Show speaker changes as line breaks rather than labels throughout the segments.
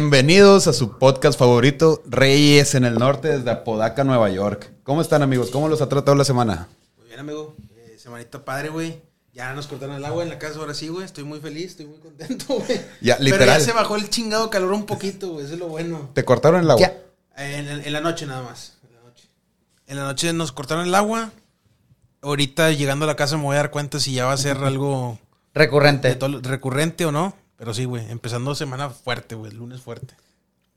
Bienvenidos a su podcast favorito, Reyes en el Norte, desde Apodaca, Nueva York. ¿Cómo están, amigos? ¿Cómo los ha tratado la semana?
Muy bien, amigo. Eh, semanita padre, güey. Ya nos cortaron el agua en la casa, ahora sí, güey. Estoy muy feliz, estoy muy contento, güey.
Ya,
Pero ya
literal.
se bajó el chingado calor un poquito, güey. Eso es lo bueno.
¿Te cortaron el agua?
Ya.
Eh, En, en la noche nada más. En la noche. En la noche nos cortaron el agua. Ahorita llegando a la casa me voy a dar cuenta si ya va a ser algo de
Recurrente.
todo lo- recurrente o no. Pero sí, güey. Empezando semana fuerte, güey. Lunes fuerte.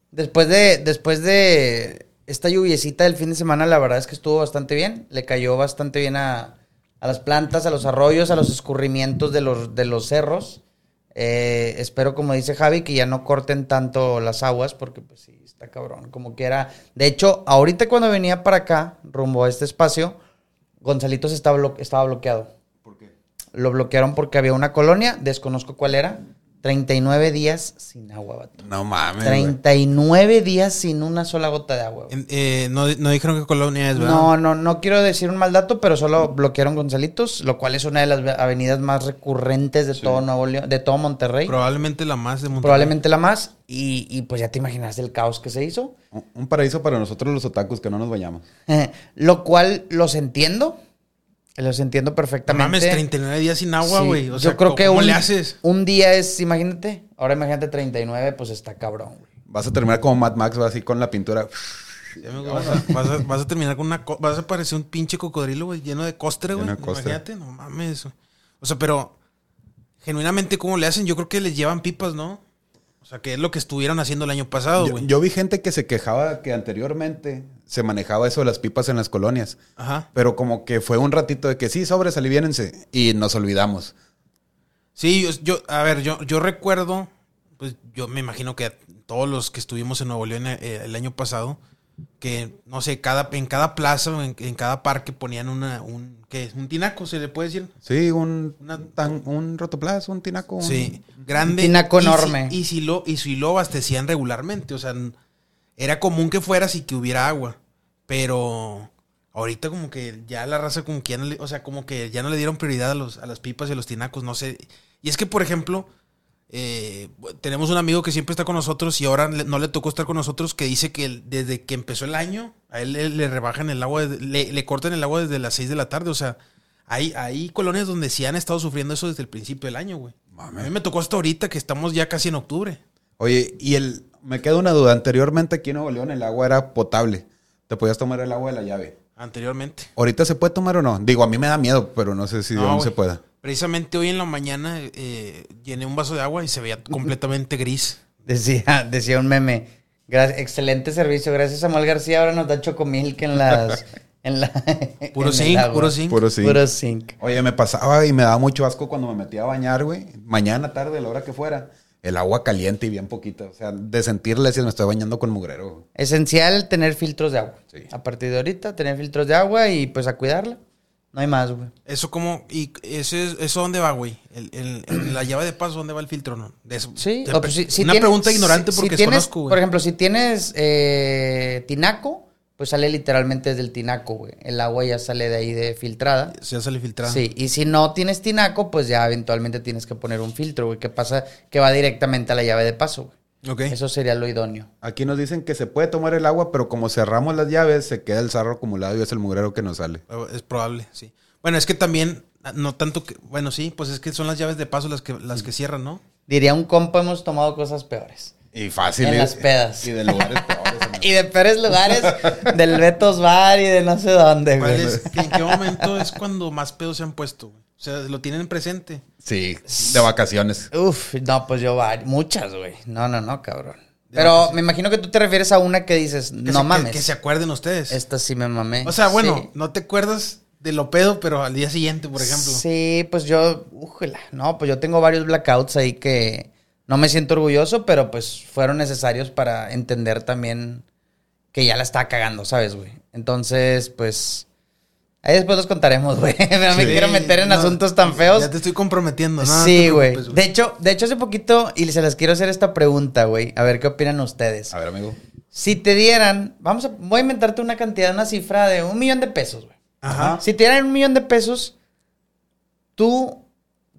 Después de, después de esta lluviecita del fin de semana, la verdad es que estuvo bastante bien. Le cayó bastante bien a, a las plantas, a los arroyos, a los escurrimientos de los, de los cerros. Eh, espero, como dice Javi, que ya no corten tanto las aguas, porque pues sí, está cabrón. Como que era. De hecho, ahorita cuando venía para acá, rumbo a este espacio, Gonzalito se estaba, blo- estaba bloqueado.
¿Por qué?
Lo bloquearon porque había una colonia, desconozco cuál era, 39 días sin agua, vato.
No mames. güey.
39 días sin una sola gota de agua. güey.
En- eh, no, no dijeron qué colonia es, ¿verdad?
No, no, no quiero decir un mal dato, pero solo bloquearon Gonzalitos, lo cual es una de las avenidas más recurrentes de todo Nuevo León, de todo Monterrey.
Probablemente la más de Monterrey.
probablemente la más. Y, y pues ya te imaginas el caos que se hizo.
Un- Un paraíso para nosotros los otakus que no nos bañamos.
lo cual los entiendo. Los entiendo
No
perfectamente.
mames, 39 días sin agua,
Sí,
güey. O sea,
Yo creo que
¿cómo
un,
le haces?
un día es, imagínate, ahora imagínate 39, pues está cabrón, güey.
Vas a terminar como Mad Max, va así con la pintura.
Sí, amigo, vas, a, vas a- vas a terminar con una. co- Vas a parecer un pinche cocodrilo, güey, lleno de costre, güey.
Lleno de costre.
Imagínate, no mames. O sea, pero. Genuinamente, ¿cómo le hacen? Yo creo que les llevan pipas, ¿no? O sea, que es lo que estuvieron haciendo el año pasado,
Yo,
güey.
yo vi gente que se quejaba que anteriormente se manejaba eso de las pipas en las colonias.
Ajá.
Pero como que fue un ratito de que sí, sobres, aliviénense. Y nos olvidamos.
Sí, yo, yo- a ver, yo, yo recuerdo, pues yo me imagino que todos los que estuvimos en Nuevo León eh, el año pasado, que no sé, cada, en cada plaza, o en, en cada parque ponían una, un, ¿qué? Un tinaco, se le puede decir.
Sí, un,
Una-
tan- un rotoplas, un tinaco. un-
Sí, grande.
Un tinaco
y si-
enorme.
Y si, lo, y si lo abastecían regularmente, o sea, n- era común que fueras y que hubiera agua, pero ahorita como que ya la raza como que ya no le, o sea, como que ya no le dieron prioridad a, los, a las pipas y a los tinacos, no sé. Y es que, por ejemplo, eh, tenemos un amigo que siempre está con nosotros y ahora le- no le tocó estar con nosotros que dice que él, desde que empezó el año, a él le, le rebajan el agua, desde- le, le cortan el agua desde las 6 de la tarde, o sea, hay, hay colonias donde sí han estado sufriendo eso desde el principio del año, güey.
Mames.
A mí me tocó hasta ahorita que estamos ya casi en octubre.
Oye, y el, me queda una duda. Anteriormente aquí en Nuevo León el agua era potable. Te podías tomar el agua de la llave.
Anteriormente.
¿Ahorita se puede tomar o no? Digo, a mí me da miedo, pero no sé si
No,
aún
güey.
se pueda.
Precisamente hoy en la mañana eh, llené un vaso de agua y se veía completamente gris.
Decía, decía un meme. "Gra- excelente servicio. Gracias, Samuel García. Ahora nos da chocomilk en las. en la,
Puro
en el
zinc,
agua.
puro zinc.
Puro sí.
Puro zinc.
Oye, me pasaba y me daba mucho asco cuando me metía a bañar, güey. Mañana, tarde, a la hora que fuera. El agua caliente y bien poquita. O sea, de sentirle si me estoy bañando con mugrero. güey.
Esencial tener filtros de agua.
Sí.
A partir de ahorita, tener filtros de agua y pues a cuidarla. No hay más, güey.
Eso como, y ese es- eso dónde va, güey. El- el- el- la llave de paso, ¿dónde va el filtro? No? De eso-
Sí,
de-
o, pues, si- si
una
tienes-
pregunta ignorante
si- si
porque
tienes,
desconozco, güey.
Por ejemplo, si tienes eh, tinaco, pues sale literalmente desde el tinaco, güey. El agua ya sale de ahí de filtrada.
Se hace el filtrado.
Sí, y si no tienes tinaco, pues ya eventualmente tienes que poner un filtro, güey, que pasa, que va directamente a la llave de paso, güey.
Ok.
Eso sería lo idóneo.
Aquí nos dicen que se puede tomar el agua, pero como cerramos las llaves, se queda el sarro acumulado y es el mugrero que nos sale.
Oh, Es probable, sí. Bueno, es que también, ah, no tanto que, bueno, sí, pues es que son las llaves de paso las que, las que cierran, ¿no?
Diría un compa, hemos tomado cosas peores.
Y fácil.
En
y-
las pedas.
Y de lugares peores. amigo.
Y de peores lugares, del Betos Bar y de no sé dónde,
¿Cuál
güey.
es- ¿En qué momento es cuando más pedos se han puesto? güey? O sea, lo tienen presente.
Sí, de vacaciones.
Uf, no, pues yo var- muchas, güey. No, no, no, cabrón. Pero me imagino que tú te refieres a una que dices,
Que
no
se- que-
mames.
Que, se acuerden ustedes.
Esta sí me mamé.
o sea, bueno,
Sí.
no te acuerdas de lo pedo, pero al día siguiente, por ejemplo.
Sí, pues yo, újula, no, pues yo tengo varios blackouts ahí que no me siento orgulloso, pero pues fueron necesarios para entender también que ya la estaba cagando, ¿sabes, güey? Entonces, pues ahí después los contaremos, güey. No me
Sí,
quiero meter en
no,
asuntos tan feos.
Ya te estoy comprometiendo, ¿no? No
sí,
te
güey.
preocupes,
De hecho, de hecho hace poquito y se las quiero hacer esta pregunta, güey, a ver qué opinan ustedes.
A ver, amigo.
Si te dieran, vamos a, voy a inventarte una cantidad, una cifra de un millón de pesos, güey.
Ajá.
Si te dieran un millón de pesos, tú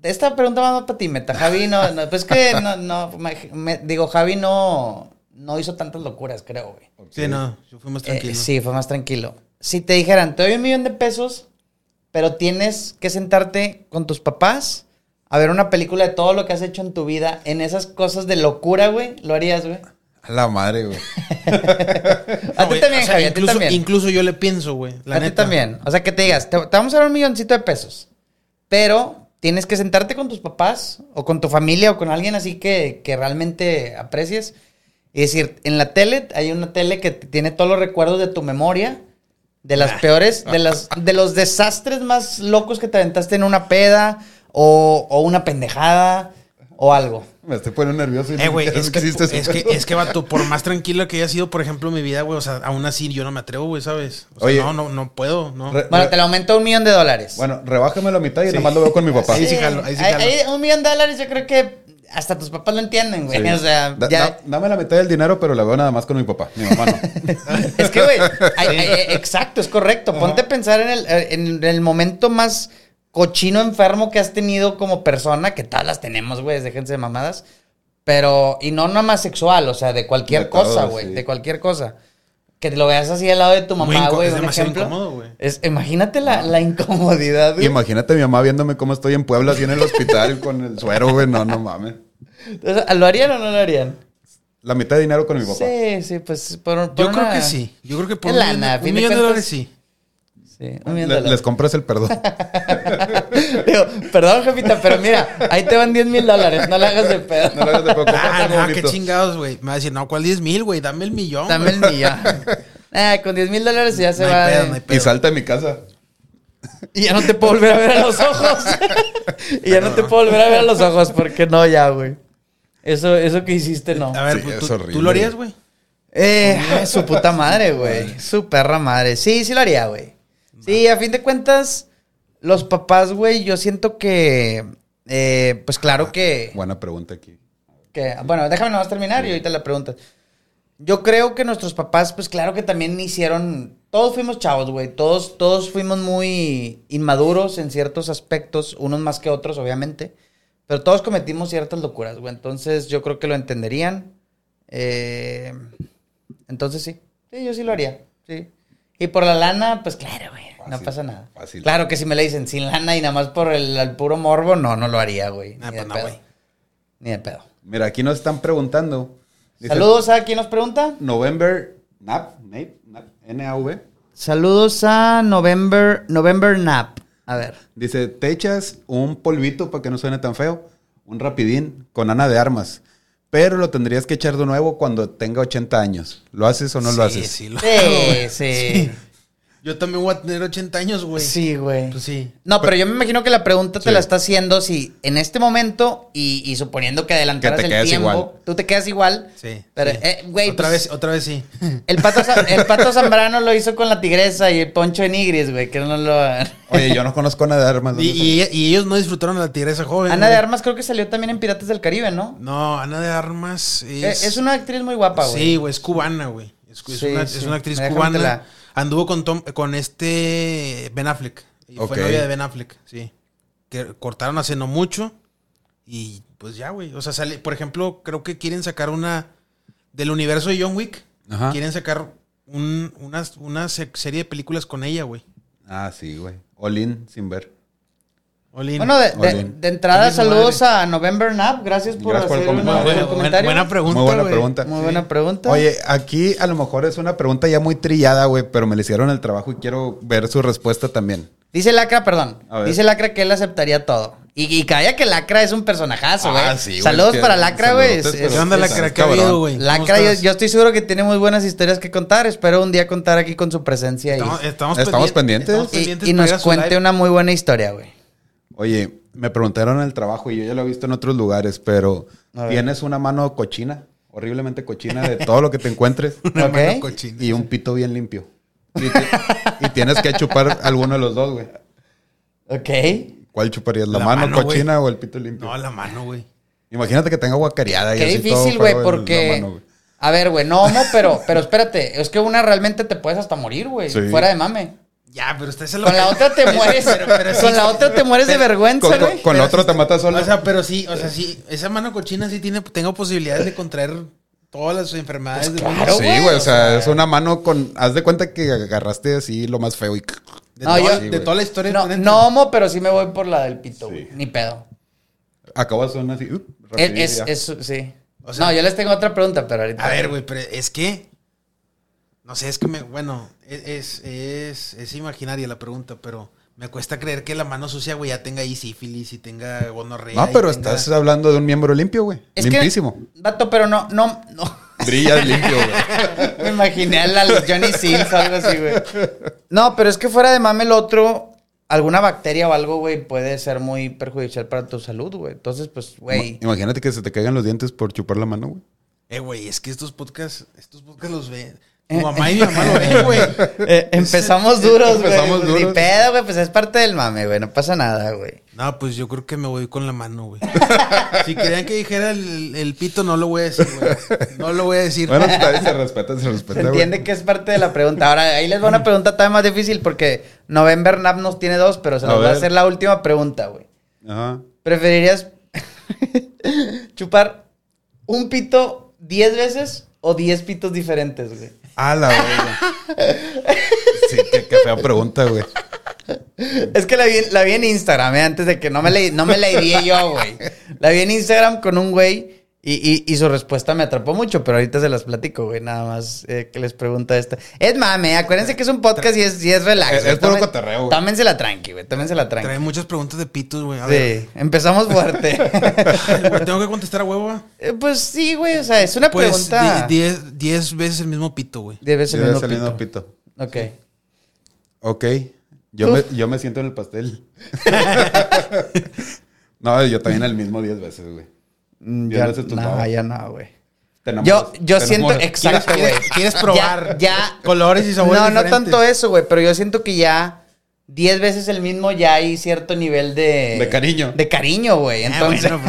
Esta pregunta va para ti, Meta. Javi no, no, pues que no, no, me- me- digo, Javi no, no hizo tantas locuras, creo, güey.
Sí, no, yo fui más
Eh,
tranquilo.
sí, fue más tranquilo. Si te dijeran, te doy un millón de pesos, pero tienes que sentarte con tus papás a ver una película de todo lo que has hecho en tu vida, en esas cosas de locura, güey, lo harías, güey.
A la madre, güey.
A
No,
ti
güey,
también,
o sea,
Javi, a ti
incluso,
también.
incluso yo le pienso, güey. La
a ti
neta.
también. O sea, que te digas, te, te vamos a dar un milloncito de pesos, pero tienes que sentarte con tus papás o con tu familia o con alguien así que, que realmente aprecies. Y decir, en la tele hay una tele que t- tiene todos los recuerdos de tu memoria, de las peores, de, las, de los desastres más locos que te aventaste en una peda o, o una pendejada o algo.
Me estoy poniendo nervioso. y
Eh, güey,
nunca
es que,
hiciste
es,
eso.
que, es que, vato, por más tranquilo que haya sido, por ejemplo, mi vida, güey, o sea, aún así yo no me atrevo, güey, ¿sabes? O sea,
Oye.
no, no, no puedo, ¿no?
Re-
Bueno,
re-
te lo aumento a un millón de dólares.
Bueno, rebájame la mitad y
Sí.
nada más lo veo con mi papá.
Ahí sí jalo, ahí sí jalo.
un millón de dólares yo creo que hasta tus papás lo entienden, güey.
Sí.
O sea,
Da-
ya-
da- dame la mitad del dinero, pero la veo nada más con mi papá. Mi mamá no.
Es que, güey, ay, ay, ay, exacto, es correcto. Ponte a pensar en el, eh, en el momento más cochino enfermo que has tenido como persona, que todas las tenemos, güey, déjense de mamadas. Pero, y no nada más sexual, o sea, de cualquier
De todo,
cosa, güey,
sí.
de cualquier cosa. Que te lo veas así al lado de tu
Muy
mamá,
inco-
güey,
es
un
demasiado
ejemplo.
incómodo, güey.
Es- imagínate la, la incomodidad, güey.
Imagínate a mi mamá viéndome cómo estoy en Puebla, así en el hospital con el suero, güey. No, no mames.
O sea, ¿Lo harían o no lo harían?
La mitad de dinero con mi papá.
Sí, sí, pues por, por
Yo creo
una-
que sí. Yo creo que por
Es
un
lana,
millón,
a
de-
fin de
un millón de
cuentas.
dólares sí.
Sí, un
Le-
millón de dólares.
les compras el perdón.
Digo, perdón, jefita, pero mira, ahí te van 10 mil dólares, no la hagas de pedo.
No lo hagas de poco,
Ah,
pásalo
no, qué
bonito.
chingados, güey. Me va a decir, no, ¿cuál 10 mil, güey? Dame el millón.
Dame el millón. Ah, con 10 mil dólares ya se
No hay
va.
pedo,
de-
no hay pedo.
Y salta de mi casa.
Y ya no te puedo volver a ver a los ojos. y ya no te puedo volver a ver a los ojos, porque no, ya, güey. Eso, eso que hiciste, no.
A ver,
Sí,
pues,
es
tú,
horrible,
tú lo harías, güey.
Eh, ay, su puta madre, güey. Su perra madre. Sí, sí lo haría, güey. Sí, a fin de cuentas, los papás, güey, yo siento que. eh, pues claro que.
Buena pregunta aquí.
Que- bueno, déjame nomás terminar y ahorita la pregunta. Yo creo que nuestros papás, pues claro que también hicieron. Todos fuimos chavos, güey. Todos, todos fuimos muy inmaduros en ciertos aspectos, unos más que otros, obviamente. Pero todos cometimos ciertas locuras, güey. Entonces yo creo que lo entenderían. Eh, entonces sí. Sí, yo sí lo haría. Sí. Y por la lana, pues claro, güey. No
Fácil,
pasa nada.
fácil.
Claro que si me le dicen sin lana y nada más por el, el puro morbo, no, no lo haría, güey.
Ah,
Ni de
pues no,
pedo.
güey.
Ni de pedo.
Mira, aquí nos están preguntando. Dice,
Saludos a quien nos pregunta.
November Nap, Nap, Nap, NAV.
Saludos a November, November Nap. A ver.
Dice, te echas un polvito para que no suene tan feo, un rapidín con Ana de Armas, pero lo tendrías que echar de nuevo cuando tenga 80 años. ¿Lo haces o no lo
Sí,
haces?
sí, lo hago,
Sí,
güey.
sí.
Yo también voy a tener 80 años, güey.
Sí, güey.
Pues sí.
No, pero yo me imagino que la pregunta te
Sí.
la está haciendo si en este momento y, y suponiendo que adelantaras
Que te
el
quedes
tiempo,
igual.
tú te quedas igual.
Sí.
Pero,
sí.
eh, güey,
Otra,
pues-
vez, otra vez sí.
El pato, Za- el pato Zambrano lo hizo con la tigresa y el poncho de Nigris, güey, que no lo.
Oye, yo no conozco a Ana de Armas.
Y,
¿dónde
y ella- y ellos no disfrutaron a la tigresa joven.
Ana
Pues,
de
güey.
Armas creo que salió también en Piratas del Caribe, ¿no?
No, Ana de Armas
Eh,
es.
Es, una actriz muy guapa, güey.
Sí, güey, es cubana, güey. Es, es
Sí,
una,
sí.
es una actriz
Déjame
cubana.
te la-
Anduvo con, Tom- con este Ben Affleck. Y
Ok.
Fue novia de Ben Affleck, sí. Que cortaron hace no mucho. Y pues ya, güey. O sea, sale. Por ejemplo, creo que quieren sacar una. Del universo de John Wick.
Ajá.
Quieren sacar un- una, una se- serie de películas con ella, güey.
son? Ah, sí, güey. Olin, sin ver.
Olin.
Bueno, de, de-
Olin.
de entrada,
Olin,
saludos a November Nap. Gracias por
Gracias por el
hacer una-
comentario.
un
Buena, buena,
comentario.
buena pregunta.
Muy buena
güey.
pregunta.
Muy buena pregunta.
Oye, aquí a lo mejor es una pregunta ya muy trillada, güey, pero me le hicieron el trabajo y quiero ver su respuesta también.
Dice Lacra, perdón.
A ver.
Dice Lacra que él aceptaría todo. Y, y calla que Lacra es un personajazo, güey.
Ah, sí, güey,
Saludos
que-
para Lacra, güey.
saludotes,
Es-
pero-
es-
¿Qué onda,
es-
la
Estás
crack ha habido,
cabrón.
güey? ¿Cómo
Lacra, yo,
estás?
yo estoy seguro que tiene muy buenas historias que contar. Espero un día contar aquí con su presencia y,
Estamos, estamos
Estamos pendientes.
y-
estamos pendientes
y
para
nos
ir a su
cuente
live.
una muy buena historia, güey.
Oye, me preguntaron en el trabajo y yo ya lo he visto en otros lugares, pero
A ver.
tienes una mano cochina, horriblemente cochina de todo lo que te encuentres.
Una
Ok.
mano cochina.
Y un pito bien limpio. Y, ti- y tienes que chupar alguno de los dos, güey.
Ok.
¿Cuál chuparías? ¿La,
La
mano,
mano,
cochina o el pito limpio?
No, la mano, güey.
Imagínate que tenga guacareada y
Qué
así
difícil,
todo feo
güey,
en la
porque.
mano, güey.
a ver, güey, no homo, pero, pero espérate. Es que una realmente te puedes hasta morir, güey.
Sí.
Fuera de mame.
Ya, pero usted se lo
Con la otra te mueres.
Pero- pero sí,
con la otra te mueres de vergüenza,
Con, con-
güey.
con la otra te matas solo.
O sea, pero sí, o sea, sí, esa mano cochina sí tiene, tengo posibilidades de contraer todas las enfermedades. del mundo.
claro,
sí,
güey,
güey,
o
o sea,
sea-
es una mano con... Haz de cuenta que agarraste así lo más feo y...
De,
No,
todo-
yo-
de
Sí, güey.
toda la historia.
No,
neta.
no homo, pero sí me voy por la del pito,
Sí.
güey. Ni pedo.
Acabas una así... uh, rapidito
Es,
ya.
es, es- sí.
O sea-
no, yo les tengo otra pregunta, pero ahorita.
A ver, güey, pero es que. No sé, es que me. Bueno, e-, es, es, es, es imaginaria la pregunta, pero me cuesta creer que la mano sucia, güey, ya tenga ahí sífilis y tenga gonorrea.
No,
y
pero
tenga-
estás hablando de un miembro limpio, güey.
Es
Limpísimo.
que. Vato, pero no, no, no.
Brillas limpio, güey.
Me imaginé a la Johnny Sins o algo así, güey. No, pero es que fuera de mame el otro, alguna bacteria o algo, güey, puede ser muy perjudicial para tu salud, güey. Entonces, pues, güey.
Ima- Imagínate que se te caigan los dientes por chupar la mano, güey.
Eh, güey, es que estos podcasts, estos podcasts los ven. Tu mamá y mi mamá lo ven, güey.
Eh, empezamos duros, güey.
Empezamos
Pues,
duros.
Ni pedo, güey. Pues es parte del mame, güey. No pasa nada, güey.
No, pues yo creo que me voy con la mano, güey. Si querían que dijera el, el pito, no lo voy a decir, güey. No lo voy a decir.
Bueno, está bien, se respeta, se respeta,
Se
güey.
entiende que es parte de la pregunta. Ahora, ahí les va una pregunta todavía más difícil porque November Nap nos tiene dos, pero se
A
nos va a
ver.
hacer la última pregunta, güey.
Ajá.
¿Preferirías chupar un pito 10 veces o 10 pitos diferentes, güey?
A la verga. Sí, qué, qué fea pregunta, güey.
Es que la vi, la vi en Instagram, eh, antes de que no me la, no me la ideé yo, güey. La vi en Instagram con un güey y, y- y su respuesta me atrapó mucho, pero ahorita se las platico, güey, nada más eh, que les pregunta esta. Es mame, acuérdense que es un podcast y es, y es relax.
Es-
güey.
es puro
Tómen-
cotorreo, güey.
Tómensela tranqui, güey, tómensela
Trae
tranqui.
muchas preguntas de pitos, güey. A ver.
Sí, empezamos fuerte.
Ay, güey, Tengo que contestar a huevo, güey?
Eh, pues sí, güey, o sea, es una
Pues
pregunta...
10 veces el mismo pito, güey.
Diez veces el
Debe
mismo
salir
pito.
un pito.
Ok.
Ok. Yo me, yo me siento en el pastel. no, yo también el mismo 10 veces, güey.
Mm,
Diez
Ya,
veces tu
no,
tabla.
ya no, güey.
Te
Yo,
enamoras,
yo
te
siento,
enamoras.
exacto, güey.
¿Quieres- quieres probar
Ya, ya-
colores y sabores
No, no
diferentes?
tanto eso, güey, pero yo siento que ya 10 veces el mismo ya hay cierto nivel de...
De cariño.
De cariño, güey.
Ah,
Entonces,
bueno,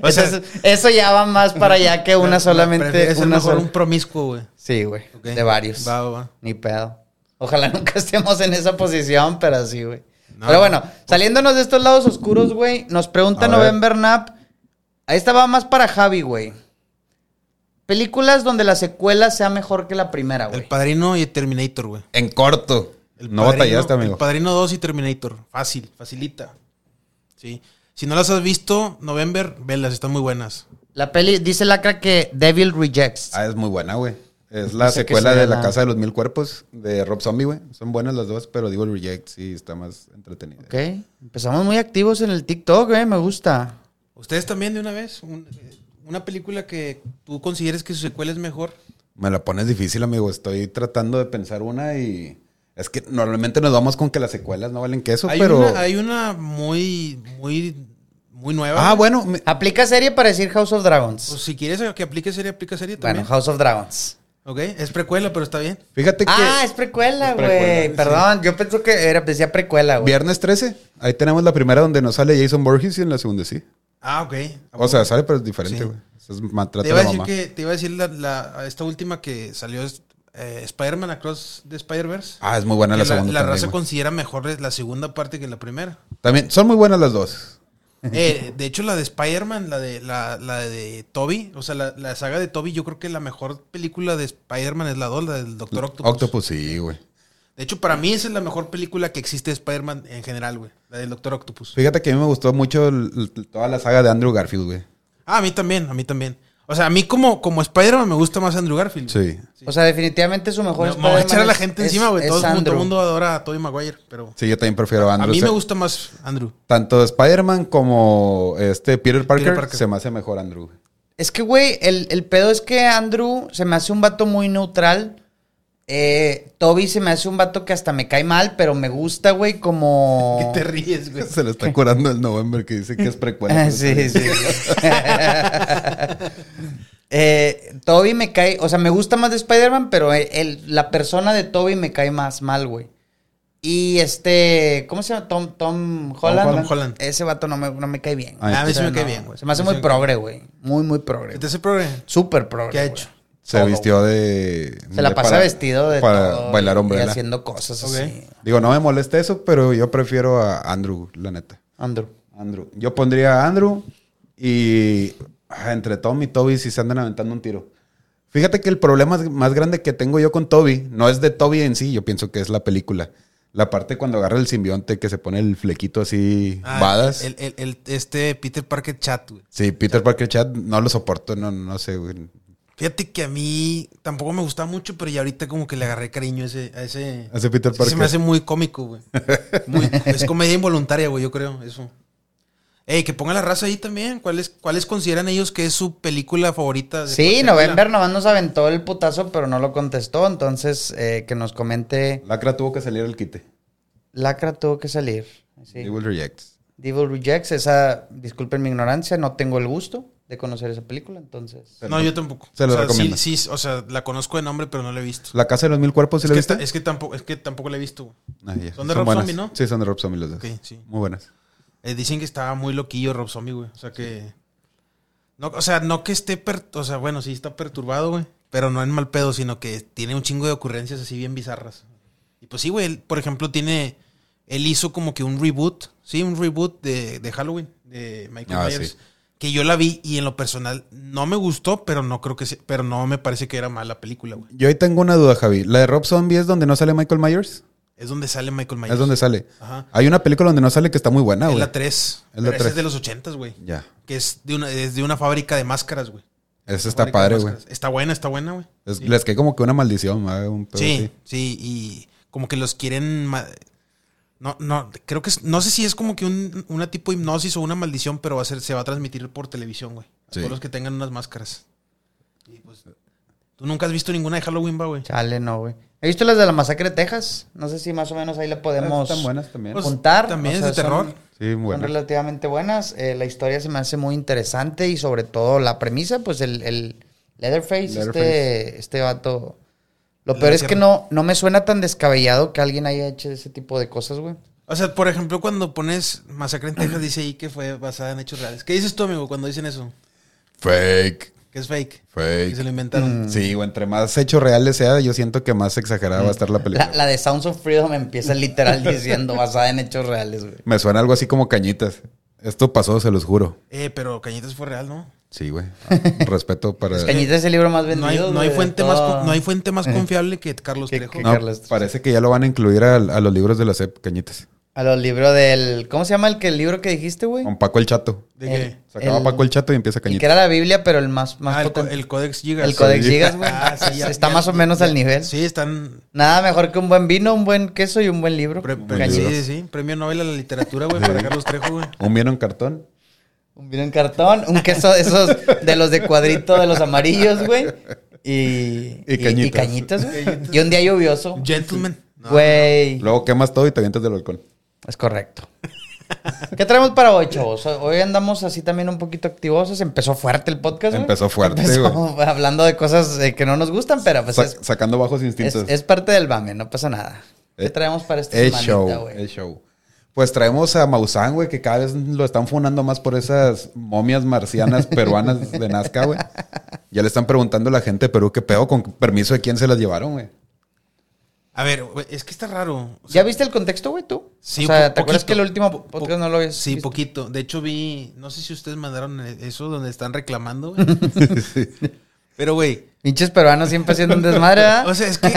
pues, o
eso,
sea-
es- eso ya va más para allá que una
No,
solamente...
prefieres ser
Una
mejor
sola-
un promiscuo, güey.
Sí, güey.
Ok.
De varios.
Va, va, va.
Ni pedo. Ojalá nunca estemos en esa posición, pero sí, güey.
No,
pero bueno,
no.
saliéndonos de estos lados oscuros, güey, nos pregunta
A ver.
November Nap. Ahí estaba más para Javi, güey. Películas donde la secuela sea mejor que la primera,
El
güey.
Padrino y Terminator, güey.
En corto.
El
no
Padrino-
batallaste, amigo.
El Padrino 2 y Terminator. Fácil, facilita. Sí. Si no las has visto, November, velas, están muy buenas.
La peli, dice Lacra que Devil Rejects.
Ah, es muy buena, güey. Es la
No sé qué
secuela
sea
de La
la-
Casa de los Mil Cuerpos de Rob Zombie, güey. Son buenas las dos, pero digo el Reject sí está más entretenida.
Ok. Empezamos muy activos en el TikTok, güey. Me gusta.
¿Ustedes también de una vez? Un- eh, una película que tú consideres que su secuela es mejor.
Me la pones difícil, amigo. Estoy tratando de pensar una y... Es que normalmente nos vamos con que las secuelas no valen queso,
hay,
pero...
una, hay una muy, muy, muy nueva.
Ah, bueno. me-
Aplica serie para decir House of
Pues
Dragons.
si quieres que aplique serie, aplica serie
Bueno,
también.
House of Dragons.
ok, es precuela, pero está bien.
Fíjate que...
Ah, es precuela,
Es precuela,
güey.
sí.
Perdón, yo pensé que era, decía precuela, güey.
Viernes 13. Ahí tenemos la primera donde nos sale Jason Borges y en la segunda sí.
Ah, ok.
O sea, sale pero es diferente,
Sí.
güey. Eso Es maltrato a
te iba a
la
decir
mamá.
que te iba a decir la, la- esta última que salió es, eh, Spider-Man Across the Spider-Verse.
Ah, es muy buena
que
la
la,
segunda
la
también,
raza
güey.
considera mejor es la segunda parte que la primera.
También son muy buenas las dos.
Eh, de hecho, la de Spider-Man, la de, la, la de Toby, o sea, la, la saga de Toby, yo creo que la mejor película de Spider-Man es la 2, la del Doctor Octopus.
Octopus, sí, güey.
De hecho, para mí esa es la mejor película que existe de Spider-Man en general, güey. La del Doctor Octopus.
Fíjate que a mí me gustó mucho el- el- toda la saga de Andrew Garfield, güey.
Ah, a mí también, a mí también. O sea, a mí como, como Spider-Man me gusta más Andrew Garfield.
Sí.
O sea, definitivamente su
Me,
mejor
me voy a
Spider-Man
echar a la
es-
gente
es-
encima, güey.
es
Todo, el mundo- todo el
Andrew.
mundo adora a Tobey Maguire, pero...
Sí, yo también prefiero a
A
Andrew.
mí
O sea,
me gusta más Andrew.
Tanto Spider-Man como este Peter Parker,
Parker.
se me hace mejor Andrew. güey.
Es que, güey, el, el pedo es que Andrew se me hace un vato muy neutral. Eh, Toby se me hace un vato que hasta me cae mal, pero me gusta, güey, como...
¿Qué te ríes, güey?
Se le está curando el November que dice que es precuela.
Ah,
pero está
sí,
bien.
sí. eh, Toby me cae, o sea, me gusta más de Spider-Man, pero el- el- la persona de Toby me cae más mal, güey. Y este, ¿cómo se llama? Tom, Tom Holland.
Holland. Tom
Holland.
Ese vato no me, no me cae bien.
Ay,
a mí
O
sí
sea,
me cae
no,
bien, güey.
Se me hace
Sí
muy
cae bien.
progre, güey. Muy, muy progre.
¿Te hace progre?
Súper progre.
¿Qué ha
güey.
hecho?
Se
Todo.
vistió de.
Se la
de
pasa
para-
vestido de
Para
todo
bailar
y-
hombre.
Y haciendo cosas
Ok.
así.
Digo, no me molesta eso, pero yo prefiero a Andrew, la neta.
Andrew.
Andrew. Yo pondría a Andrew y ah, entre Tom y Toby si se andan aventando un tiro. Fíjate que el problema más grande que tengo yo con Toby no es de Toby en sí, yo pienso que es la película. La parte cuando agarra el simbionte que se pone el flequito así,
Ah,
badas.
el- el- el- este Peter Parker chat, güey.
Sí, Peter Parker Chat no lo soporto, no, no sé, güey.
Fíjate que a mí tampoco me gusta mucho, pero ya ahorita como que le agarré cariño a ese. A ese,
Hace Peter
sí se me
Parker.
hace muy cómico, güey. Muy- es comedia involuntaria, güey, yo creo, eso. Ey, que ponga la raza ahí también. ¿Cuáles, ¿Cuáles consideran ellos que es su película favorita? de
Sí,
cualquier
November
fila?
nomás nos aventó el putazo, pero no lo contestó. Entonces, eh, que nos comente.
Lacra tuvo que salir el quite.
Lacra tuvo que salir. Sí.
Evil Rejects.
Devil Rejects, esa, disculpen mi ignorancia, no tengo el gusto de conocer esa película, entonces.
No, yo tampoco.
Se lo
o sea,
recomiendo.
Sí, sí, o sea, la conozco de nombre, pero no la he visto.
La casa de los mil cuerpos, ¿sí
es,
la
que
viste?
ta- es que tampoco, es que tampoco la he visto. güey.
Ah, ya.
son de Rob
buenas.
Zombie, ¿no?
Sí, son de Rob Zombie las dos.
Ok, sí.
Muy buenas.
Eh, dicen que estaba muy loquillo Rob Zombie, güey. O sea que. No, o sea, no que esté. per- o sea, bueno, sí está perturbado, güey. Pero no en mal pedo, sino que tiene un chingo de ocurrencias así bien bizarras. Y pues sí, güey. él, por ejemplo, tiene. Él hizo como que un reboot. Sí, un reboot de, de Halloween. De Michael
Ah,
Myers.
sí.
Que yo la vi y en lo personal no me gustó, pero no creo que se- pero no me parece que era mala película, güey.
Yo ahí tengo una duda, Javi. ¿La de Rob Zombie es donde no sale Michael Myers?
Es donde sale Michael Myers. Ah,
Es donde sale.
Ajá.
Hay una película donde no sale que está muy buena,
es
güey.
la 3.
Es la
pero esa es
tres.
de los 80, güey.
Ya.
Que es de una, es de una fábrica de máscaras, güey.
Esa
Fábrica
está
de
padre, güey.
máscaras. Está buena, está buena, güey.
Es-
Sí.
Les cae como que una maldición, ¿verdad? un pedo
sí,
así.
sí, y como que los quieren... ma- No, no, creo que... es- No sé si es como que un, una tipo de hipnosis o una maldición, pero va a ser, se va a transmitir por televisión, güey. A
Sí.
todos los que tengan unas máscaras. Y pues... Tú nunca has visto ninguna de Halloween, va, güey.
Chale, no, güey. He visto las de la masacre de Texas, no sé si más o menos ahí la podemos...
Están buenas también.
Pues,
Contar,
También
o
es
sea,
de terror.
son-
sí,
Son
bueno.
relativamente buenas. eh, la historia se me hace muy interesante y sobre todo la premisa, pues el, el Leatherface,
Leatherface.
Este, este vato... Lo
Le
peor es que
cierra.
no, no me suena tan descabellado que alguien haya hecho ese tipo de cosas, güey.
O sea, por ejemplo, cuando pones Masacre en Texas, dice ahí que fue basada en hechos reales. ¿Qué dices tú, amigo, cuando dicen eso?
Fake,
Que es fake. Que se
fake.
lo inventaron.
Mm.
Sí, o entre más hechos reales sea, yo siento que más exagerada
Mm.
va a estar la película.
La, la de Sounds of Freedom empieza literal diciendo basada en hechos reales, güey.
Me suena algo así como cañitas. Esto pasó, se los juro.
Eh, pero Cañitas fue real, ¿no?
Sí, güey. Respeto para.
Cañita es el libro más vendido.
Eh. No hay, no
güey,
hay
de
fuente
todo.
más, con- no hay fuente más confiable que Carlos
Que-
Trejo.
que-
No,
Carlos.
parece que ya lo van a incluir al- a, los libros de la CEP, cañitas.
A los libros del. ¿Cómo se llama el que el libro que dijiste, güey?
Con Paco el Chato.
¿De qué?
Se acaba
El-
Paco el Chato y empieza
El que
cañitas.
era la Biblia, pero el más, más
Ah, el, co-
potente.
el Codex Gigas.
El Codex
Sí.
Gigas, güey.
Ah, sí, ya-
Está
ya-
más o menos
ya-
al nivel.
Sí, están.
Nada mejor que un buen vino, un buen queso y un buen libro.
pre-
Un
pre-
buen
sí,
libro.
sí, sí. Premio Nobel a la literatura, güey, para Carlos Trejo, güey.
Un vino en cartón.
Un vino en cartón, un queso de esos, de los de cuadrito, de los amarillos, güey. Y,
Y cañitas.
cañitas, güey. Y un día lluvioso.
Gentleman. No,
Güey.
Luego quemas todo y te avientas del balcón.
Es correcto. ¿Qué traemos para hoy, chavos? Hoy andamos así también un poquito activosos. Empezó fuerte el podcast. güey.
Empezó fuerte,
hablando de cosas eh, que no nos gustan, pero pues
Sa-
es,
sacando bajos
es,
instintos.
es parte del mame, no pasa nada. ¿Qué
Eh,
traemos para esta
Es
semanita,
show,
güey?
es show. Pues traemos a Maussan, güey, que cada vez lo están funando más por esas momias marcianas peruanas de Nazca, güey. Ya le están preguntando a la gente de Perú qué pedo, con permiso de quién se las llevaron, güey.
A ver, güey, es que está raro. O sea,
¿Ya viste el contexto, güey, tú?
Sí,
O sea,
po-
¿te acuerdas
poquito.
que el último
Po-
podcast no lo habías
Sí,
visto?
poquito. De hecho, vi. No sé si ustedes mandaron eso donde están reclamando, güey. Pero, güey.
Pinches peruanos siempre haciendo un desmadre, ¿verdad?
O sea, es que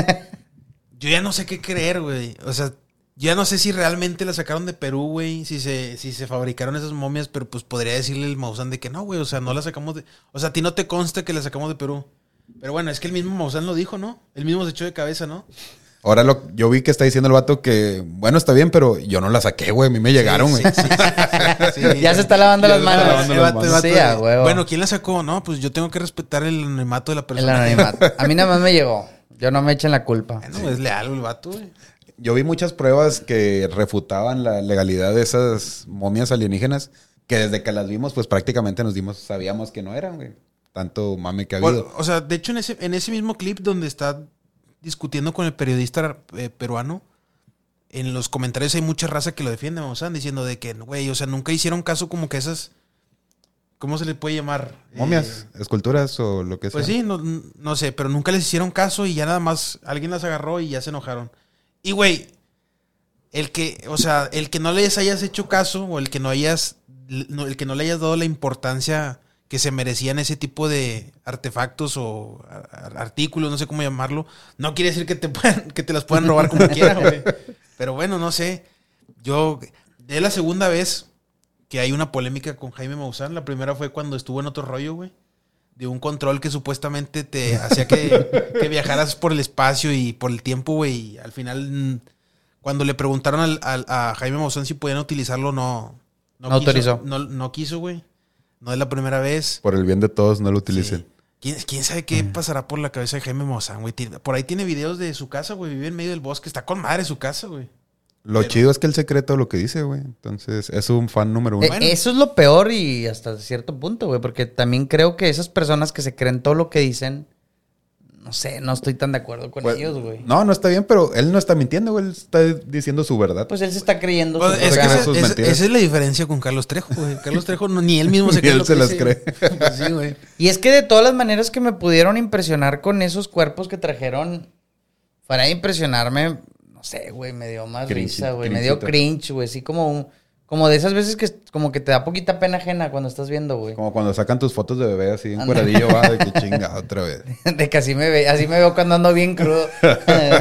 yo ya no sé qué creer, güey. O sea, yo ya no sé si realmente la sacaron de Perú, güey. Si se, si se fabricaron esas momias, pero pues podría decirle el Maussan de que no, güey. O sea, no la sacamos de. O sea, a ti no te consta que la sacamos de Perú. Pero bueno, es que el mismo Maussan lo dijo, ¿no? El mismo se echó de cabeza, ¿no?
Ahora lo, yo vi que está diciendo el vato que, bueno, está bien, pero yo no la saqué, güey. A mí me llegaron, güey.
Sí, sí, sí, Eh, sí, sí.
Ya se está lavando
Ya
las
se está
manos.
lavando
Sí,
las
vato,
manos.
sí, a huevo.
Bueno, ¿quién la sacó? No, pues yo tengo que respetar el anonimato de la
el
persona.
anonimato. A mí nada más me llegó. Yo no me echen la culpa.
Bueno, es leal el vato, güey.
Yo vi muchas pruebas que refutaban la legalidad de esas momias alienígenas, que desde que las vimos, pues prácticamente nos dimos, sabíamos que no eran, güey. Tanto mame que ha habido.
O, o sea, de hecho, en ese, en ese mismo clip donde está discutiendo con el periodista eh, peruano, en los comentarios hay mucha raza que lo defiende, o sea, diciendo de que, güey, o sea, nunca hicieron caso como que esas ¿Cómo se le puede llamar?
Momias,
Eh,
esculturas o lo que sea.
pues sí, no, no sé, pero nunca les hicieron caso y ya nada más alguien las agarró y ya se enojaron. Y güey, el que, o sea, el que no les hayas hecho caso o el que no hayas, no, el que no le hayas dado la importancia que se merecían ese tipo de artefactos o a- a- artículos, no sé cómo llamarlo, no quiere decir que te puedan, que te las puedan robar como quieran, güey. Pero bueno, no sé. Yo, es la segunda vez que hay una polémica con Jaime Maussan. La primera fue cuando estuvo en otro rollo, güey. De un control que supuestamente te hacía que, que viajaras por el espacio y por el tiempo, güey. Y al final, mm, cuando le preguntaron al- al- a Jaime Maussan si podían utilizarlo, no.
No
quiso.
autorizó.
No, no quiso, güey. No es la primera vez.
Por el bien de todos, no lo utilicen.
Sí. ¿Quién, quién sabe qué
Mm.
pasará por la cabeza de Jaime Maussan, güey? Tiene- Por ahí tiene videos de su casa, güey. Vive en medio del bosque. Está con madre su casa, güey.
Lo
Pero-
chido es que el secreto lo que dice, güey. Entonces, es un fan número uno.
Eh,
Bueno.
Eso es lo peor y hasta cierto punto, güey, porque también creo que esas personas que se creen todo lo que dicen, no sé, no estoy tan de acuerdo con
Pues,
ellos, güey.
No, no está bien, pero él no está mintiendo, güey. Él está diciendo su verdad.
Pues él se está creyendo.
Pues,
su
es que
programa.
ganan
esa,
sus
esa-
mentiras.
esa es la diferencia con Carlos Trejo, güey. Carlos Trejo no- ni él mismo se
Ni
cree.
él
lo
se
que
las
dice.
cree.
Pues sí, güey.
Y es que de todas las maneras que me pudieron impresionar con esos cuerpos que trajeron, para impresionarme, no sé, güey, me dio más
Cringe-
risa, güey. Me dio
cringito.
cringe, güey. Así como un- como de esas veces que como que te da poquita pena ajena cuando estás viendo, güey.
Como cuando sacan tus fotos de bebé así,
Anda.
encueradillo, va, de que chinga, otra vez.
De que así me ve, así me veo cuando ando bien crudo.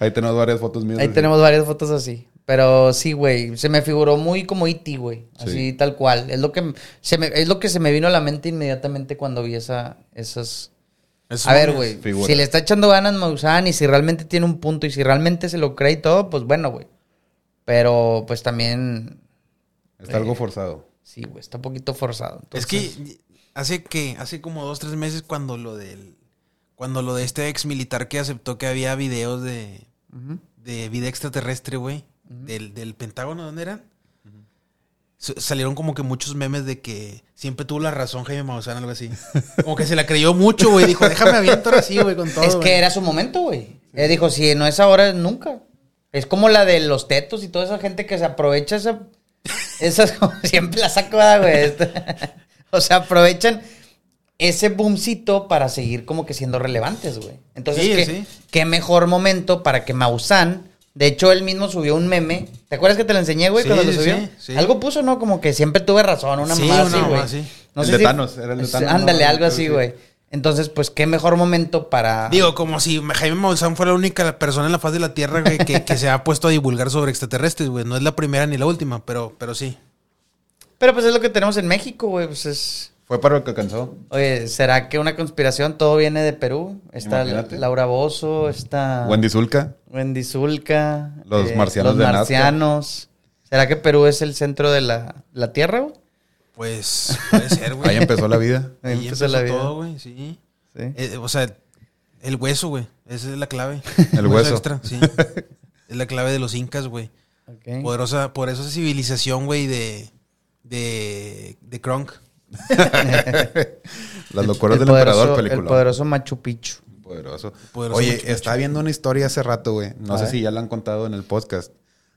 Ahí tenemos varias fotos mías.
Ahí
así.
tenemos varias fotos así. Pero sí, güey. Se me figuró muy como E.T., güey. Así
Sí.
tal cual. Es lo que se me, es lo que se me vino a la mente inmediatamente cuando vi esa, esas.
Esos
A ver,
momias.
güey.
figuras.
Si le está echando ganas Maussan y si realmente tiene un punto y si realmente se lo cree y todo, pues bueno, güey. Pero pues también.
Está
eh,
algo forzado.
Sí, güey. Está un poquito forzado.
Es
Entonces,
que hace que, hace como dos, tres meses cuando lo del. Cuando lo de este ex militar que aceptó que había videos de,
ujú.
de vida extraterrestre, güey. del, del Pentágono, ¿dónde eran? Sa- Salieron como que muchos memes de que siempre tuvo la razón Jaime Maussan, algo así. Como que se la creyó mucho, güey. Dijo, déjame aviento ahora sí, güey, con todo.
Es que
güey".
era su momento, güey. Él dijo, si no es ahora, es nunca. Es como la de los tetos y toda esa gente que se aprovecha esa... Esas siempre la saco, ¿verdad, güey. Esta- o sea, aprovechan ese boomcito para seguir como que siendo relevantes, güey. Entonces,
Sí,
¿qué,
sí.
qué mejor momento para que Maussan... De hecho, él mismo subió un meme. ¿Te acuerdas que te lo enseñé, güey,
Sí,
cuando lo
sí,
subió?
sí, sí.
Algo puso, ¿no? Como que siempre tuve razón, una
Sí,
mamada
una
así,
mamá
güey.
así.
El de Thanos, era el de
es-
Thanos, ¿no?
Ándale, algo
Creo
así,
que
güey. Entonces, pues, qué mejor momento para...
Digo, como si Jaime Maussan fuera la única persona en la faz de la Tierra güey, que, que se ha puesto a divulgar sobre extraterrestres, güey. No es la primera ni la última, pero, pero sí.
Pero pues es lo que tenemos en México, güey. Pues es.
Fue para lo que alcanzó.
Oye, ¿será que una conspiración todo viene de Perú? Está
Imagínate.
Laura Bozo, está
Wendy Zulka.
Wendy Zulka, eh,
Los marcianos
los
de Nazca.
marcianos. ¿Será que Perú es el centro de la, la Tierra, güey?
Pues puede ser, güey.
Ahí empezó la vida.
Ahí
Ahí
empezó la vida.
todo, güey, sí.
Sí.
Eh, o sea, el hueso, güey. Esa es la clave.
El hueso.
extra, sí. Es la clave de los incas, güey.
Ok.
Poderosa, por eso esa civilización, güey, de, de, de Kronk.
Las locuras del
poderoso-
emperador,
El
película.
poderoso Machu Picchu.
Poderoso.
Poderoso
Oye,
Machu Picchu.
estaba viendo una historia hace rato, güey. No
A
sé
ver.
si ya la han contado en el podcast.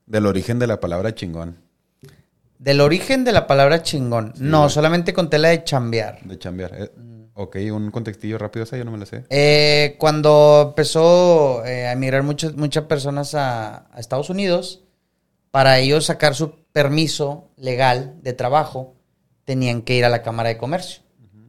Del origen de la palabra chingón,
Del origen de la palabra chingón. no, solamente con tela de chambear.
de chambear. Eh,
Mm.
ok, un contextillo rápido, esa yo no me la sé.
Eh, cuando empezó eh, a emigrar muchas, muchas personas a, a Estados Unidos, para ellos sacar su permiso legal de trabajo, tenían que ir a la Cámara de Comercio,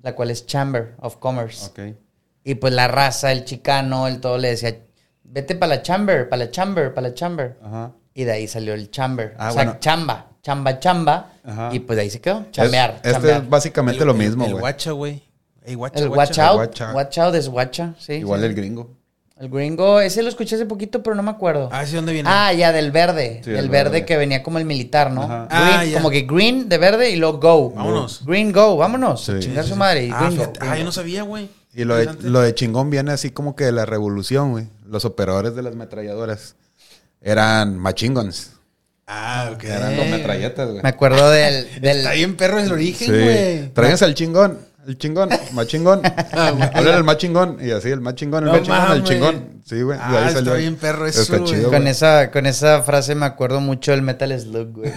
la cual es Chamber of Commerce.
Ok.
Y pues la raza, el chicano, el todo le decía, vete para la Chamber, para la Chamber, para la Chamber.
Ajá.
Y de ahí salió el Chamber.
Ah,
o sea,
bueno.
chamba, chamba, chamba.
Ajá.
Y pues de ahí se quedó, chambear.
Es- este
chambear.
es básicamente
El-
lo
el-
mismo,
El
güey.
guacha, güey. Ey, guacha,
El watch
guacha.
out, watch
watch
out,
out.
es guacha, sí.
Igual
sí.
el gringo.
El gringo, ese lo escuché hace poquito, pero no me acuerdo.
Ah, ¿sí dónde viene?
Ah, ya, del verde.
Sí,
del
del
verde,
verde.
que venía como el militar, ¿no?
Ajá.
Ah,
Green,
ya.
Como que green de verde y luego go.
Vámonos.
Green go, vámonos.
Sí.
a chingar
Sí,
su madre. Y
Ah,
green,
fíjate.
go,
Ah,
green
yo
go.
no sabía, güey.
Y lo de,
Interesante.
lo de chingón viene así como que de la revolución, güey. Los operadores de las metralladoras eran machingons.
Ah, ok.
Eran los metralletas, güey.
Me acuerdo del. del-
Está bien perro el origen, güey. Ah,
Sí. Tráiganse al chingón. El chingón, machingón. Hablan al machingón. Y así, el machingón, el
No
machingón, el
mames.
chingón. Sí, güey.
Ah, está bien perro eso,
Está
güey.
chido,
con,
güey.
esa, con esa frase me acuerdo mucho del Metal Slug, güey.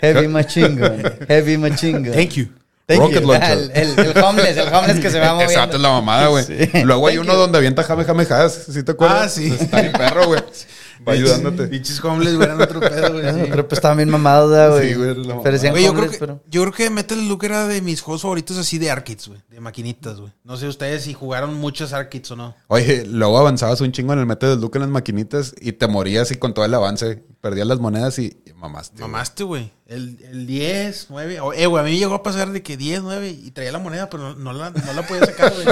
Heavy Machingo. Heavy Machingo.
Thank you. Thank
Rocket
you.
Launcher.
El, el- el homeless, el homeless que se va moviendo.
Exacto, es la mamada, güey. Luego hay
Thank
uno
you.
donde avienta jame, jame, jas. ¿Sí te acuerdas?
Ah, sí.
Está bien perro, güey. Va ayudándote.
Pinches homeless, güey, eran otro pedo, güey. sí.
Creo que estaba bien mamado, ¿verdad, güey.
Sí, güey, la
Pero decían
Güey, yo, creo
homeless,
que,
pero...
yo creo que Metal Look era de mis juegos favoritos así de arcades, güey. De maquinitas, güey. No sé ustedes si jugaron muchos arcades o no.
Oye, luego avanzabas un chingo en el mete del Duque en las maquinitas y te morías y con todo el avance perdías las monedas y, y mamaste. güey.
Mamaste, güey. El, el 10, 9. o- eh, güey, a mí me llegó a pasar de que 10, 9 y traía la moneda, pero no, no la, no la podía sacar, güey.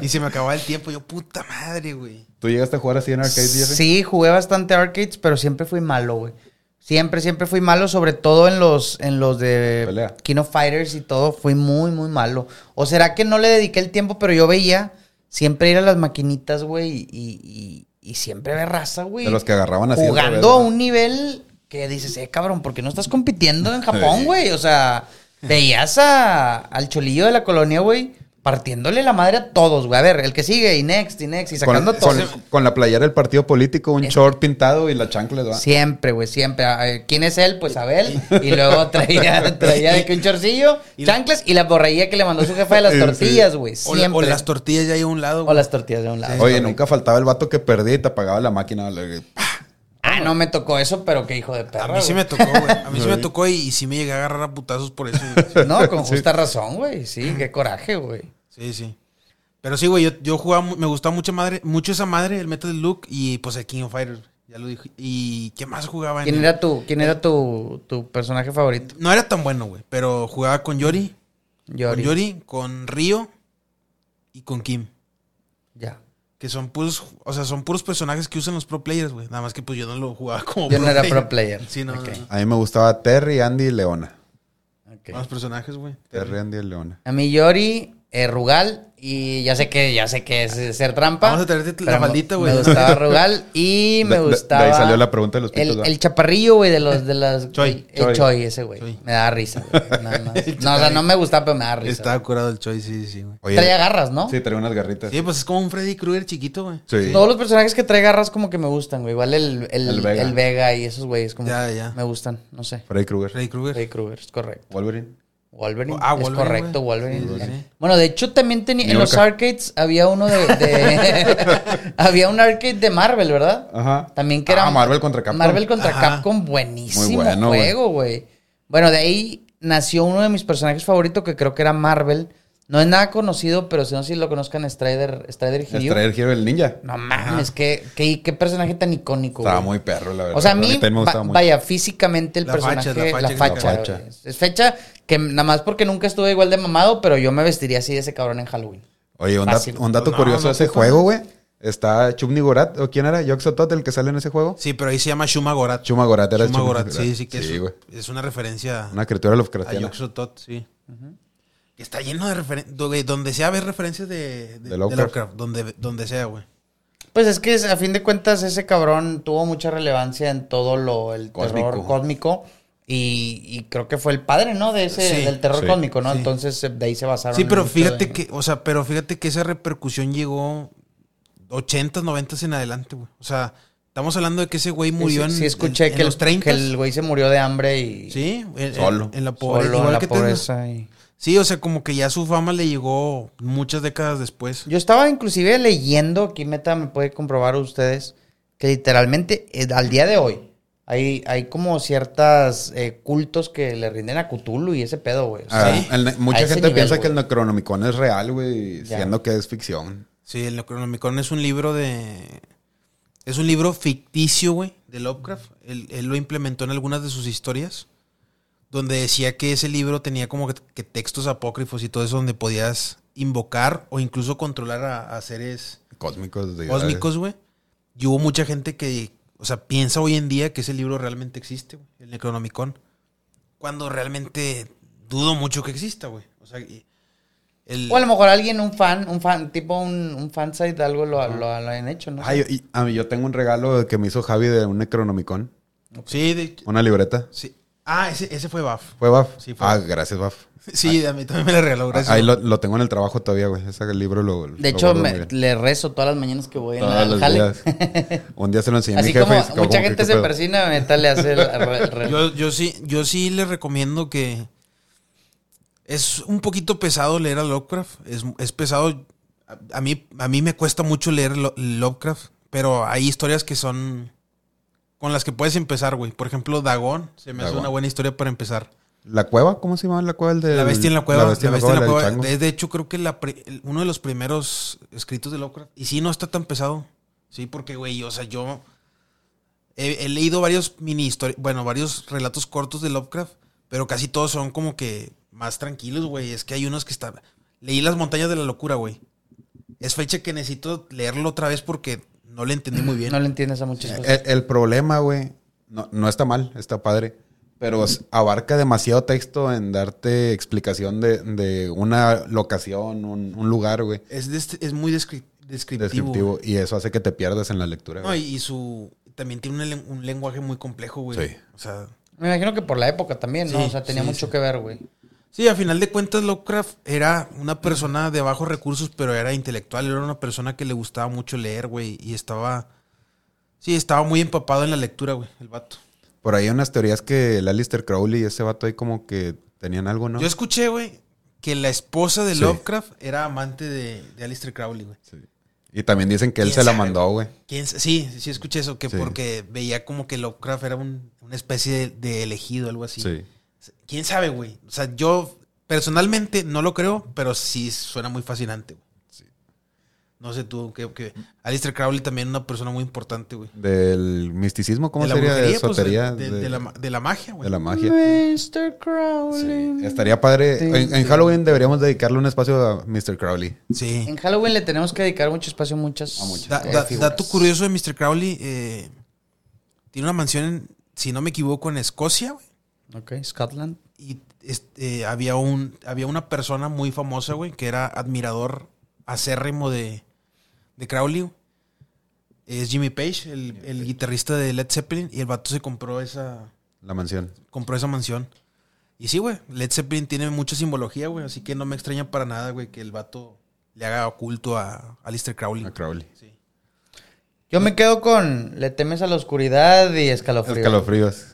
y se me acababa el tiempo. Yo, puta madre, güey.
¿Tú llegaste a jugar así en arcade, Jerry?
Sí, jugué bastante arcades, pero siempre fui malo, güey. Siempre, siempre fui malo, sobre todo en los, en los de
Pelea.
Kino Fighters y todo. Fui muy, muy malo. O será que no le dediqué el tiempo, pero yo veía siempre ir a las maquinitas, güey, y, y- y siempre ver raza, güey.
De los que agarraban así. al revés,
Jugando a
¿no?
un nivel que dices, eh, cabrón, ¿por qué no estás compitiendo en Japón, güey? O sea, veías a- al cholillo de la colonia, güey, partiéndole la madre a todos, güey. A ver, el que sigue, y next, y next, y
Con,
sacando todo.
con- con la playera del partido político, un
Es-
short pintado y la chancla. ¿verdad?
Siempre, güey, siempre. A- a- ¿Quién es él? Pues Abel. Y luego traía, traía de que un chorcillo,
Y la-
chanclas y la borrería que le mandó su jefa de las
Sí.
tortillas, güey.
O, la-
Siempre.
o las tortillas ya ahí a un lado,
O
güey.
las tortillas de un lado.
Oye, nunca faltaba el vato que perdía y te apagaba la máquina. le-
Ah, no me tocó eso, pero qué hijo de perra.
A mí sí me
güey.
tocó, güey. A mí sí me tocó y, y sí me llegué a agarrar a putazos por eso. güey.
No, con justa razón, güey. Sí, qué coraje, güey.
Sí, sí. Pero sí, güey, yo, yo jugaba, mu- me gustaba mucho, madre, mucho esa madre, el Metal Look y pues el King of Fighters, ya lo dije. ¿Y qué más jugaba? en
¿Quién
el-
era tu, quién era tu, tu personaje favorito?
No era tan bueno, güey, pero jugaba con Yori,
Yori.
con Yori, con Ryo y con Kim.
Ya.
Que son puros, o sea, son puros personajes que usan los pro players, güey. Nada más que pues yo no lo jugaba como
Yo no era pro player.
Sí, no, no,
Ok.
no.
A mí me gustaba Terry, Andy y Leona.
Ok.
Más personajes, güey.
Terry, Andy y Leona.
A mí Yori, eh, Rugal y ya sé que ya sé que es ser trampa.
Vamos a traerte la
pero
faldita, güey.
Me gustaba Rugal y me
De- de-
gustaba.
De, ahí salió la pregunta de los pitos.
el,
¿verdad?
el chaparrillo, güey, de los de las
Choi.
el
Choi.
Choi, ese güey.
Choi.
Me da risa, güey. nada más. No, o sea, no me gustaba, pero me da risa.
Estaba curado el Choi, sí, sí, güey.
Oye,
Trae garras, ¿no?
Sí, traía unas garritas.
Sí, pues es como un Freddy Krueger chiquito, güey.
Sí.
Todos los personajes que trae garras como que me gustan, güey. Igual el,
El
el, el
Vega.
Vega. y esos güeyes como
Ya,
que
ya.
me gustan, no sé.
Freddy Krueger.
Freddy Krueger.
Freddy Krueger, es correcto.
Wolverine.
Wolverine.
Ah,
es
Wolverine,
correcto,
güey.
Wolverine.
Sí, sí, sí.
Bueno, de hecho también tenía
New
en los
Yorker.
arcades había uno de, de- había un arcade de Marvel, ¿verdad?
Ajá.
También que era
Ah, Marvel contra Capcom.
Marvel contra
Ajá.
Capcom, buenísimo
Muy bueno, güey.
juego, güey. Bueno, de ahí nació uno de mis personajes favoritos que creo que era Marvel. No es nada conocido, pero si no si lo conozcan Strider, Strider Hugh.
Traer Hero el Ninja.
No mames, qué, qué, qué personaje tan icónico,
Estaba
güey.
muy perro, la verdad.
O sea, a
mí
mí,
también me
va-
gustaba mucho.
vaya, físicamente el
La
personaje,
facha, la
la
facha que-
facha,
La facha.
güey. Es fecha que nada más porque nunca estuve igual de mamado, pero yo me vestiría así de ese cabrón en Halloween.
Oye, un, dat-
Fácil.
un dato
No,
curioso
no
de ese
ocupa.
juego, güey. Está Chubni Gorat, ¿o quién era? Yoxotot, el que sale en ese juego.
Sí, pero ahí se llama Shuma Gorat.
Chuma Gorat era el
Shuma
Chubni
Gorat, sí, sí, que
Sí,
es,
güey.
es una referencia
Una criatura
a
Lovecraftiana.
Yuxotot, sí. Que Está lleno de referencias, donde, donde sea ves referencias de, de- de
Lovecraft.
Lovecraft, donde, donde sea, güey.
Pues es que es- a fin de cuentas ese cabrón tuvo mucha relevancia en todo lo el
Cósmico.
terror cósmico y, y creo que fue el padre, ¿no? De ese
Sí,
del terror
sí,
cósmico, ¿no?
sí.
Entonces eh, de ahí se basaron.
Sí, pero
mucho
fíjate
de-
que, o sea, pero fíjate que esa repercusión llegó 80, 90 en adelante, güey. O sea, estamos hablando de que ese güey murió en,
sí, sí, escuché
en- en
que,
los
el,
30.
que el güey se murió de hambre y
sí, en,
Solo.
En, en la
solo
pobreza.
en
igual
la
que Tesla.
pobreza y-
Sí, o sea, como que ya su fama le llegó muchas décadas después.
Yo estaba inclusive leyendo, aquí Meta me puede comprobar ustedes, que literalmente eh, al día de hoy hay, hay como ciertas eh, cultos que le rinden a Cthulhu y ese pedo, güey. O
Ah,
sea,
el ne- mucha
A ese
gente
nivel,
piensa
güey.
que el Necronomicon es real, güey,
Ya.
siendo que es ficción.
Sí, el Necronomicon es un libro de. Es un libro ficticio, güey, de Lovecraft. Él, él lo implementó en algunas de sus historias. Donde decía que ese libro tenía como que, que textos apócrifos y todo eso, donde podías invocar o incluso controlar a, a seres
Cósmicos. de-
cósmicos, güey. Y hubo mucha gente que, o sea, piensa hoy en día que ese libro realmente existe, güey, el Necronomicon. Cuando realmente dudo mucho que exista, güey. O sea, y- el,
o a lo mejor alguien, un fan, un fan, tipo un, un fansite, algo lo, lo, lo han hecho, ¿no?
Ah, yo, y- a mí, yo tengo un regalo que me hizo Javi de un Necronomicon.
sí, de-
Una libreta.
sí. Ah, ese, ese fue Baf.
¿Fue Baf?
Sí, fue
Ah,
Baf.
gracias, Baf.
Sí, a mí también me la regaló, gracias.
Ahí lo, lo tengo en el trabajo todavía, güey. Ese libro lo.
de hecho, me- le rezo todas las mañanas que voy en la- al jale.
Un día se lo enseñé a mi
Así
jefe.
como
y se quedó
mucha
como que,
gente
¿qué
se
pedo?
persina, Meta le hace el, el- el-
Yo, yo sí, yo sí les recomiendo que Es un poquito pesado leer a Lovecraft. Es, es pesado. A, a mí, a mí me cuesta mucho leer Lo- Lovecraft. Pero hay historias que son. Con las que puedes empezar, güey. Por ejemplo, Dagón. Se me hace
Dagón.
una buena historia para empezar.
¿La cueva? ¿Cómo se llama la cueva? El de,
La bestia en la cueva. La bestia, en la cueva.
del chango.
Es, de hecho, creo que la pri- el- uno de los primeros escritos de Lovecraft. Y sí, no está tan pesado. Sí, porque, güey, o sea, yo he, he leído varios mini historias, bueno, varios relatos cortos de Lovecraft, pero casi todos son como que más tranquilos, güey. Es que hay unos que están... Leí Las Montañas de la Locura, güey. Es fecha que necesito leerlo otra vez porque no le entendí muy bien.
No le entiendes a muchas cosas.
Pues,
El, el problema, güey, no, no está mal, está padre. Pero s- abarca demasiado texto en darte explicación de, de una locación, un, un lugar, güey.
Es, des- es muy descri- descriptivo. eh.
Descriptivo. Y eso hace que te pierdas en la lectura.
No,
güey.
y, y su... También tiene un, len- un lenguaje muy complejo, güey.
Sí.
O sea...
Me imagino que por la época también, ¿no?
Sí,
o sea, tenía
sí,
mucho
sí.
que ver, güey.
Sí, a final de cuentas Lovecraft era una persona de bajos recursos, pero era intelectual, era una persona que le gustaba mucho leer, güey, y estaba... Sí, estaba muy empapado en la lectura, güey, el vato.
Por ahí hay unas teorías que el Alistair Crowley y ese vato ahí como que tenían algo, ¿no?
Yo escuché, güey, que la esposa de
Sí.
Lovecraft era amante de, de Aleister Crowley, güey.
Sí. Y también dicen que él
¿Quién
se la
sabe,
mandó, güey.
¿Quién sa- Sí, sí escuché eso, que
Sí.
porque veía como que Lovecraft era un- una especie de, de elegido, algo así. ¿Quién sabe, güey? O sea, yo personalmente no lo creo, pero sí suena muy fascinante, güey. No sé tú, que, que Alistair Crowley también una persona muy importante, güey.
Del misticismo, ¿cómo
De la
sería? de
brujería, pues,
esotería,
de,
de,
de- de la, ma- de la magia, güey.
de la magia.
Mr. Crowley.
Sí, Estaría padre.
Sí,
en, en
sí.
Halloween deberíamos dedicarle un espacio a Mr. Crowley.
Sí.
En Halloween le tenemos que dedicar mucho espacio a muchas.
A muchas
Da-
eh,
da-
figuras.
dato curioso de Mr. Crowley, eh, tiene una mansión, en, si no me equivoco, en Escocia, güey.
Ok, Scotland.
Y este, eh, había, un, había una persona muy famosa, güey, que era admirador acérrimo de, de Crowley. güey. Es Jimmy Page, el, el guitarrista de Led Zeppelin, y el vato se compró esa,
La mansión.
compró esa mansión. Y sí, güey, Led Zeppelin tiene mucha simbología, güey, así que no me extraña para nada, güey, que el vato le haga oculto a Alistair Ah, Crowley.
A Crowley.
Sí.
Yo me quedo con Le temes a la oscuridad y escalofrío.
Escalofríos.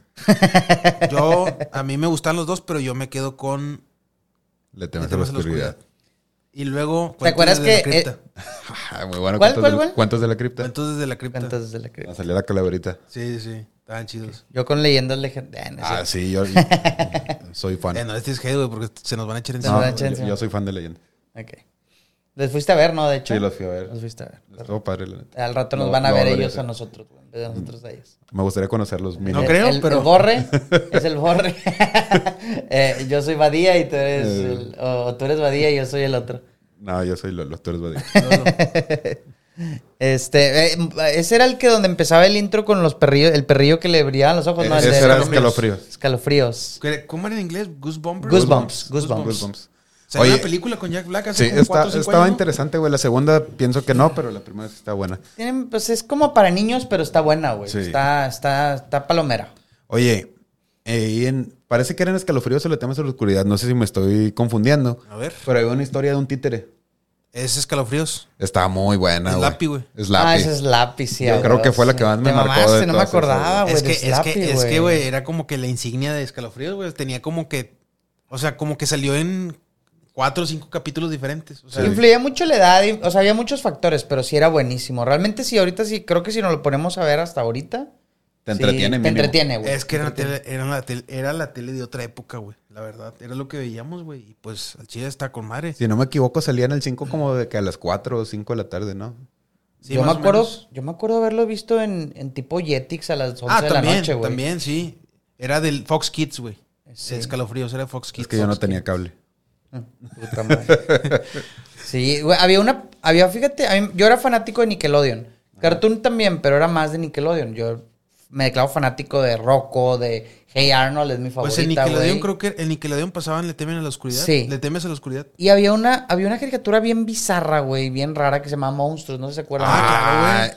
Yo, a mí me gustan los dos, pero yo me quedo con...
Le temes a la oscuridad.
Y luego...
¿Te acuerdas
Cuentos desde
que, eh,
la cripta.
Ajá, Ah, Muy bueno.
¿Cuál,
cuentos
cuál,
de-
cuál?
cuentos de la cripta?
Cuentos desde la cripta.
Cuentas de la cri-
Va a salir la calaverita.
Sí, sí, sí. Estaban chidos.
Yo con leyendas legendarias. Ah, no es
Ah,
cierto.
sí, yo soy fan.
Eh, no les tienes hate, güey, porque se nos van a echar
No,
No,
encima.
da
yo,
chance.
yo soy fan de leyenda.
Ok. Les fuiste a ver, ¿no? De hecho.
Sí, los fui a ver.
Los fuiste a ver.
Estuvo padre, la neta.
Al rato nos
No,
van a
no,
ver
debería
ellos a
ser.
nosotros, güey, en vez de nosotros a ellos.
Me gustaría conocerlos. mínimo.
No
El-
creo,
el-
pero-
El borre es el borre. Eh, yo soy Badía y tú eres.
Eh.
el- o, o tú eres Badía y yo soy el otro.
No, yo soy Lolo, tú eres Badía.
Este, eh, ese era el que donde empezaba el intro con los perrillos, el perrillo que le brillaban los ojos, ¿no? El
Ese
de-
era escalofríos.
Escalofríos.
¿Qué- ¿Cómo era en inglés? Goosebumpers.
Goosebumps, goosebumps.
Goosebumps.
Salió
Oye,
una película con Jack Black hace
sí,
como
está-
cuatro o cinco
estaba
años, ¿no?
interesante, güey. La segunda pienso que no, pero la primera sí está buena.
Tienen, pues es como para niños, pero está buena, güey.
Sí.
Está, está, está palomera.
Oye, eh, y en- parece que eran escalofríos o le temas a la oscuridad. No sé si me estoy confundiendo.
A ver.
Pero hay una historia de un títere.
Es escalofríos.
Está muy buena,
Es
güey.
Lapi, güey.
Es
Ah,
Lapi.
esa es lápiz, sí,
Yo
a
creo
huevo,
que fue la
sí.
que más me
Te
marcó de
mamaste, no me
todas esas,
acordaba, Ah, güey.
es que,
de
es
Slappy,
que, es que, güey, era como que la insignia de escalofríos, güey. Tenía como que. O sea, como que salió en cuatro o cinco capítulos diferentes. O sea,
Sí.
Influía mucho la edad, y- o sea, había muchos factores, pero sí era buenísimo. Realmente sí, ahorita sí, creo que si nos lo ponemos a ver hasta ahorita.
Te
sí,
entretiene,
Te
mínimo.
entretiene, güey.
es que
Te
era la,
entretiene.
tele, era, la tele, era la tele de otra época, güey. La verdad. Era lo que veíamos, güey. Y pues al chile está con madre.
Si no me equivoco, salía en el 5 como de que a las 4 o 5 de la tarde, ¿no?
Sí,
yo, me
más o
acuerdo,
menos.
yo me acuerdo haberlo visto en, en tipo Jetix a las 11
Ah,
de la
también,
noche, güey.
también, sí. Era del Fox Kids, güey.
Sí.
Escalofríos, era Fox Kids.
Es que yo no
Fox
tenía
Kids.
cable.
Ah, puta madre. sí, güey, había una, había, fíjate, a mí- yo era fanático de Nickelodeon. Cartoon también, pero era más de Nickelodeon. Yo me declaro fanático de Rocco, de Hey Arnold, es mi favorita,
Pues el Nickelodeon,
güey.
creo que el Nickelodeon pasaban Le temen a la oscuridad.
Sí.
Le temes a la oscuridad.
Y había una, había una caricatura bien bizarra, güey, bien rara que se llamaba Monstruos, no sé si se acuerdan.
Ah,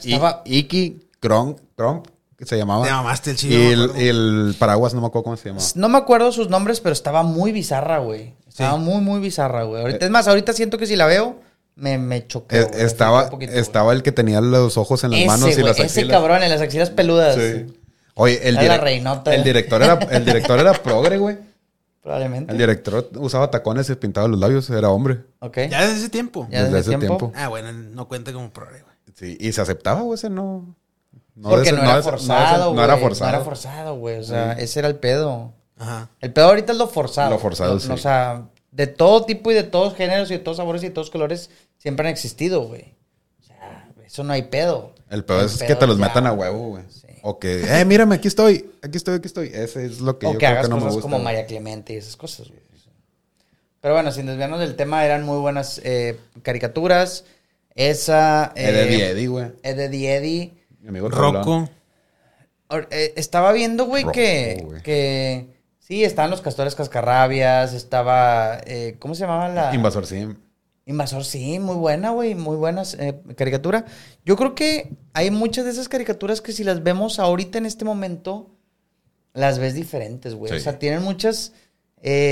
y- Iki, Kronk, Kronk, que se llamaba.
Te mamaste el
y
chido. me
el,
acuerdo.
el paraguas, no me acuerdo cómo se llamaba.
No me acuerdo sus nombres, pero estaba muy bizarra, güey.
Sí.
Estaba
Eh,
muy, muy bizarra, güey. Ahorita, es más, ahorita siento que si la veo, me, me choqueo.
Eh,
güey, me choqueo
estaba
un poquito, güey.
estaba el que tenía los ojos en las
Ese,
manos y
güey,
las axilas.
Ese cabrón, en las axilas peludas.
Sí. Oye, el,
Era la
direc-
reinota.
el director era el director era progre, güey.
Probablemente.
El director usaba tacones y se pintaba los labios, era hombre.
Ok.
Ya desde ese tiempo.
Ya desde tiempo.
Ah, bueno, no cuenta como progre, güey.
Sí, y se aceptaba, güey, ese no. no
Porque
ese-
no, era
ese-
forzado,
ese-
güey.
No era forzado.
No era forzado, güey. O sea, ese era el pedo.
Ajá.
El pedo ahorita es lo forzado.
Lo forzado, sí.
O sea, de todo tipo y de todos géneros y de todos sabores y de todos colores siempre han existido, güey. O sea, eso no hay pedo.
El peor es que
pedo
te los
ya.
metan a huevo, güey.
Sí.
O que, eh, mírame, aquí estoy, aquí estoy, aquí estoy. Ese es lo que
o
yo
que
creo
hagas
que no me
cosas
gusta.
como
güey.
María Clemente y esas cosas, güey. Pero bueno, sin desviarnos del tema, eran muy buenas eh, caricaturas. Esa. eh,
Eddie Eddie, güey.
Eddie Eddy.
Mi amigo Rolón.
Rocco.
Or- eh, estaba viendo, güey,
Rojo,
que,
güey.
que. Sí, estaban los castores cascarrabias. Estaba. eh, ¿Cómo se llamaba la.
Invasor Sim.
Invasor, sí, muy buena, güey, muy buena eh, caricatura. Yo creo que hay muchas de esas caricaturas que si las vemos ahorita en este momento, las ves diferentes, güey.
Sí.
O sea, tienen muchos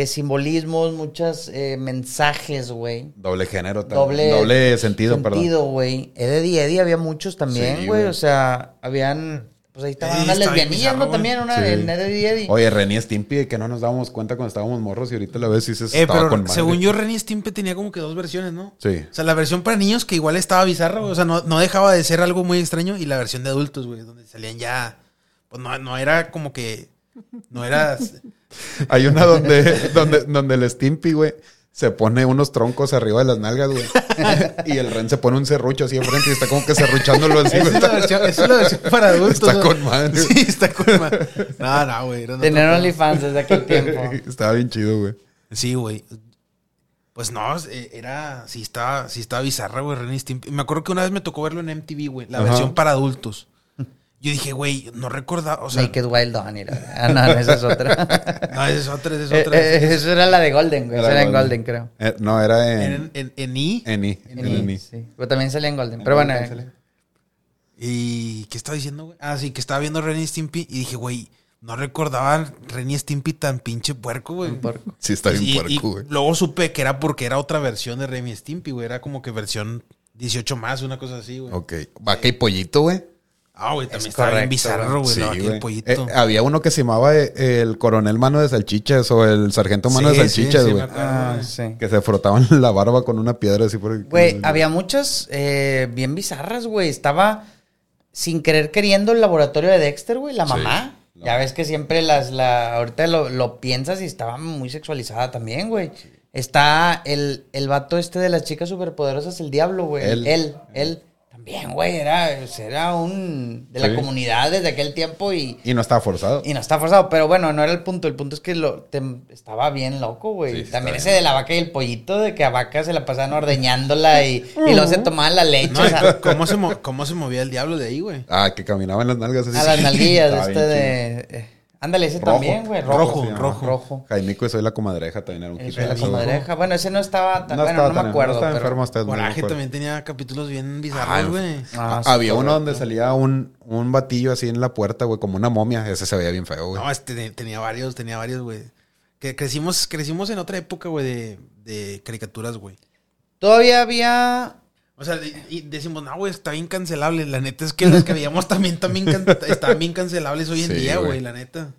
simbolismos, muchos mensajes, güey.
Doble género también.
Doble,
Doble, sentido, perdón.
Sentido, güey. Eddie Eddie había muchos también,
Sí,
güey.
güey.
O sea, habían... Pues ahí estaban
Sí,
unas
está bien
lesbianillas,
bizarro,
¿no?
güey.
También una
Sí.
en Eddie Eddie.
Oye, Renny Stimpy, que no nos dábamos cuenta cuando estábamos morros y ahorita la ves y dices,
Eh,
estaba
pero
con madre.
según yo, Renny Stimpy tenía como que dos versiones, ¿no?
Sí.
O sea, la versión para niños que igual estaba bizarra, güey. O sea, no, no dejaba de ser algo muy extraño. Y la versión de adultos, güey, donde salían ya. Pues no, no era como que. No era.
Hay una donde, donde, donde el Stimpy, güey, se pone unos troncos arriba de las nalgas, güey. y el Ren se pone un serrucho así enfrente y está como que serruchándolo así.
Esa
güey.
es la versión, esa es la versión para adultos.
Está
güey.
con madre.
Sí, está con madre. No, no, güey. era otro
Tenían
pedo.
OnlyFans desde aquel tiempo.
Estaba bien chido, güey.
Sí, güey. Pues no, eh, era. Sí, estaba, sí estaba bizarra, güey, Ren y Stimpy. Me acuerdo que una vez me tocó verlo en MTV, güey. La
Ajá.
versión para adultos. Yo dije, güey, no recordaba. O sea,
Naked Wild Honey. la- Ah, no, no, esa es otra.
no, esa es otra, esa es
Eh,
otra.
eh, eso era la de Golden, güey. Eso era en Golden, creo.
Eh, no, era en,
en, en, en I.
en I.
en
en
Sí,
en I.
sí. Pero también salía en Golden. Pero bueno, eh,
¿Y qué estaba diciendo, güey? Ah, sí, que estaba viendo Ren y Stimpy y dije, güey, no recordaba Ren y Stimpy tan pinche puerco, güey.
porco.
Sí, está bien
Y- y
puerco, güey.
luego supe que era porque era otra versión de Ren y Stimpy, güey. Era como que versión 18 más, una cosa así, güey.
Ok. Vaca y pollito, güey.
Ah, güey, también
Es
estaba bien
correcto,
bizarro, güey.
Sí,
la vaca y el
güey.
pollito.
Eh, había uno que se llamaba eh, el coronel mano de salchichas o el sargento mano
Sí,
de
sí,
salchichas,
sí, me
güey.
acuerdo,
Ah,
güey.
sí.
que se frotaban la barba con una piedra así por
Güey, había muchas eh, bien bizarras, güey. Estaba sin querer queriendo el laboratorio de Dexter, güey, la
Sí,
mamá.
la
Ya
mamá.
ves que siempre las, la, ahorita lo, lo piensas y estaba muy sexualizada también, güey. Está el, el vato este de las chicas superpoderosas, el diablo, güey. Él,
Él.
él, también, güey, era, era un de la
Sí.
comunidad desde aquel tiempo y,
Y no estaba forzado.
y no está forzado, pero bueno, no era el punto. El punto es que lo, te- estaba bien loco,
Sí,
güey.
sí,
También
está
ese de la vaca y el pollito, de que a vaca se la pasaban ordeñándola y, y luego se tomaban la leche.
No,
o
y
sea,
co- ¿cómo, se mo- ¿Cómo se movía el diablo de ahí, güey?
Ah, que caminaba en las nalgas así.
a las nalguillas,
Estaba
este
bien
de. eh, ándale, ese
Rojo.
también, güey. Rojo.
Rojo,
se llama.
rojo.
Rojo.
chido. Jaimico y soy la comadreja también era un
El
hit.
de la
Eso, güey.
comadreja. Bueno, ese no estaba tan.
No
bueno,
estaba
no
tan
me acuerdo.
No estaba
pero-
enfermo hasta no me
Coraje
acuerdo.
también tenía capítulos bien
Ah,
bizarros, güey.
Ah, sí,
Había uno
correcto.
donde salía un, un batillo así en la puerta, güey, como una momia. Ese se veía bien feo, güey.
No, este, te- tenía varios, tenía varios, güey. Que crecimos, crecimos en otra época, güey, de, de caricaturas, güey.
Todavía había.
O sea, y, y decimos, no, güey, está bien cancelable. La neta es que las que veíamos también, también can- están bien cancelables hoy en
Sí,
día,
güey.
güey, la neta.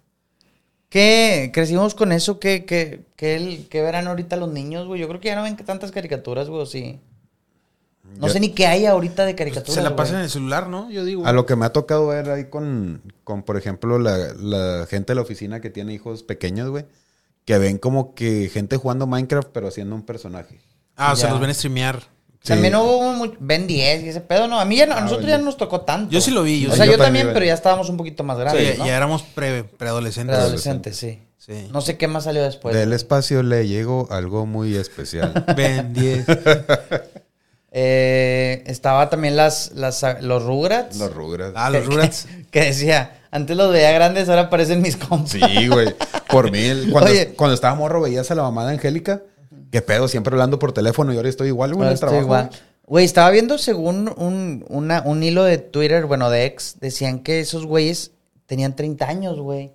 ¿Qué? Crecimos con eso. ¿Qué, qué, qué, el- qué verán ahorita los niños, güey? Yo creo que ya no ven tantas caricaturas, güey, o sí. No
Ya-
sé ni qué hay ahorita de caricaturas.
Pues, Se la
güey.
pasan en el celular, ¿no? Yo digo.
A lo que me ha tocado ver ahí con, con por ejemplo, la, la gente de la oficina que tiene hijos pequeños, güey, que ven como que gente jugando Minecraft, pero haciendo un personaje.
ah, o sea,
Ya.
los ven a streamear.
Sí.
También hubo mucho. Ben 10 y ese pedo, no. A mí ya no, a
Ah,
nosotros
Ben
ya no
10.
nos tocó tanto.
Yo sí lo vi, yo
o
sí
sea,
lo
yo,
vi.
también,
Ben.
pero ya estábamos un poquito más
Sí,
grandes,
ya,
¿no?
ya éramos pre, preadolescentes.
Preadolescentes, sí.
Sí.
Pues No sé qué más salió después.
Del espacio le llegó algo muy especial.
Ven, 10.
Eh, estaba también las, las, los Rugrats.
Los rugras.
Ah, los Rugrats.
Que decía, antes los veía grandes, ahora parecen mis compas.
Sí, güey. Por mil. Cuando,
Oye.
cuando estaba morro, veías a la mamá de Angélica. Qué pedo, siempre hablando por teléfono y ahora estoy igual, güey. en
Ahora
el
Ah, estoy
trabajo,
igual.
güey.
Güey, estaba viendo según un, una- un hilo de Twitter, bueno, de ex, decían que esos güeyes tenían 30 años, güey.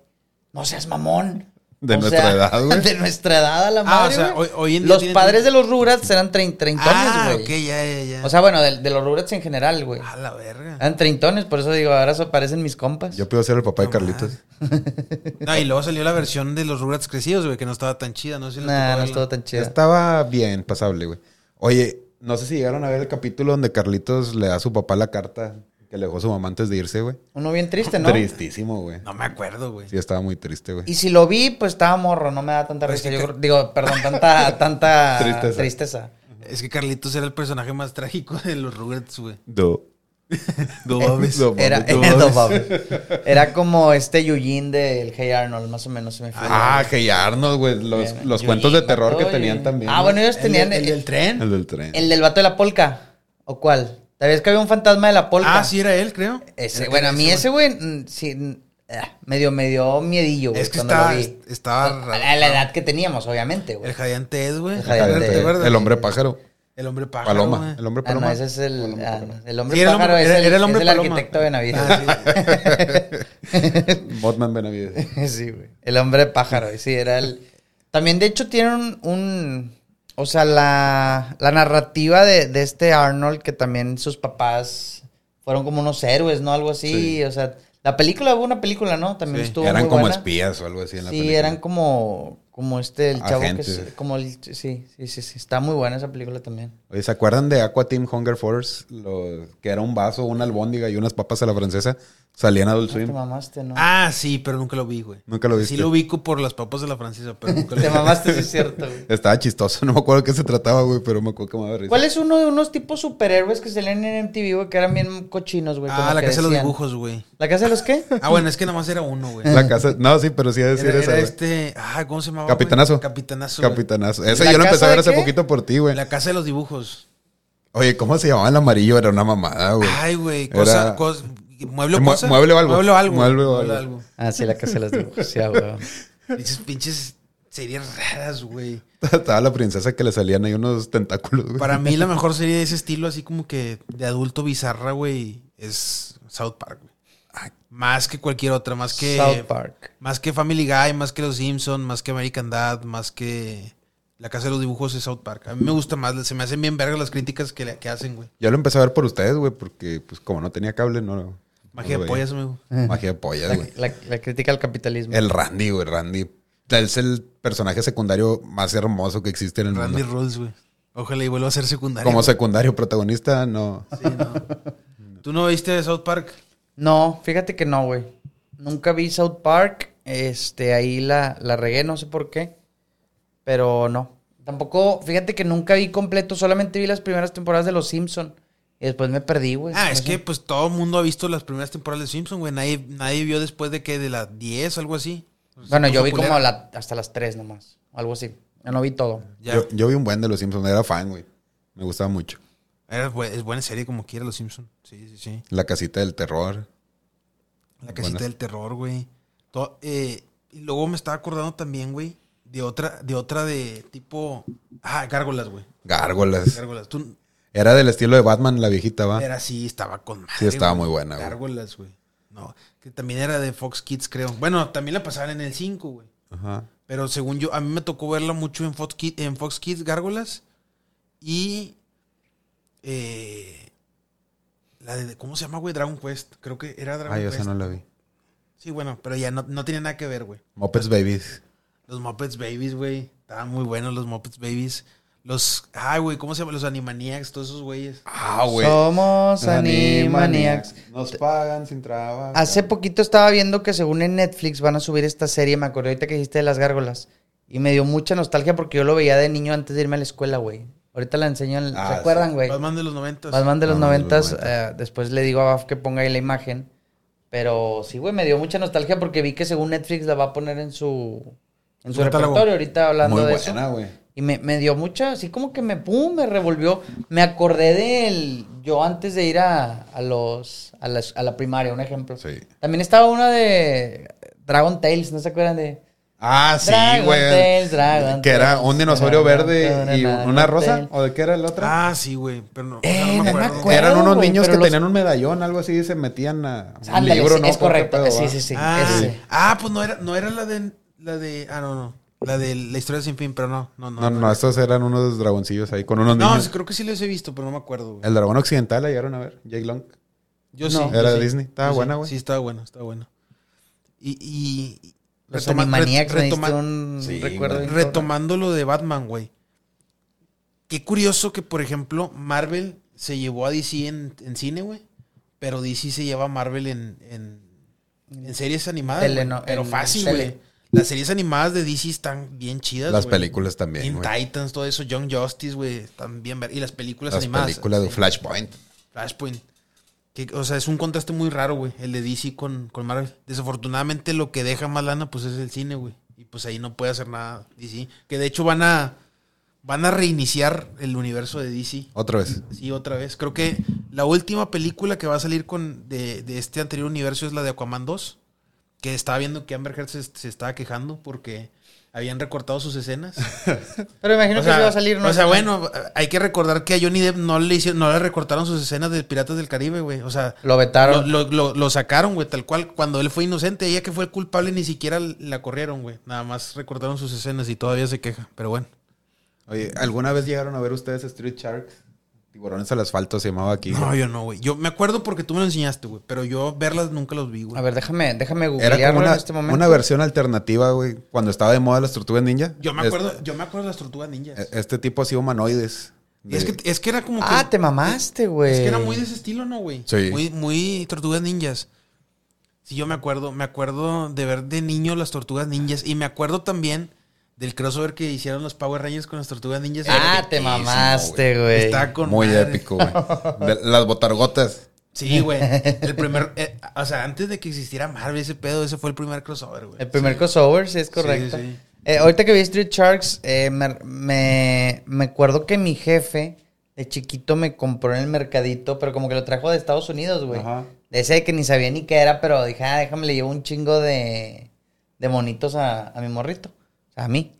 No seas mamón.
De
O
nuestra
sea,
edad, güey.
De nuestra edad a la
Ah,
madre.
o sea,
güey.
hoy- hoy en día
los
tienen-
padres de los Rugrats eran trein- treintones,
Ah,
güey.
ok, ya, ya, ya.
O sea, bueno, de, de los Rugrats en general, güey.
a la verga.
Eran treintones, por eso digo, ahora so- parecen mis compas.
Yo puedo ser el papá de
No
Carlitos.
No, y luego salió la versión de los Rugrats crecidos, güey, que no estaba tan chida, no sé si les
Nah,
tocó
no
verla.
estuvo tan chido.
Estaba bien, pasable, güey. Oye, no sé si llegaron a ver el capítulo donde Carlitos le da a su papá la carta que le dejó su mamá antes de irse, güey.
Uno bien triste, ¿no?
Tristísimo, güey.
No me acuerdo, güey.
Sí, estaba muy triste, güey.
Y si lo vi, pues estaba morro, no me da tanta
Pues
risa.
sí
Yo
que-
creo- digo, perdón, tanta, tanta
Tristeza.
tristeza.
Es que Carlitos era el personaje más trágico de los Rugrats, güey.
Do.
No mames.
Do-
Era,
Do-
no mames. era como este Eugene del Hey Arnold, más o menos se me figura.
Ah, Hey Arnold, güey. Los,
Bien.
los
Eugene,
cuentos de terror que
mató,
tenían
Eugene.
también.
Ah,
güey.
bueno, ellos tenían el,
tren?
El del tren.
el del vato de la polca. ¿O cuál? ¿Sabías que había un fantasma de la polca?
Ah, sí, era él, creo.
Ese,
Era-
bueno, a
era
mí ese, güey, mm, sí, mm, ah, medio, me dio miedillo, güey,
Es que
cuando
estaba,
lo vi.
estaba
A
raro.
la, a la edad que teníamos, obviamente, güey.
El jadeante Ed, güey.
El
Ah,
jadeante
del
¿te
tren.
acuerdas?
El hombre pájaro.
El hombre pájaro.
Paloma.
güey.
El hombre
Ah,
paloma.
no, ese es el, ah, no, el hombre
Sí, era el hombre-
pájaro, es
era-
el,
era el
es
hombre
el
paloma. Ah,
arquitecto de Navidad.
Botman Benavides.
sí, güey. El hombre pájaro, sí, era el... También, de hecho, tienen un... un- o sea, la, la narrativa de, de este Arnold, que también sus papás fueron como unos héroes, ¿no? Algo así,
Sí.
o sea... La película, hubo una película, ¿no? También
Sí.
estuvo
Eran
muy
como
buena.
espías o algo así en la
sí,
película.
eran como, como este, el chavo que
Agentes.
es, como el, sí, sí, sí, sí, está muy buena esa película también.
Oye, ¿se acuerdan de Aqua Team Hunger Force? Lo- que era un vaso, una albóndiga y unas papas a la francesa. Salían Adult
No te
Swim.
mamaste, ¿no?
Ah, sí, pero nunca lo vi, güey.
Nunca lo viste.
Sí lo ubico por las papas de la francesa, pero nunca lo vi.
te mamaste, sí es cierto, güey.
Estaba chistoso, no me acuerdo de qué se trataba, güey, pero me acuerdo que me daba risa.
¿Cuál es uno de unos tipos superhéroes que salían en MTV, güey, que eran bien cochinos, güey?
Ah,
como
la casa de los
decían?
dibujos, güey.
¿La casa de los qué?
Ah, bueno, es que nada más era uno, güey.
La casa. No, sí, pero sí es
Era,
decir
era
esa, güey.
este. Ah, ¿cómo se llamaba? güey?
Capitanazo.
Capitanazo. güey.
Capitanazo. Esa
¿La
yo la empecé
casa
a ver
de
hace
qué?
poquito por ti, güey.
La casa de los dibujos.
Oye, ¿cómo se llamaba el amarillo? Era una mamada, güey.
Ay, güey. Cosa,
Era-
cos- mueble o
Mue-
cosa.
mueble o algo.
Mueble o algo.
Mueble o algo.
algo.
Ah, sí, la casa de los dibujos, sí, ah, güey.
Dices pinches series raras, güey.
Estaba la princesa que le salían ahí unos tentáculos,
Pues
güey.
Para mí la mejor serie de ese estilo, así como que de adulto bizarra, güey, es South Park, güey. Más que cualquier otra, más que...
South Park.
Más que Family Guy, más que Los Simpson, más que American Dad, más que La Casa de los Dibujos es South Park. A mí me gusta más, se me hacen bien verga las críticas que, le- que hacen, güey.
Yo lo empecé a ver por ustedes, güey, porque pues como no tenía cable, no. no
Magia
lo
de
veía.
pollas, amigo.
Magia de pollas, güey.
La, la crítica al capitalismo.
El Randy, güey, Randy. Es el personaje secundario más hermoso que existe en el
Randy
mundo.
Rules, güey. Ojalá y vuelva a ser secundario.
Como secundario protagonista, no.
Sí, no. ¿Tú no viste South Park?
No, fíjate que no, güey. Nunca vi South Park. Este, ahí la, la regué, no sé por qué. Pero no. Tampoco, fíjate que nunca vi completo, solamente vi las primeras temporadas de Los Simpson. Y después me perdí, güey.
Ah,
No
es
sé.
que pues todo el mundo ha visto las primeras temporadas de Simpson, güey. Nadie, nadie vio después de que de las 10 o algo así.
Bueno, yo vi
Populera.
como la- hasta las tres nomás. O algo así. Yo no vi todo.
Ya.
Yo, yo vi un buen de los Simpsons, era fan, güey. Me gustaba mucho.
Era bu- es buena serie como quiera Los Simpson. Sí, sí, sí.
La casita del terror.
La casita
Buena.
del terror, güey. To- eh, y luego me estaba acordando también, güey, de otra, de otra de tipo. Ah, gárgolas, güey.
Gárgolas.
Gárgolas. Tú
Era del estilo de Batman, la viejita, va.
era así, estaba con madre.
Ah. Sí, estaba
güey.
muy buena, güey.
Gárgolas, güey. No, que también era de Fox Kids, creo. Bueno, también la pasaban en el 5, güey.
Ajá.
Pero según yo, a mí me tocó verla mucho en Fox Kids, en Fox Kids Gárgolas. Y. eh, la de. ¿Cómo se llama, güey? Dragon Quest. Creo que era Dragon
Ah, yo
Quest.
esa no la vi.
Sí, bueno, pero ya no, no tiene nada que ver, güey.
Muppets Babies.
Los Muppets Babies, güey. Estaban muy buenos los Muppets Babies. Los. Ay, güey, ¿cómo se llama? Los Animaniacs, todos esos güeyes.
Ah,
Somos Animaniacs.
Nos pagan sin trabajo.
Hace poquito estaba viendo que según en Netflix van a subir esta serie. Me acordé ahorita que dijiste de las gárgolas. Y me dio mucha nostalgia porque yo lo veía de niño antes de irme a la escuela, güey. Ahorita la enseño. en-
Ah,
¿Se acuerdan, güey?
Batman de los 90.
Batman de los
Batman de los
noventas. eh, después le digo a Baf que ponga ahí la imagen. Pero sí, güey, me dio mucha nostalgia porque vi que según Netflix la va a poner en su, en
Su
su
catálogo.
repertorio. Ahorita hablando
Muy
de eso.
buena, güey.
Y me, me dio mucha, así como que me pum, me revolvió. Me acordé del yo antes de ir a, a los a, las- a la primaria, un ejemplo.
Sí.
También estaba una de Dragon Tales, ¿no se acuerdan de?
Ah, sí,
Dragon
güey.
Tales, Dragon
que era
Tales,
un dinosaurio
Dragon
verde
Tales,
y
Dragon
una rosa.
Tales.
¿O de qué era la otra?
Ah, sí, güey. Pero no, o sea,
Eh,
no me
no me
acuerdo.
acuerdo.
Eran unos
güey,
niños que
pero los-
tenían un medallón, algo así, y se metían a un
Ándale,
libro,
sí,
¿no?
es
Creo que
correcto.
pedo,
sí,
va.
sí, sí.
ah,
ese.
ah, pues no era, no era la de la de. Ah, no, no. La de la historia sin fin, pero no. No, no.
No, no, estos eran unos dragoncillos ahí con unos
No,
niños.
creo que sí los he visto, pero no me acuerdo, güey.
El dragón occidental la llegaron a ver, Jake Long.
Yo
No.
sí. yo
Era
sí.
de Disney. Estaba
Yo sí.
buena, güey.
Sí, estaba buena, estaba buena. Y. y y-
Los
retoma-
Animaniacs
re-
me diste
retoma-
un
Sí,
recuerdo.
güey.
bien
retomando lo de Batman, güey. Qué curioso que, por ejemplo, Marvel se llevó a DC en, en cine, güey. Pero DC se lleva a Marvel en, en, en series animadas.
Tele,
güey.
no,
pero
en
fácil,
tele.
güey. Las series animadas de DC están bien chidas.
Las
güey.
películas también,
Teen
güey.
Titans, todo eso, Young Justice, güey, están bien ver- Y las películas
Las
animadas.
películas de
sí,
Flashpoint.
Flashpoint. Que, o sea, es un contraste muy raro, güey, el de DC con, con Marvel. Desafortunadamente lo que deja más lana, pues es el cine, güey. Y pues ahí no puede hacer nada DC. Que de hecho van a, van a reiniciar el universo de DC.
Otra vez.
Sí, otra vez. Creo que la última película que va a salir con de, de este anterior universo es la de Aquaman 2. Que estaba viendo que Amber Heard se, se estaba quejando porque habían recortado sus escenas.
Pero me imagino que sí va a salir, ¿no?
O sea, bueno, hay que recordar que a Johnny Depp no le, hicieron- no le recortaron sus escenas de Piratas del Caribe, güey. O sea,
Lo
lo,
vetaron.
lo- lo- lo sacaron, güey, tal cual. Cuando él fue inocente, ella que fue el culpable ni siquiera la corrieron, güey. Nada más recortaron sus escenas y todavía se queja. Pero bueno.
Oye, ¿alguna vez llegaron a ver ustedes Street Sharks? Tiburones al asfalto se llamaba aquí.
No, yo no, güey. Yo me acuerdo porque tú me lo enseñaste, güey. Pero yo verlas nunca los vi, güey.
A ver, déjame, déjame
Era como
googlearlo
una,
en este momento.
una versión alternativa, güey. Cuando estaba de moda las tortugas ninja.
Yo me
Es-
acuerdo, yo me acuerdo de las tortugas ninjas.
e- Este tipo así humanoides.
Y es,
De-
que, es que era como que.
Eh, Ah, te mamaste, güey.
Es que era muy de ese estilo, ¿no, güey?
Sí.
Muy, muy tortugas ninjas. Sí, yo me acuerdo. Me acuerdo de ver de niño las tortugas ninjas. Y me acuerdo también del crossover que hicieron los Power Rangers con las tortugas ninjas.
Ah, te mamaste, güey.
Está con
Muy
madre.
épico, güey. De- Las botargotas.
Sí, güey. El primer. eh, o sea, antes de que existiera Marvel, ese pedo, ese fue el primer crossover, güey.
El primer crossover, sí, es correcto.
sí.
Eh, ahorita que vi Street Sharks, eh, me, me, me acuerdo que mi jefe de chiquito me compró en el mercadito, pero como que lo trajo de Estados Unidos, güey.
Ajá.
De ese que ni sabía ni qué era, pero dije, ah, déjame, le llevo un chingo de, de monitos a, a mi morrito, o sea, a mí.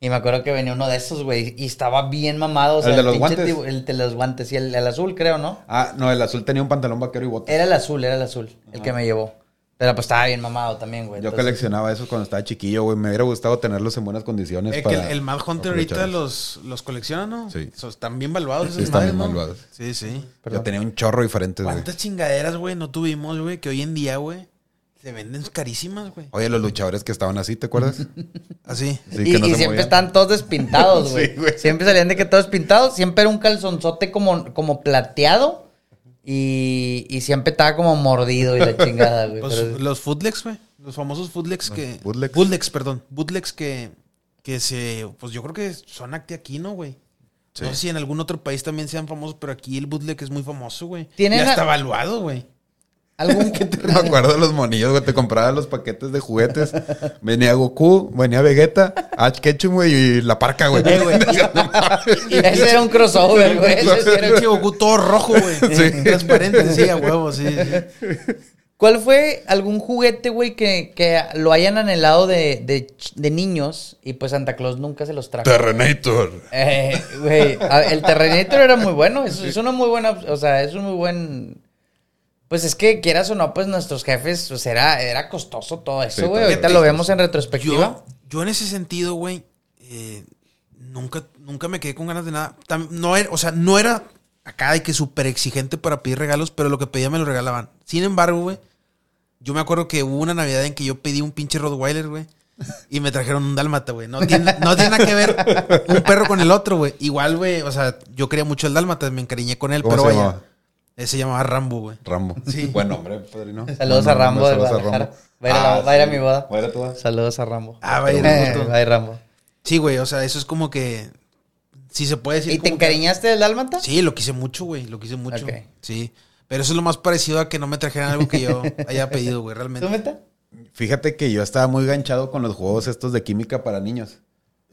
Y me acuerdo que venía uno de esos, güey, y estaba bien mamado. O sea,
¿El de los
pinche
guantes?
tibu- El de los guantes, y el, el azul, creo, ¿no?
Ah, no, el azul tenía un pantalón vaquero y
Eh,
botas.
Era el azul, era el azul, el que me llevó. Pero pues estaba bien mamado también, güey.
Yo
entonces-
coleccionaba eso cuando estaba chiquillo, güey. Me hubiera gustado tenerlos en buenas condiciones.
Eh, que
para
el, el Mad Hunter ahorita
aprovecharlos.
los, los colecciona, ¿no?
Sí.
So, están bien valuados
Sí,
esos
están bien
madres, ¿no?
valuados.
Sí, sí.
Yo
Perdón.
tenía un chorro diferente, güey.
¿Cuántas chingaderas, güey, no tuvimos, güey? Que hoy en día, güey, se venden carísimas, güey.
Oye, los luchadores que estaban así, ¿te acuerdas?
Así.
Sí,
y
que no
y
se
siempre
movían.
estaban todos despintados, güey.
Sí, güey.
Siempre salían de que todos pintados. Siempre era un calzonzote como, como plateado. Y, y siempre estaba como mordido y la chingada, güey.
Pues,
Pero-
los footlegs, güey. Los famosos footlegs que.
bootlegs.
Bootlegs, perdón. Bootlegs que. Que se. Pues yo creo que son acti aquí, ¿no, güey?
Sí.
No sé si en algún otro país también sean famosos, pero aquí el bootleg es muy famoso, güey.
Tienen
Ya
la-
está valuado, güey.
algún-
Me acuerdo de los monillos, güey. Te compraba los paquetes de juguetes. Venía Goku, venía Vegeta, Ash Ketchum, güey, y la parca, güey.
Eh,
No mames.
Ese era un crossover, güey. Ese sí era-
Pinche Goku todo rojo, güey.
Sí.
Transparente, sí, a huevo, sí. sí.
¿Cuál fue algún juguete, güey, que, que lo hayan anhelado de, de ch- de niños? Y pues Santa Claus nunca se los trajo.
Terrenator.
Eh, güey, a- el Terrenator era muy bueno. Es, es una muy buena, op- o sea, es un muy buen. Pues es que quieras o no, pues nuestros jefes, pues era, era costoso todo eso,
Sí,
güey.
todo
Ahorita
era
lo
costoso.
vemos en retrospectiva.
Yo, yo en ese sentido, güey, eh, nunca, nunca me quedé con ganas de nada. Tam- no era, o sea, no era acá de que súper exigente para pedir regalos, pero lo que pedía me lo regalaban. Sin embargo, güey, yo me acuerdo que hubo una Navidad en que yo pedí un pinche Rottweiler, güey. Y me trajeron un dálmata, güey. No tiene, no tiene nada que ver un perro con el otro, güey. Igual, güey, o sea, yo quería mucho el dálmata, me encariñé con él,
¿Cómo
pero
se
vaya.
llamaba?
Él se llamaba Rambo, güey.
Rambo. Sí. Buen hombre, padrino.
Saludos a Rambo de Guadalajara. Va a ir a la- va a ir a mi boda.
Va a ir a Ah, tu boda.
Saludos a Rambo.
Ah, vaya,
Eh,
justo.
bye, Rambo.
Sí, güey, o sea, eso es como que. Si se puede decir.
¿Y te
como que-
encariñaste del Dálmata?
Sí, lo quise mucho, güey. Lo quise mucho.
Ok.
Sí. Pero eso es lo más parecido a que no me trajeran algo que yo haya pedido, güey,
¿Tú,
realmente.
Meta?
Fíjate que yo estaba muy ganchado con los juegos estos de química para niños.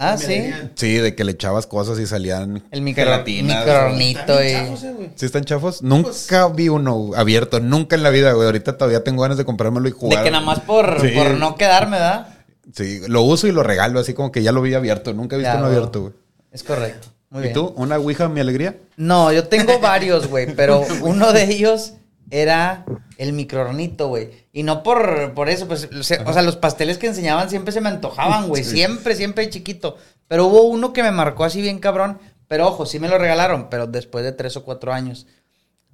Ah, sí.
Sí, de que le echabas cosas y salían
El micro,
gelatinas, güey.
micronito y.
¿Sí están chafos? Nunca vi uno abierto, nunca en la vida, güey. Ahorita todavía tengo ganas de comprármelo y jugar.
De que nada más por,
Sí.
por no quedarme, ¿verdad?
Sí, lo uso y lo regalo, así como que ya lo vi abierto. Nunca he visto
Ya,
uno
güey.
abierto, güey.
Es correcto. Muy
¿Y
bien.
tú? ¿Una Ouija, mi alegría?
No, yo tengo varios, güey, pero uno de ellos era El microornito, güey. Y no por, por eso, pues, o sea, o sea, los pasteles que enseñaban siempre se me antojaban, güey.
Sí.
Siempre, siempre de chiquito. Pero hubo uno que me marcó así bien cabrón. Pero ojo, sí me lo regalaron, pero después de tres o cuatro años.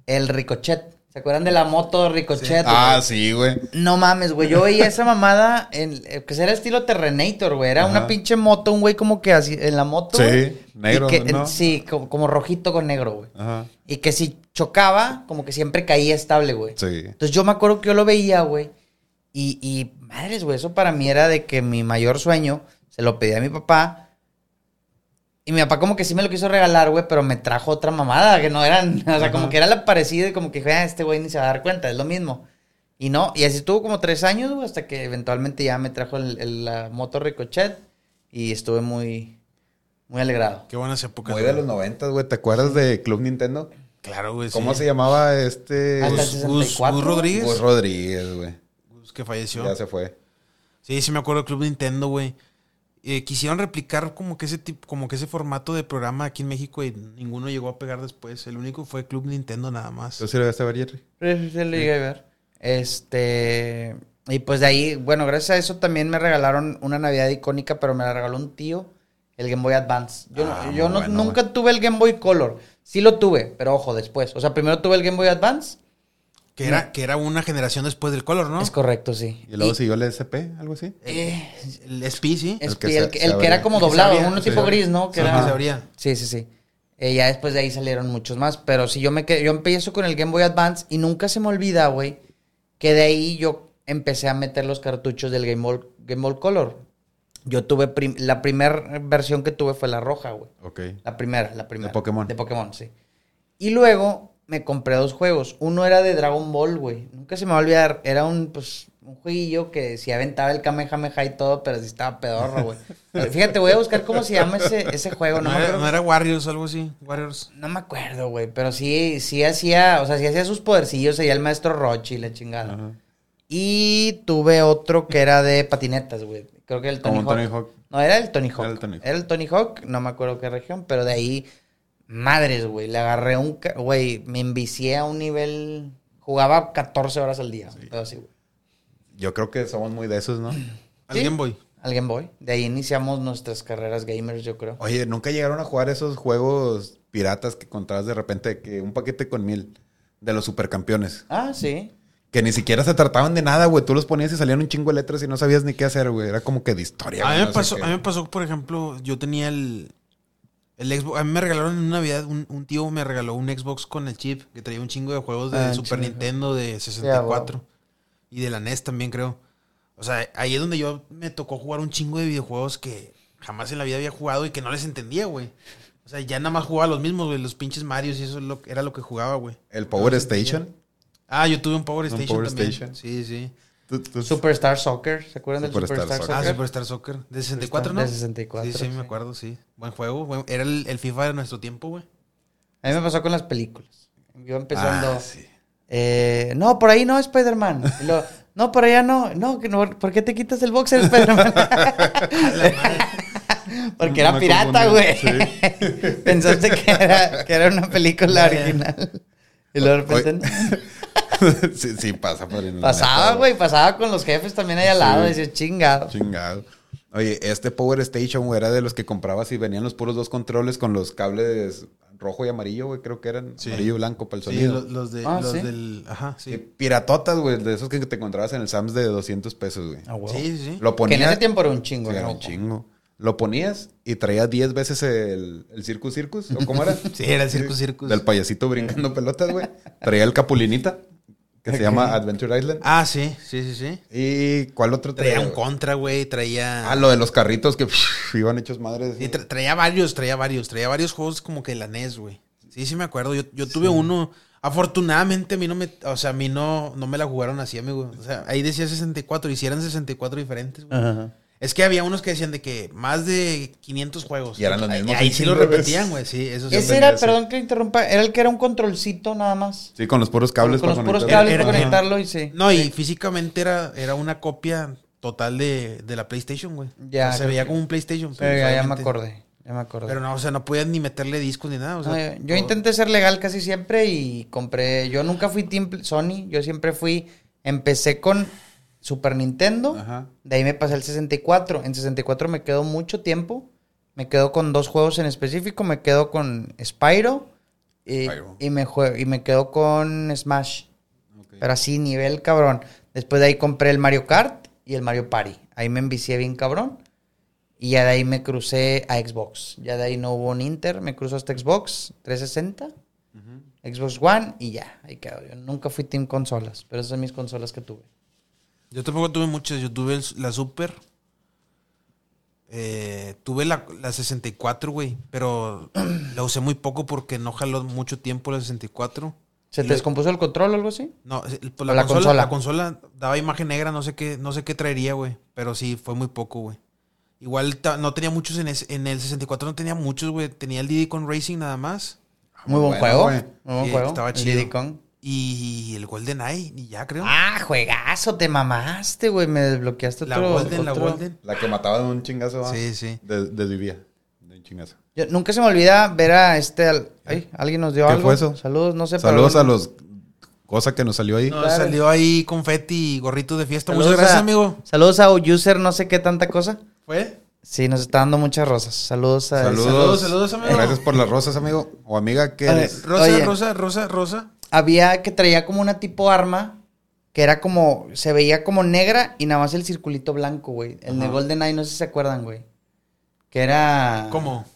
El ricochet. ¿Se acuerdan de la moto ricochet?
Ah,
güey?
sí, güey.
No mames, güey. Yo veía esa mamada en, eh, que era estilo Terrenator, güey. Era una
Ajá.
pinche moto, un güey como que así en la moto.
Sí,
güey, y
negro,
que-
¿no?
Sí, como, como rojito con negro, güey.
Ajá.
Y que si chocaba, como que siempre caía estable, güey.
Sí.
Entonces yo me acuerdo que yo lo veía, güey. Y, y madres, güey, eso para mí era de que mi mayor sueño se lo pedí a mi papá. Y mi papá como que sí me lo quiso regalar, güey, pero me trajo otra mamada, que no eran, o sea, como que era la parecida y como que dije, "Ah, este güey ni se va a dar cuenta, es lo mismo. Y no, y así estuvo como tres años, güey, hasta que eventualmente ya me trajo el, el- la moto Ricochet y estuve muy, muy alegrado.
Qué buenas épocas.
Muy de
güey.
los noventas, güey. ¿Te acuerdas de Club Nintendo?
Claro, güey.
¿Cómo
sí.
se llamaba este?
Hasta
Gus,
el
Gus,
64,
Gus Rodríguez.
Gus Rodríguez, güey.
Gus que falleció.
Ya se fue.
Sí, sí me acuerdo del Club Nintendo, güey. Eh, quisieron replicar como que ese tipo, como que ese formato de programa aquí en México y ninguno llegó a pegar después. El único fue Club Nintendo nada más.
Pues,
¿Tú sí lo vas a ver, Jerry?
Sí, sí, sí, lo llegué a ver. Este. Y pues de ahí, bueno, gracias a eso también me regalaron una Navidad icónica, pero me la regaló un tío, el Game Boy Advance. Yo, no-
Ah,
yo
muy
no-
bueno,
nunca tuve el Game Boy Color. Sí lo tuve, pero ojo, después. O sea, primero tuve el Game Boy Advance.
que era, que era una generación después del color, ¿no?
Es correcto, sí.
Y luego siguió el SP, algo así.
eh,
el SP, sí.
es
El
que
que
el,
se-
que-
se
el que era
abría.
como
El que se
doblado,
abría,
uno
el que
tipo
se-
gris, ¿no? Que
Sí, el
era-
que se abría.
Sí, sí, sí. Eh, ya después de ahí salieron muchos más. Pero sí, yo me quedé, yo empiezo con el Game Boy Advance y nunca se me olvida, güey, que de ahí yo empecé a meter los cartuchos del Game Boy, Game Boy Color. Yo tuve, prim- la primera versión que tuve fue la roja, güey.
Ok.
La primera, la primera.
De Pokémon.
De Pokémon, sí. Y luego me compré dos juegos. Uno era de Dragon Ball, güey. Nunca se me va a olvidar. Era un, pues, un jueguillo que sí aventaba el Kamehameha y todo, pero sí estaba pedorro, güey. Fíjate, voy a buscar cómo se llama ese, ese juego.
No,
No, me
era,
acuerdo.
no era Warriors o algo así. Warriors.
No me acuerdo, güey, pero sí, sí hacía, o sea, sí hacía sus podercillos, allá el maestro Rochi, y la chingada.
Ajá.
Y tuve otro que era de patinetas, güey. Creo que el Tony
Como
Hawk.
un Tony Hawk.
No, era el Tony Hawk.
Era el Tony Hawk.
Era el Tony Hawk, no me acuerdo qué región, pero de ahí, madres, güey, le agarré un, ca- güey, me envicié a un nivel, jugaba 14 horas al día, pero así, güey.
Yo creo que somos muy de esos, ¿no?
Al
Sí.
Game Boy.
Al Game Boy. De ahí iniciamos nuestras carreras gamers, yo creo.
Oye, ¿nunca llegaron a jugar esos juegos piratas que encontrabas de repente que un paquete con mil de los supercampeones?
Ah, sí.
Que ni siquiera se trataban de nada, güey. Tú los ponías y salían un chingo de letras y no sabías ni qué hacer, güey. Era como que de historia.
A
güey,
mí, me
no sé
pasó,
qué.
a mí me pasó, por ejemplo, yo tenía el, el Xbox. A mí me regalaron en una Navidad, un, un tío me regaló un Xbox con el chip que traía un chingo de juegos de
Ah, el
Super
chingo.
Nintendo, de
Ya,
64 y de la NES también, creo. O sea, ahí es donde yo me tocó jugar un chingo de videojuegos que jamás en la vida había jugado y que no les entendía, güey. O sea, ya nada más jugaba los mismos, güey, los pinches Marios y eso es lo- era lo que jugaba, güey.
El Power
No se entendía.
Station.
Ah, yo tuve un Power
Un
Station
Power
también.
Station.
Sí, sí.
Tú- tú-
Superstar Soccer, ¿se acuerdan del
Superstar
Superstar
Soccer.
Ah,
Soccer?
Superstar Soccer. De 64, ¿no?
De 64,
Sí, sí,
sí.
me acuerdo, sí. Buen juego. buen- Era el, el FIFA de nuestro tiempo, güey.
A mí me pasó con las películas. Yo empezando.
Ah, sí.
eh, no, por ahí no, Spider-Man. Y luego, No, por allá no. No, que no, ¿por qué te quitas el boxer, Spider-Man? Porque era
Me
pirata,
confundí,
güey.
sí.
Pensaste que era, que era una película
Ya, ya.
original. Y luego de repente,
Oye.
no.
sí, sí, pasa, padrino.
Pasaba, güey. Pasaba con los jefes también ahí al lado.
Sí.
Decía, chingado.
Chingado. Oye, este Power Station, güey, era de los que comprabas y venían los puros dos controles con los cables rojo y amarillo, güey, creo que eran
Sí.
amarillo y blanco para el
Sí,
sonido.
lo- los de.
Ah,
los
¿sí?
del. Ajá,
Y
sí.
Piratotas, güey, de esos que te encontrabas en el Sams de 200 pesos, güey.
Ah, huevo.
Sí, sí.
Lo
Que
ponías.
en ese tiempo era un chingo,
Sí, era
¿no?
un chingo. Lo ponías y traías 10 veces el, el Circus Circus, ¿o cómo era?
Sí, era el Circus Circus.
Del payasito brincando pelotas, güey. Traía el Capulinita, que se llama Adventure Island.
Ah, sí, sí, sí, sí.
¿Y cuál otro
Traía un
güey?
contra, güey. Traía.
Ah, lo de los carritos que iban hechos madres.
Sí, tra- traía varios, traía varios. Traía varios juegos como que la NES, güey. Sí, sí, me acuerdo. Yo, yo tuve uno. Afortunadamente, a mí no me. O sea, a mí no, no me la jugaron así, amigo. O sea, ahí decía 64. Hicieran 64 diferentes, güey.
Ajá.
Es que había unos que decían de que más de 500 juegos.
Y eran los mismos
Ahí
un
sí lo
chingo de
repetían,
veces.
güey. Sí, eso sí.
Ese
tenía
era,
ese.
perdón que interrumpa, era el que era un controlcito nada más.
Sí, con los puros cables.
con los
para
puros
conectar.
cables
Era-
para
ajá.
conectarlo y sí.
No, y físicamente era, era una copia total de, de la PlayStation, güey.
Ya,
O sea, se
creo
veía
que-
como un PlayStation.
Pero ya, ya me
obviamente-
acordé. Ya me acordé.
Pero no, o sea, no podían ni meterle discos ni nada. o sea,
No, yo- yo
todo.
intenté ser legal casi siempre y compré. Yo nunca fui Team Pl- Sony, yo siempre fui. Empecé con Super Nintendo,
Ajá.
de ahí me pasé al 64. En 64 me quedó mucho tiempo. Me quedo con dos juegos en específico. Me quedo con Spyro y,
Spyro.
y me, jue- y me quedo con Smash.
Ok.
Pero así, nivel cabrón. Después de ahí compré el Mario Kart y el Mario Party. Ahí me envicié bien cabrón. Y ya de ahí me crucé a Xbox. Ya de ahí no hubo un Inter. Me cruzo hasta Xbox 360,
Ujú.
Xbox One y ya. Ahí quedó. Yo nunca fui Team Consolas, pero esas son mis consolas que tuve.
Yo tampoco tuve muchas. Yo tuve el- la Super. Eh, tuve la, la 64, güey. Pero la usé muy poco porque no jaló mucho tiempo la 64.
¿Se te
Le-
descompuso el control o algo así?
No, es- el-
O
la,
la
consola,
consola.
La consola daba imagen negra, no sé qué, no sé qué traería, güey. Pero sí, fue muy poco, güey. Igual ta- no tenía muchos en, ese- en el 64, no tenía muchos, güey. Tenía el Diddy con Racing nada más.
Muy buen
Ah, bueno,
juego.
güey.
Muy buen
Sí,
juego.
estaba
el
chido.
Diddy Kong.
Y el Golden Eye, y ya creo.
Ah, juegazo, te mamaste, güey. Me desbloqueaste
la
otro.
Golden, la
otro-
Golden.
La que mataba de un chingazo. ¿va?
Sí, sí.
De- desvivía. De un chingazo.
Yo- nunca se me olvida ver a este. al- ay, alguien nos dio
¿Qué
algo.
fue eso?
Saludos, no sé. pero eh,
Saludos a
algo-
los. Cosa que nos salió ahí.
No,
Claro.
salió ahí confeti y gorritos de fiesta.
Saludos
Muchas gracias,
a-
amigo.
Saludos a user, no sé qué tanta cosa.
¿Fue?
Sí, nos está dando muchas rosas. Saludos a.
Saludos.
saludos, saludos, amigo.
Gracias por las rosas, amigo. O amiga, ¿qué
A ver,
eres?
Rosa,
Oye.
Rosa, Rosa, Rosa.
Había que traía como una tipo arma que era como. Se veía como negra y nada más el circulito blanco, güey. El de
Ajá.
Golden Eye, no sé si se acuerdan, güey. Que era.
¿Cómo?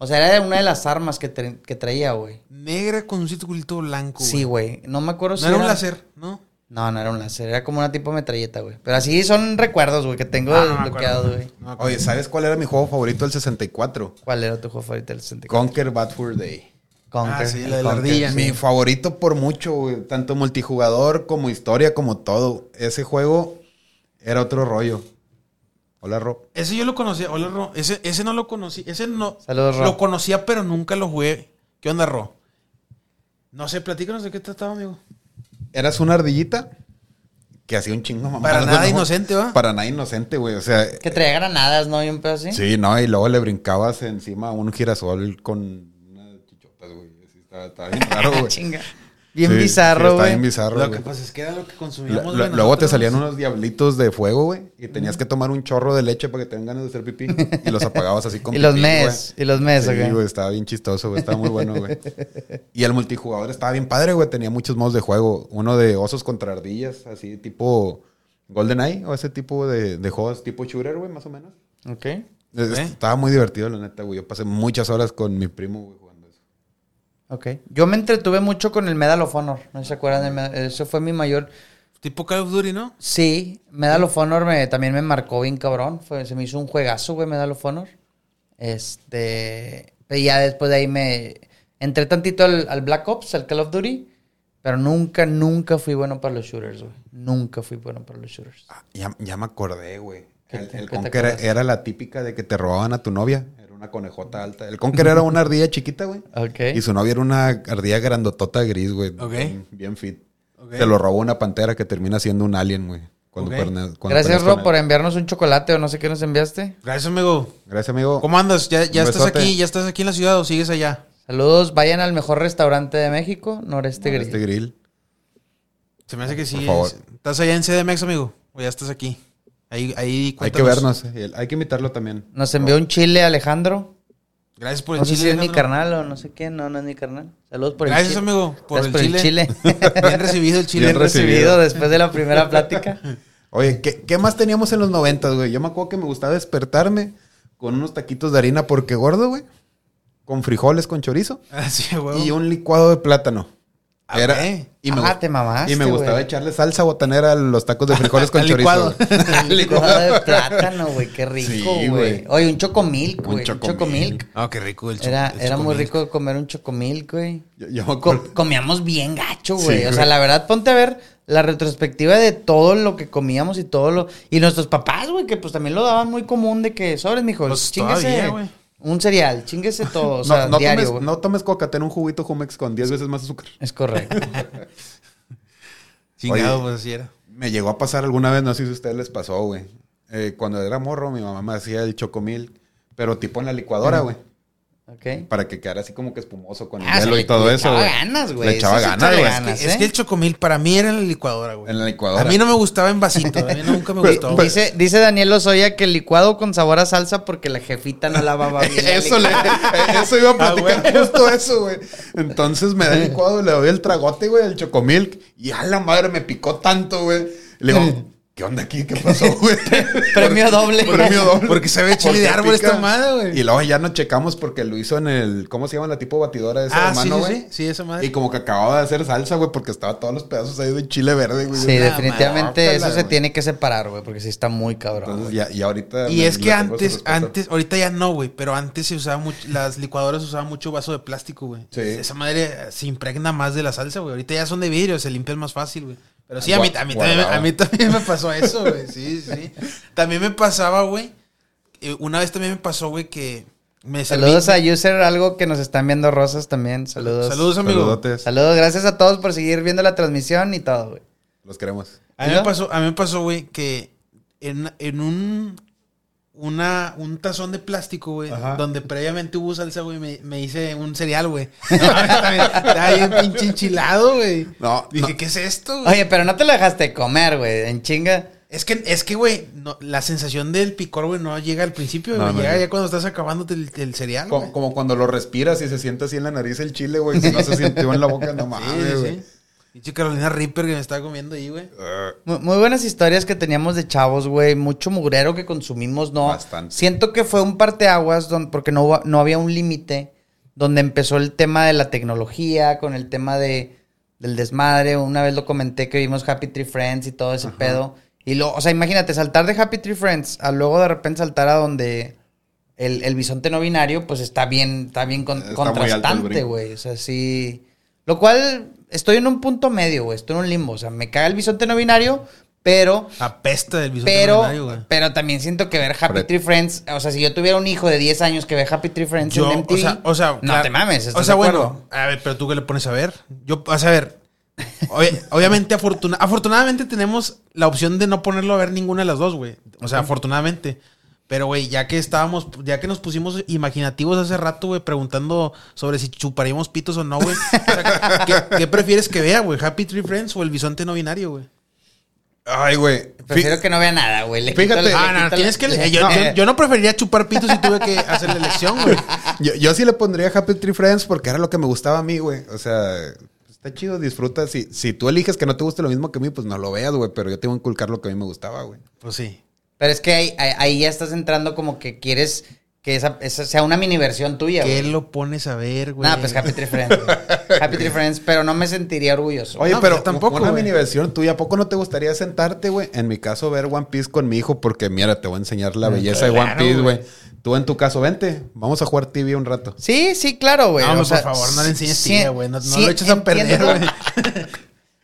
O sea, era una de las armas que, tra- que traía, güey.
Negra con un circulito blanco.
Sí, güey. No me acuerdo
No
si.
era un láser, ¿no?
No, no era un láser. Era como una tipo metralleta, güey. Pero así son recuerdos, güey, que tengo
Ah, no me acuerdo.
desbloqueados, güey.
No me acuerdo.
Oye, ¿sabes cuál era mi juego favorito del 64?
¿Cuál era tu juego favorito del 64?
Conquer Bad Fur Day.
Conker,
sí,
el
la de la ardilla.
Mi
sí.
favorito por mucho, güey. Tanto multijugador como historia, como todo. Ese juego era otro rollo. Hola, Rob.
Ese yo lo conocía. Hola, Ro. Ese, ese no lo conocí. Ese no.
Saludos, Ro.
Lo conocía, pero nunca lo jugué. ¿Qué onda, Ro? No sé, platícanos de qué trataba, amigo.
Eras una ardillita que hacía un chingo mamá.
Para nada inocente, ¿va?
Para nada inocente, güey. O sea,
Que traía granadas, ¿no? Y un pedo así.
Sí, no, y luego le brincabas encima a un girasol con unas chichotas, güey. Así Estaba, estaba bien raro, güey.
Chinga. Bien
Sí, sí,
bizarro,
estaba
güey.
bien bizarro,
Lo
güey.
que pasa es que era lo que
Lo-
consumíamos.
lo-
güey,
luego te
nosotros. Mm.
salían unos diablitos de fuego, güey, y tenías que tomar un chorro de leche para que te den ganas de hacer pipí. Y los apagabas así con
y los
pipí,
mes,
güey.
y los mes,
Sí,
ok.
güey, estaba bien chistoso, güey. Estaba muy bueno, güey. Y el multijugador estaba bien padre, güey. Tenía muchos modos de juego. Uno de osos contra ardillas, así tipo GoldenEye o ese tipo de, de juegos, tipo shooter, güey, más o menos.
Ok.
Es-
¿Eh?
Estaba muy divertido, la neta, güey. Yo pasé muchas horas con mi primo, güey, jugando eso.
Ok. Yo me entretuve mucho con el Medal of Honor. No se acuerdan del Medal. Eso fue mi mayor.
Tipo Call of Duty, ¿no?
Sí, Medal of Honor me- también me marcó bien cabrón. Fue- se me hizo un juegazo, güey, Medal of Honor. Este. Y ya después de ahí me. Entré tantito al, al Black Ops, al Call of Duty. Pero nunca, nunca fui bueno para los shooters, güey. Nunca fui bueno para los shooters.
Ah, ya, ya me acordé, güey.
¿Qué
El,
te-
el
qué te
Conker era,
acuerdas?
era la típica de que te robaban a tu novia. Era una conejota alta. El Conker era una ardilla chiquita, güey.
Ok.
Y su novia era una ardilla grandotota gris, güey.
Ok.
Bien, bien fit.
Ok.
Te lo robó una pantera que termina siendo un alien, güey. Cuando
Ok.
perna- cuando
Gracias,
peleas con
Rob,
él.
por enviarnos un chocolate o no sé qué nos enviaste.
Gracias, amigo.
Gracias, amigo.
¿Cómo andas? ¿Ya, ya
Un
estás
besote.
aquí? ¿Ya estás aquí en la ciudad o sigues allá?
Saludos, vayan al mejor restaurante de México, Noreste Grill.
Este grill.
Se me hace que sí.
Por favor.
es- ¿Estás allá en CDMX, amigo? ¿O ya estás aquí? Ahí, ahí
Hay que
cuéntanos.
vernos. el- Hay que invitarlo también.
Nos envió un chile Alejandro.
Gracias por el
No sé
chile.
si es mi
Alejandro.
carnal o no sé quién, no, no es mi carnal. Saludos por
Gracias,
el chile.
amigo, por
Gracias
el chile. Bien recibido el chile.
Bien
Bien recibido.
recibido.
después de la primera plática.
Oye, ¿qué, qué más teníamos en los noventas, güey? Yo me acuerdo que me gustaba despertarme con unos taquitos de harina porque gordo, güey. Con frijoles, con chorizo.
Ah, sí, huevo.
Y un licuado de plátano.
Ah, ok.
y me,
Ah,
gu-
te mamaste,
y me gustaba
güey.
echarle salsa botanera a los tacos de frijoles con
Al
chorizo.
licuado.
güey.
Licuado de plátano, güey, qué
Sí,
rico,
güey.
güey. Oye, un chocomilk,
Un
güey. Un
chocomilk.
chocomilk.
Ah, qué rico el cho-
Era,
el
era muy
chocomilk.
rico comer un chocomilk, güey.
Yo, yo me
Co-
acuerdo.
comíamos bien gacho, güey.
Sí,
o sea,
güey.
la verdad, ponte a ver la retrospectiva de todo lo que comíamos y todo lo. Y nuestros papás, güey, que pues también lo daban muy común de que sobres, mijo.
Pues,
chíngase
todavía, güey.
un cereal, chingase todo.
No-
O sea,
no,
diario,
tomes,
güey.
no tomes coca, ten un juguito Jumex con 10 veces más azúcar.
Es correcto.
Chingado,
Oye.
pues así era.
Me llegó a pasar alguna vez, no sé si a ustedes les pasó, güey. Eh, cuando era morro, mi mamá me hacía el chocomil, pero tipo en la licuadora, güey.
Ok.
para que quedara así como que espumoso con el
Ah, o sea,
hielo
le-
y todo
le
eso.
echaba
güey.
ganas, güey.
Le echaba
Eso sí
ganas,
échale
güey.
ganas,
Es
Es
¿eh?
que el chocomil para mí era en la licuadora,
que
güey.
En la licuadora.
A mí no me gustaba en vasito, a mí nunca me
Pues-
gustó.
pues-
Dice, dice Daniel Lozoya que licuado con sabor a salsa porque la jefita no lavaba bien. la
Eso, le, Eh, eso
Ah,
iba a platicar justo eso, güey. Entonces me da el licuado, le doy el tragote, güey, el chocomilk. Y a la madre me picó tanto, güey. Le
Eh.
digo, ¿qué onda aquí? ¿Qué pasó, güey?
Premio doble.
Premio doble.
Porque sabe chile
Porque
de árbol
pica.
esta madre, güey.
Y luego ya nos checamos porque lo hizo en el. ¿Cómo se llama la tipo batidora de esa
Ah, sí,
hermano,
sí,
güey?
sí, sí, esa madre.
Y como que acababa de hacer salsa, güey, porque estaba todos los pedazos ahí de chile verde, güey.
Sí,
Una
definitivamente
madre,
eso se
güey.
tiene que separar, güey, porque sí está muy cabrón.
Entonces
güey.
ya, y ahorita.
Y
me-
es
le
que
tengo ese
antes,
respeto.
antes, ahorita ya no, güey, pero antes se usaba mucho, las licuadoras usaban mucho vaso de plástico, güey.
Sí.
Esa madre eh, se impregna más de la salsa, güey. Ahorita ya son de vidrio, se limpian más fácil, güey. Pero sí, a mí,
Gua-
a mí también,
guardado.
a mí también me pasó eso, güey. Sí, sí. También me pasaba, güey. eh, Una vez también me pasó, güey, que me serví-
Saludos a User, algo que nos están viendo rosas también. Saludos.
Saludos, amigo.
Saludotes.
Saludos, gracias a todos por seguir viendo la transmisión y todo, güey.
Los queremos.
A mí
¿Ya?
me pasó, a mí me pasó, güey, que en, en un, una, un tazón de plástico, güey,
Ajá.
donde previamente hubo salsa, güey, me, me hice un cereal, güey. No, mames, también, Estaba bien pinche enchilado, güey.
No,
Dije,
no.
¿qué es esto, güey?
Oye, pero no te lo dejaste comer, güey, en chinga.
Es que, es que, güey, no, la sensación del picor, güey, no llega al principio,
No,
güey.
no
llega
llega.
ya cuando estás acabándote el, el cereal,
Co-
güey.
Como, cuando lo respiras y se siente así en la nariz el chile, güey. Si no se sintió en la boca, no
sí,
mames,
sí,
güey.
sí. Pinche Carolina Reaper que me estaba comiendo ahí, güey.
Ah,
Mu- Muy buenas historias que teníamos de chavos, güey. Mucho mugrero que consumimos, ¿no?
Bastante.
Siento que fue un parteaguas don- porque no, hubo- no había un límite donde empezó el tema de la tecnología, con el tema de, del desmadre. Una vez lo comenté que vimos Happy Tree Friends y todo ese pedo. Y lo, o sea, imagínate, saltar de Happy Tree Friends a luego de repente saltar a donde el, el bisonte no binario, pues está bien, está bien con-
Está muy alto el
contrastante,
brinco.
güey. O sea, sí. Lo cual, estoy en un punto medio, güey. Estoy en un limbo. O sea, me caga el bisonte no binario, pero,
Apesta del bisonte
pero,
milenario, güey.
pero también siento que ver Happy
Pero-
Tree Friends. O sea, si yo tuviera un hijo de 10 años que ve Happy Tree Friends
Yo,
en MTV.
o sea, o sea,
no
claro.
te mames. ¿estás
O sea,
de acuerdo?
bueno, a ver, pero tú qué le pones a ver. Yo, vas a ver. obvi- obviamente, afortuna- afortunadamente tenemos la opción de no ponerlo a ver ninguna de las dos, güey. O sea, afortunadamente. Pero, güey, ya que estábamos, ya que nos pusimos imaginativos hace rato, güey, preguntando sobre si chuparíamos pitos o no, güey. O sea, ¿qué, qué prefieres que vea, güey? ¿Happy Tree Friends o el bisonte no binario, güey?
Ay, güey.
Prefiero
Fí-
que no vea nada, güey. Le
Fíjate-
quito la-
Ah,
le
no,
quito
tienes
la-
que. eh, Yo,
No.
yo- yo no preferiría chupar pitos si tuve que hacer la elección, güey.
Yo, yo sí le pondría Happy Tree Friends porque era lo que me gustaba a mí, güey. O sea, está chido, disfruta. Si, si tú eliges que no te guste lo mismo que a mí, pues no lo veas, güey. Pero yo te voy a inculcar lo que a mí me gustaba, güey.
Pues sí.
Pero es que ahí, ahí- ahí ya estás entrando como que quieres que esa, esa sea una mini versión tuya,
¿Qué
güey.
lo pones a ver, güey?
Nah, pues Happy Tree Friends. güey. Happy Tree Friends, pero no me sentiría orgulloso.
Oye,
No,
pero
pues, tampoco,
una
güey.
mini versión tuya, ¿a poco no te gustaría sentarte, güey? En mi caso, ver One Piece con mi hijo, porque mira, te voy a enseñar la belleza de One
Mm, claro,
Piece,
güey.
güey. Tú en tu caso, vente, vamos a jugar TV un rato.
Sí, sí, claro, güey.
No, pues,
O
por
sea,
favor, no le enseñes
sí-
tía, güey. No, no
sí,
lo eches a perder,
entiendo-
güey.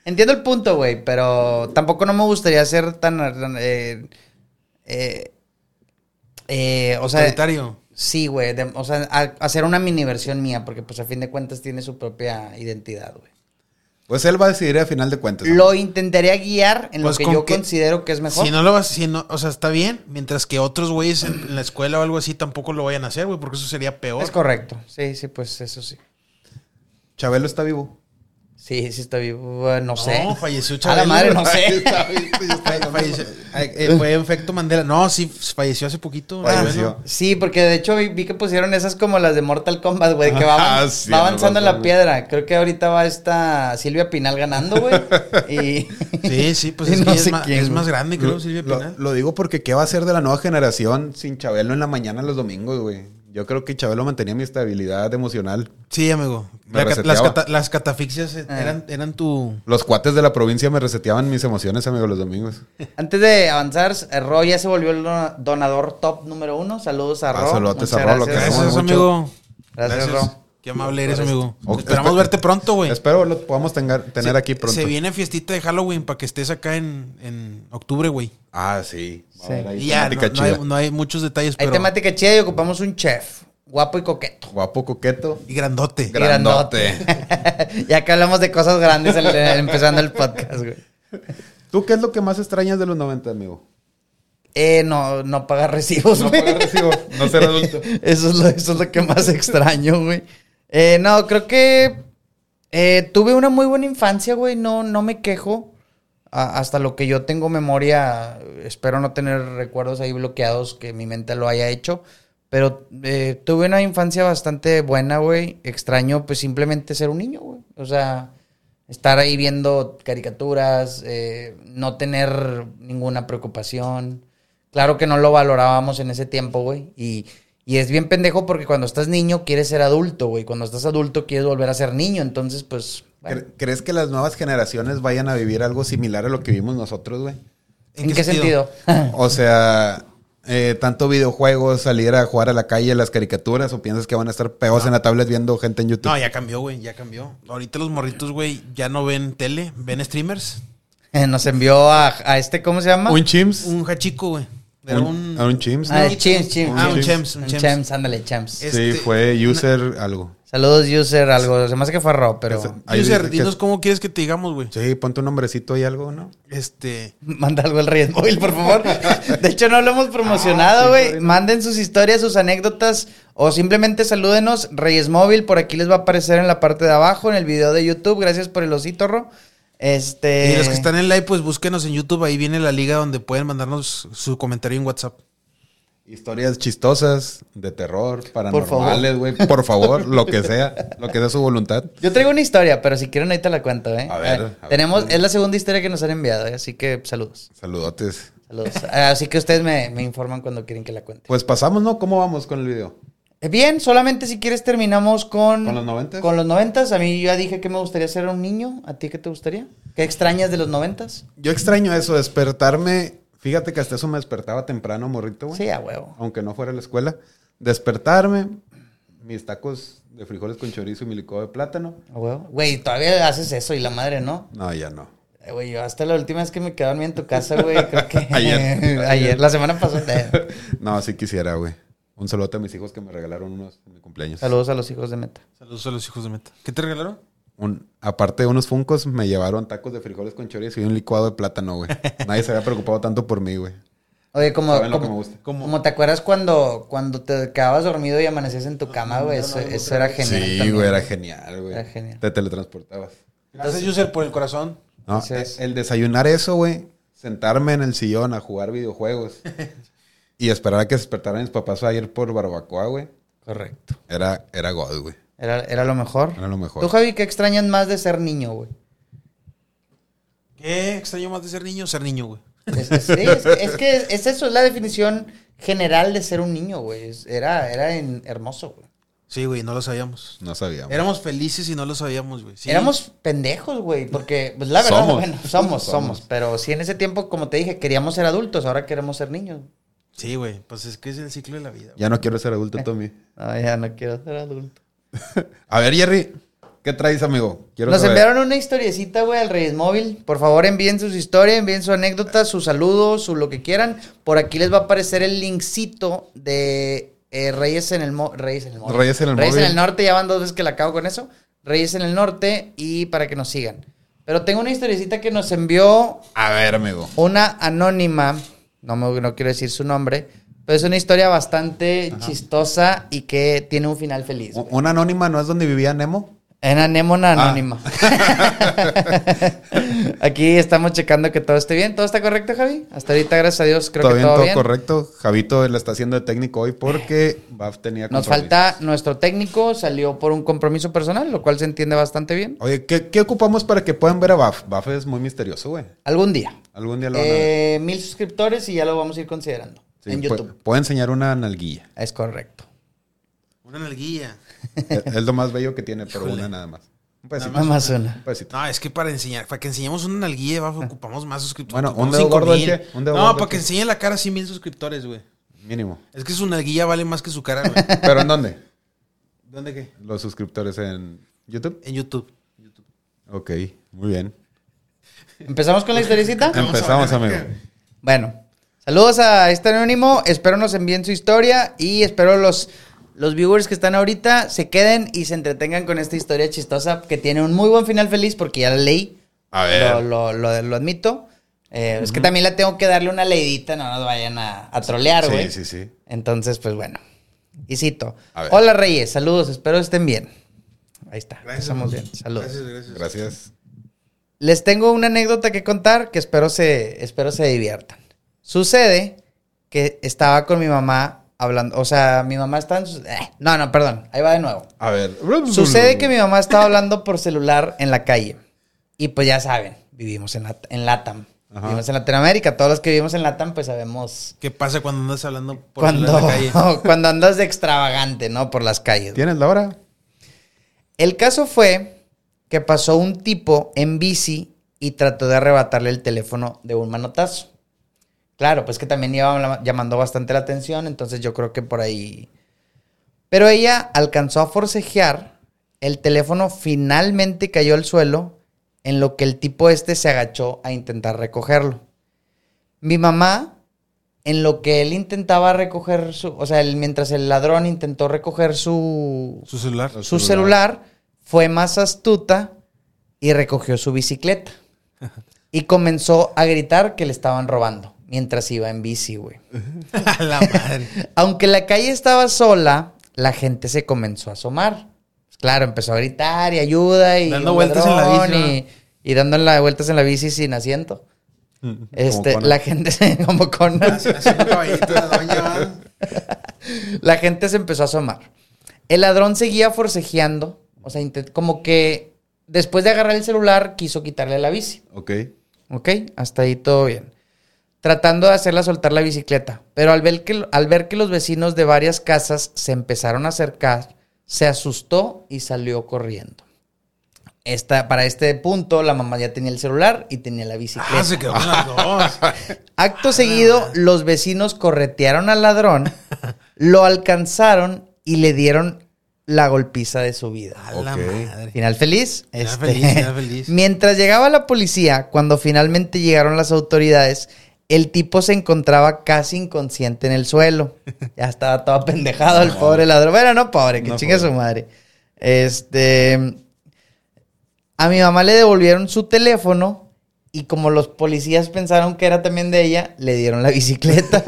Entiendo el punto, güey, pero tampoco no me gustaría ser tan... tan, eh, eh, eh, o sea,
Autoritario.
sí, güey. de- O sea, a- hacer una mini versión mía, porque pues a fin de cuentas tiene su propia identidad, güey.
Pues él va a decidir a final de cuentas. ¿no?
Lo intentaría guiar en
Pues,
lo que
¿con
yo
qué?
considero que es mejor.
Si no lo vas, si no, o sea, está bien, mientras que otros güeyes en, en la escuela o algo así tampoco lo vayan a hacer, güey, porque eso sería peor.
Es correcto. Sí, sí, pues eso sí.
Chabelo está vivo.
Sí, sí está vivo. eh, No, sé.
No, falleció
A la
Chabelo,
madre, no
güey.
sé.
Fa- falleció- ay, eh, fue efecto Mandela. No, sí, falleció hace poquito.
Falleció.
Sí, porque de hecho vi, vi que pusieron esas como las de Mortal Kombat, güey, que va,
Ah,
avan-
sí,
va avanzando
no, no,
la
no.
piedra. Creo que ahorita va esta Silvia Pinal ganando, güey. Y...
Sí, sí, pues
y
es, que
no
ella es
sé
ma- es más,
quién, güey.
grande, creo,
Lo,
Silvia
lo-
Pinal.
lo digo porque ¿qué va a ser de la nueva generación sin Chabelo en la mañana los domingos, güey? Yo creo que Chabelo mantenía mi estabilidad emocional.
Sí, amigo.
Me
La ca- las,
reseteaba.
cata- las catafixias eh,
Ah.
eran, eran tu.
Los cuates de la provincia me reseteaban mis emociones, amigo, los domingos.
Antes de avanzar, eh, Ro ya se volvió el dona- donador top número uno. Saludos a
Ah,
Ro.
saludotes
Muchas
a Ro, lo
gracias.
queremos
Gracias,
mucho.
amigo.
Gracias, Ro.
Qué amable eres, amigo.
O-
Esperamos
espe-
verte pronto, güey.
Espero lo podamos tengar- tener
Se-
aquí pronto.
Se viene fiestita de Halloween para que estés acá en, en octubre, güey.
Ah, sí. Va a
Sí.
haber ahí
Y ya, no,
temática
no hay,
chida.
no hay muchos detalles,
Hay
pero...
temática chida y ocupamos un chef. Guapo y coqueto.
Guapo, coqueto.
Y grandote.
Gra- Grandote. ya que hablamos de cosas grandes al- empezando el podcast, güey.
¿Tú qué es lo que más extrañas de los 90, amigo?
Eh, no, no pagar recibos,
No
güey.
pagar recibo, no ser adulto.
Eso es, lo, eso es lo que más extraño, güey. Eh, no, creo que eh, tuve una muy buena infancia, güey. No, no me quejo. A- hasta lo que yo tengo memoria, espero no tener recuerdos ahí bloqueados que mi mente lo haya hecho. Pero eh, tuve una infancia bastante buena, güey. Extraño, pues simplemente ser un niño, güey. O sea, estar ahí viendo caricaturas, eh, no tener ninguna preocupación. Claro que no lo valorábamos en ese tiempo, güey. Y, y es bien pendejo porque cuando estás niño quieres ser adulto, güey. Cuando estás adulto quieres volver a ser niño. Entonces, pues. bueno.
¿Cre- ¿Crees que las nuevas generaciones vayan a vivir algo similar a lo que vimos nosotros, güey?
¿En, qué sentido?
O sea, eh, tanto videojuegos, salir a jugar a la calle, las caricaturas, o piensas que van a estar pegados en la tablet viendo gente en YouTube.
No, ya cambió, güey, ya cambió. Ahorita los morritos, güey, ya no ven tele, ven streamers.
Nos envió a, a este, ¿cómo se llama?
un Chimps.
Un hachico, güey. Era
Un, a un Chimps.
Ah,
¿no?
el Chimps, Chimps.
Ah, un
Chimps.
Chems, un
Un
Chems.
Chems, ándale, Chems.
Es-
sí,
este,
fue user algo.
Saludos, user, algo. Se me hace que fue Ro, pero.
Ese- Ahí
User,
dice que-
dinos cómo quieres que te digamos, güey.
Sí, ponte un nombrecito y algo, ¿no?
Este.
Manda algo al Reyes Móvil, por favor. De hecho, no lo hemos
Ah, sí,
promocionado, güey.
todavía no.
Manden sus historias, sus anécdotas o simplemente salúdenos. Reyes Móvil, por aquí les va a aparecer en la parte de abajo, en el video de YouTube. Gracias por el osito, Ro. Este.
Y los que están en live, pues búsquenos en YouTube. Ahí viene la liga donde pueden mandarnos su comentario en WhatsApp.
Historias chistosas, de terror,
favor.
paranormales, güey. Por favor, lo que sea, lo que sea su voluntad.
Yo traigo una historia, pero si quieren, ahorita la cuento, ¿eh?
A ver,
Eh,
a ver.
Tenemos, es la segunda historia que nos han enviado, ¿eh? así que saludos.
Saludotes.
Saludos. Así que ustedes me, me informan cuando quieren que la cuente.
Pues pasamos, ¿no? ¿Cómo vamos con el video?
Eh, Bien, solamente si quieres terminamos con...
¿Con los noventas?
Con los noventas. A mí yo ya dije que me gustaría ser un niño. ¿A ti qué te gustaría? ¿Qué extrañas de los noventas?
Yo extraño eso, despertarme. Fíjate que hasta eso me despertaba temprano, morrito, güey.
Sí, a huevo.
aunque no fuera a la escuela, despertarme, mis tacos de frijoles con chorizo y mi licuado de plátano.
A huevo. Güey, todavía haces eso y la madre, ¿no?
No, ya no.
Eh, Güey, yo hasta la última vez que me quedé dormido en tu casa, güey, creo que...
Ayer.
Ayer, la semana pasada.
No, así quisiera, güey. Un saludo a mis hijos que me regalaron unos en mi cumpleaños.
Saludos a los hijos de Meta.
Saludos a los hijos de meta. ¿Qué te regalaron?
Un- aparte de unos funcos, me llevaron tacos de frijoles con chorizo y un licuado de plátano, güey. Nadie se había preocupado tanto por mí, güey.
Oye, como...
Saben lo que
como-
me gusta.
Como-
como te acuerdas cuando, cuando te quedabas dormido y amanecías
Ah,
en tu cama, güey? Eso, eso era genial.
sí,
también.
güey, era genial, güey.
Era genial.
Te teletransportabas.
Gracias, User, por el corazón.
No,
Entonces-
el desayunar eso, güey. Sentarme en el sillón a jugar videojuegos. y esperar a que se despertaran mis papás a ir por barbacoa, güey.
Correcto.
Era, era God, güey.
Era, era lo mejor.
Era lo mejor.
¿Tú, Javi, qué extrañas más de ser niño, güey?
¿Qué extraño más de ser niño? Ser niño, güey.
Es, es- sí, es que- es que es, eso, es la definición general de ser un niño, güey. Es- Era, era en- hermoso, güey.
Sí, güey, no lo sabíamos.
No sabíamos.
Éramos felices y no lo sabíamos, güey. Sí.
Éramos pendejos, güey, porque, pues la verdad,
Somos.
bueno, somos, somos,
Somos.
Pero sí, en ese tiempo, como te dije, queríamos ser adultos, ahora queremos ser niños.
Sí, güey. Pues es que es el ciclo de la vida. güey.
Ya no quiero ser
Eh.
adulto, Tommy.
No, ya no quiero ser adulto.
A ver, Jerry, ¿qué traes, amigo? Quiero
Nos
saber.
enviaron una historiecita, güey, al Reyes Móvil. Por favor, envíen sus historias, envíen su anécdota, su saludo, su lo que quieran. Por aquí les va a aparecer el linkcito de eh, Reyes en el Mo- Reyes en el Móvil.
Reyes en el Móvil.
Norte, ya van dos veces que la acabo con eso. Reyes en el Norte y para que nos sigan. Pero tengo una historiecita que nos envió
A ver, amigo.
una anónima, no, me, no quiero decir su nombre, pero es una historia bastante chistosa y que tiene un final feliz.
U- ¿Una anónima no es donde vivía Nemo?
En anémona
Ah.
anónima. Aquí estamos checando que todo esté bien. ¿Todo está correcto, Javi? Hasta ahorita, gracias a Dios, creo
todo
que
bien,
todo
todo
bien.
correcto. Javito la está haciendo de técnico hoy porque Baf tenía
Nos
compromiso.
falta nuestro técnico, salió por un compromiso personal, lo cual se entiende bastante bien.
Oye, ¿qué, qué ocupamos para que puedan ver a Baf? Baf es muy misterioso, güey.
Algún día.
Algún día lo van a ver.
Eh, mil suscriptores y ya lo vamos a ir considerando
Sí, pues.
en
pu-
YouTube.
puedo enseñar una nalguilla.
Es correcto.
Una nalguilla.
es es lo más bello que tiene, pero
Híjole.
una nada más. Un pedacito.
Nada más una.
Un pedacito.
No, es que para enseñar, para que enseñemos una nalguilla, va, ocupamos más suscriptores.
Ah. Bueno, un
Ocupamos
dedo
cinco
gordo
mil.
al que- un dedo
No,
gordo al
para
que-
que enseñe la cara, sí, mil suscriptores, güey.
Mínimo.
Es que su nalguilla vale más que su cara, güey.
¿Pero en dónde?
¿Dónde qué?
Los suscriptores en YouTube.
En YouTube.
Ok, muy bien.
¿Empezamos con la historicita?
Empezamos, amigo.
Bueno, saludos a este anónimo. Espero nos envíen su historia y espero los, los viewers que están ahorita se queden y se entretengan con esta historia chistosa que tiene un muy buen final feliz porque ya la leí.
A
Lo, lo- lo- lo admito. Eh, Es que también le tengo que darle una leidita, no nos vayan a, a trolear, güey.
Sí, sí, sí.
Entonces, pues bueno. Y cito.
A ver.
Hola Reyes, saludos, espero estén bien. Ahí está,
Gracias.
estamos bien. Saludos.
Gracias, gracias.
Gracias.
Les tengo una anécdota que contar que espero se, espero se diviertan. Sucede que estaba con mi mamá hablando, o sea, mi mamá está en su- eh, no, no, perdón, ahí va de nuevo.
A ver.
Sucede que mi mamá estaba hablando por celular en la calle. Y pues ya saben, vivimos en, la- en Latam.
Ajá.
Vivimos en Latinoamérica. Todos los que vivimos en Latam, pues sabemos
¿Qué pasa cuando andas hablando por
cuando,
la calle?
cuando andas de extravagante, ¿no? Por las calles.
¿Tienes la hora?
El caso fue que pasó un tipo en bici y trató de arrebatarle el teléfono de un manotazo. Claro, pues que también iba la- llamando bastante la atención, entonces yo creo que por ahí... Pero ella alcanzó a forcejear, el teléfono finalmente cayó al suelo, en lo que el tipo este se agachó a intentar recogerlo. Mi mamá, en lo que él intentaba recoger su... O sea, él- mientras el ladrón intentó recoger su
Su celular.
su celular fue más astuta y recogió su bicicleta. Y comenzó a gritar que le estaban robando mientras iba en bici, güey.
A la madre.
Aunque la calle estaba sola, la gente se comenzó a asomar. Pues claro, empezó a gritar y ayuda y...
Dando
un
vueltas en la
ladrón
bici,
Y, y dando la- vueltas en la bici sin asiento. Este, la gente se... Como con...
Así un caballito de doña, ¿va?
La gente se empezó a asomar. El ladrón seguía forcejeando, o sea, intent- como que después de agarrar el celular quiso quitarle la bici,
Ok.
¿ok? Hasta ahí todo bien. Tratando de hacerla soltar la bicicleta, pero al ver que, al ver que los vecinos de varias casas se empezaron a acercar, se asustó y salió corriendo. Esta, para este punto, la mamá ya tenía el celular y tenía la bicicleta.
Ah, se quedó con las dos. Ah,
Acto seguido, los vecinos corretearon al ladrón, lo alcanzaron y le dieron la golpiza de su vida.
A la
Ok.
madre. Este,
Final feliz. Este,
Final feliz, final feliz.
Mientras llegaba la policía, cuando finalmente llegaron las autoridades, el tipo se encontraba casi inconsciente en el suelo. Ya estaba todo apendejado el pobre ladrón. Bueno, no pobre, que
No,
chingue
pobre.
su madre. Este. A mi mamá le devolvieron su teléfono y como los policías pensaron que era también de ella, le dieron la bicicleta.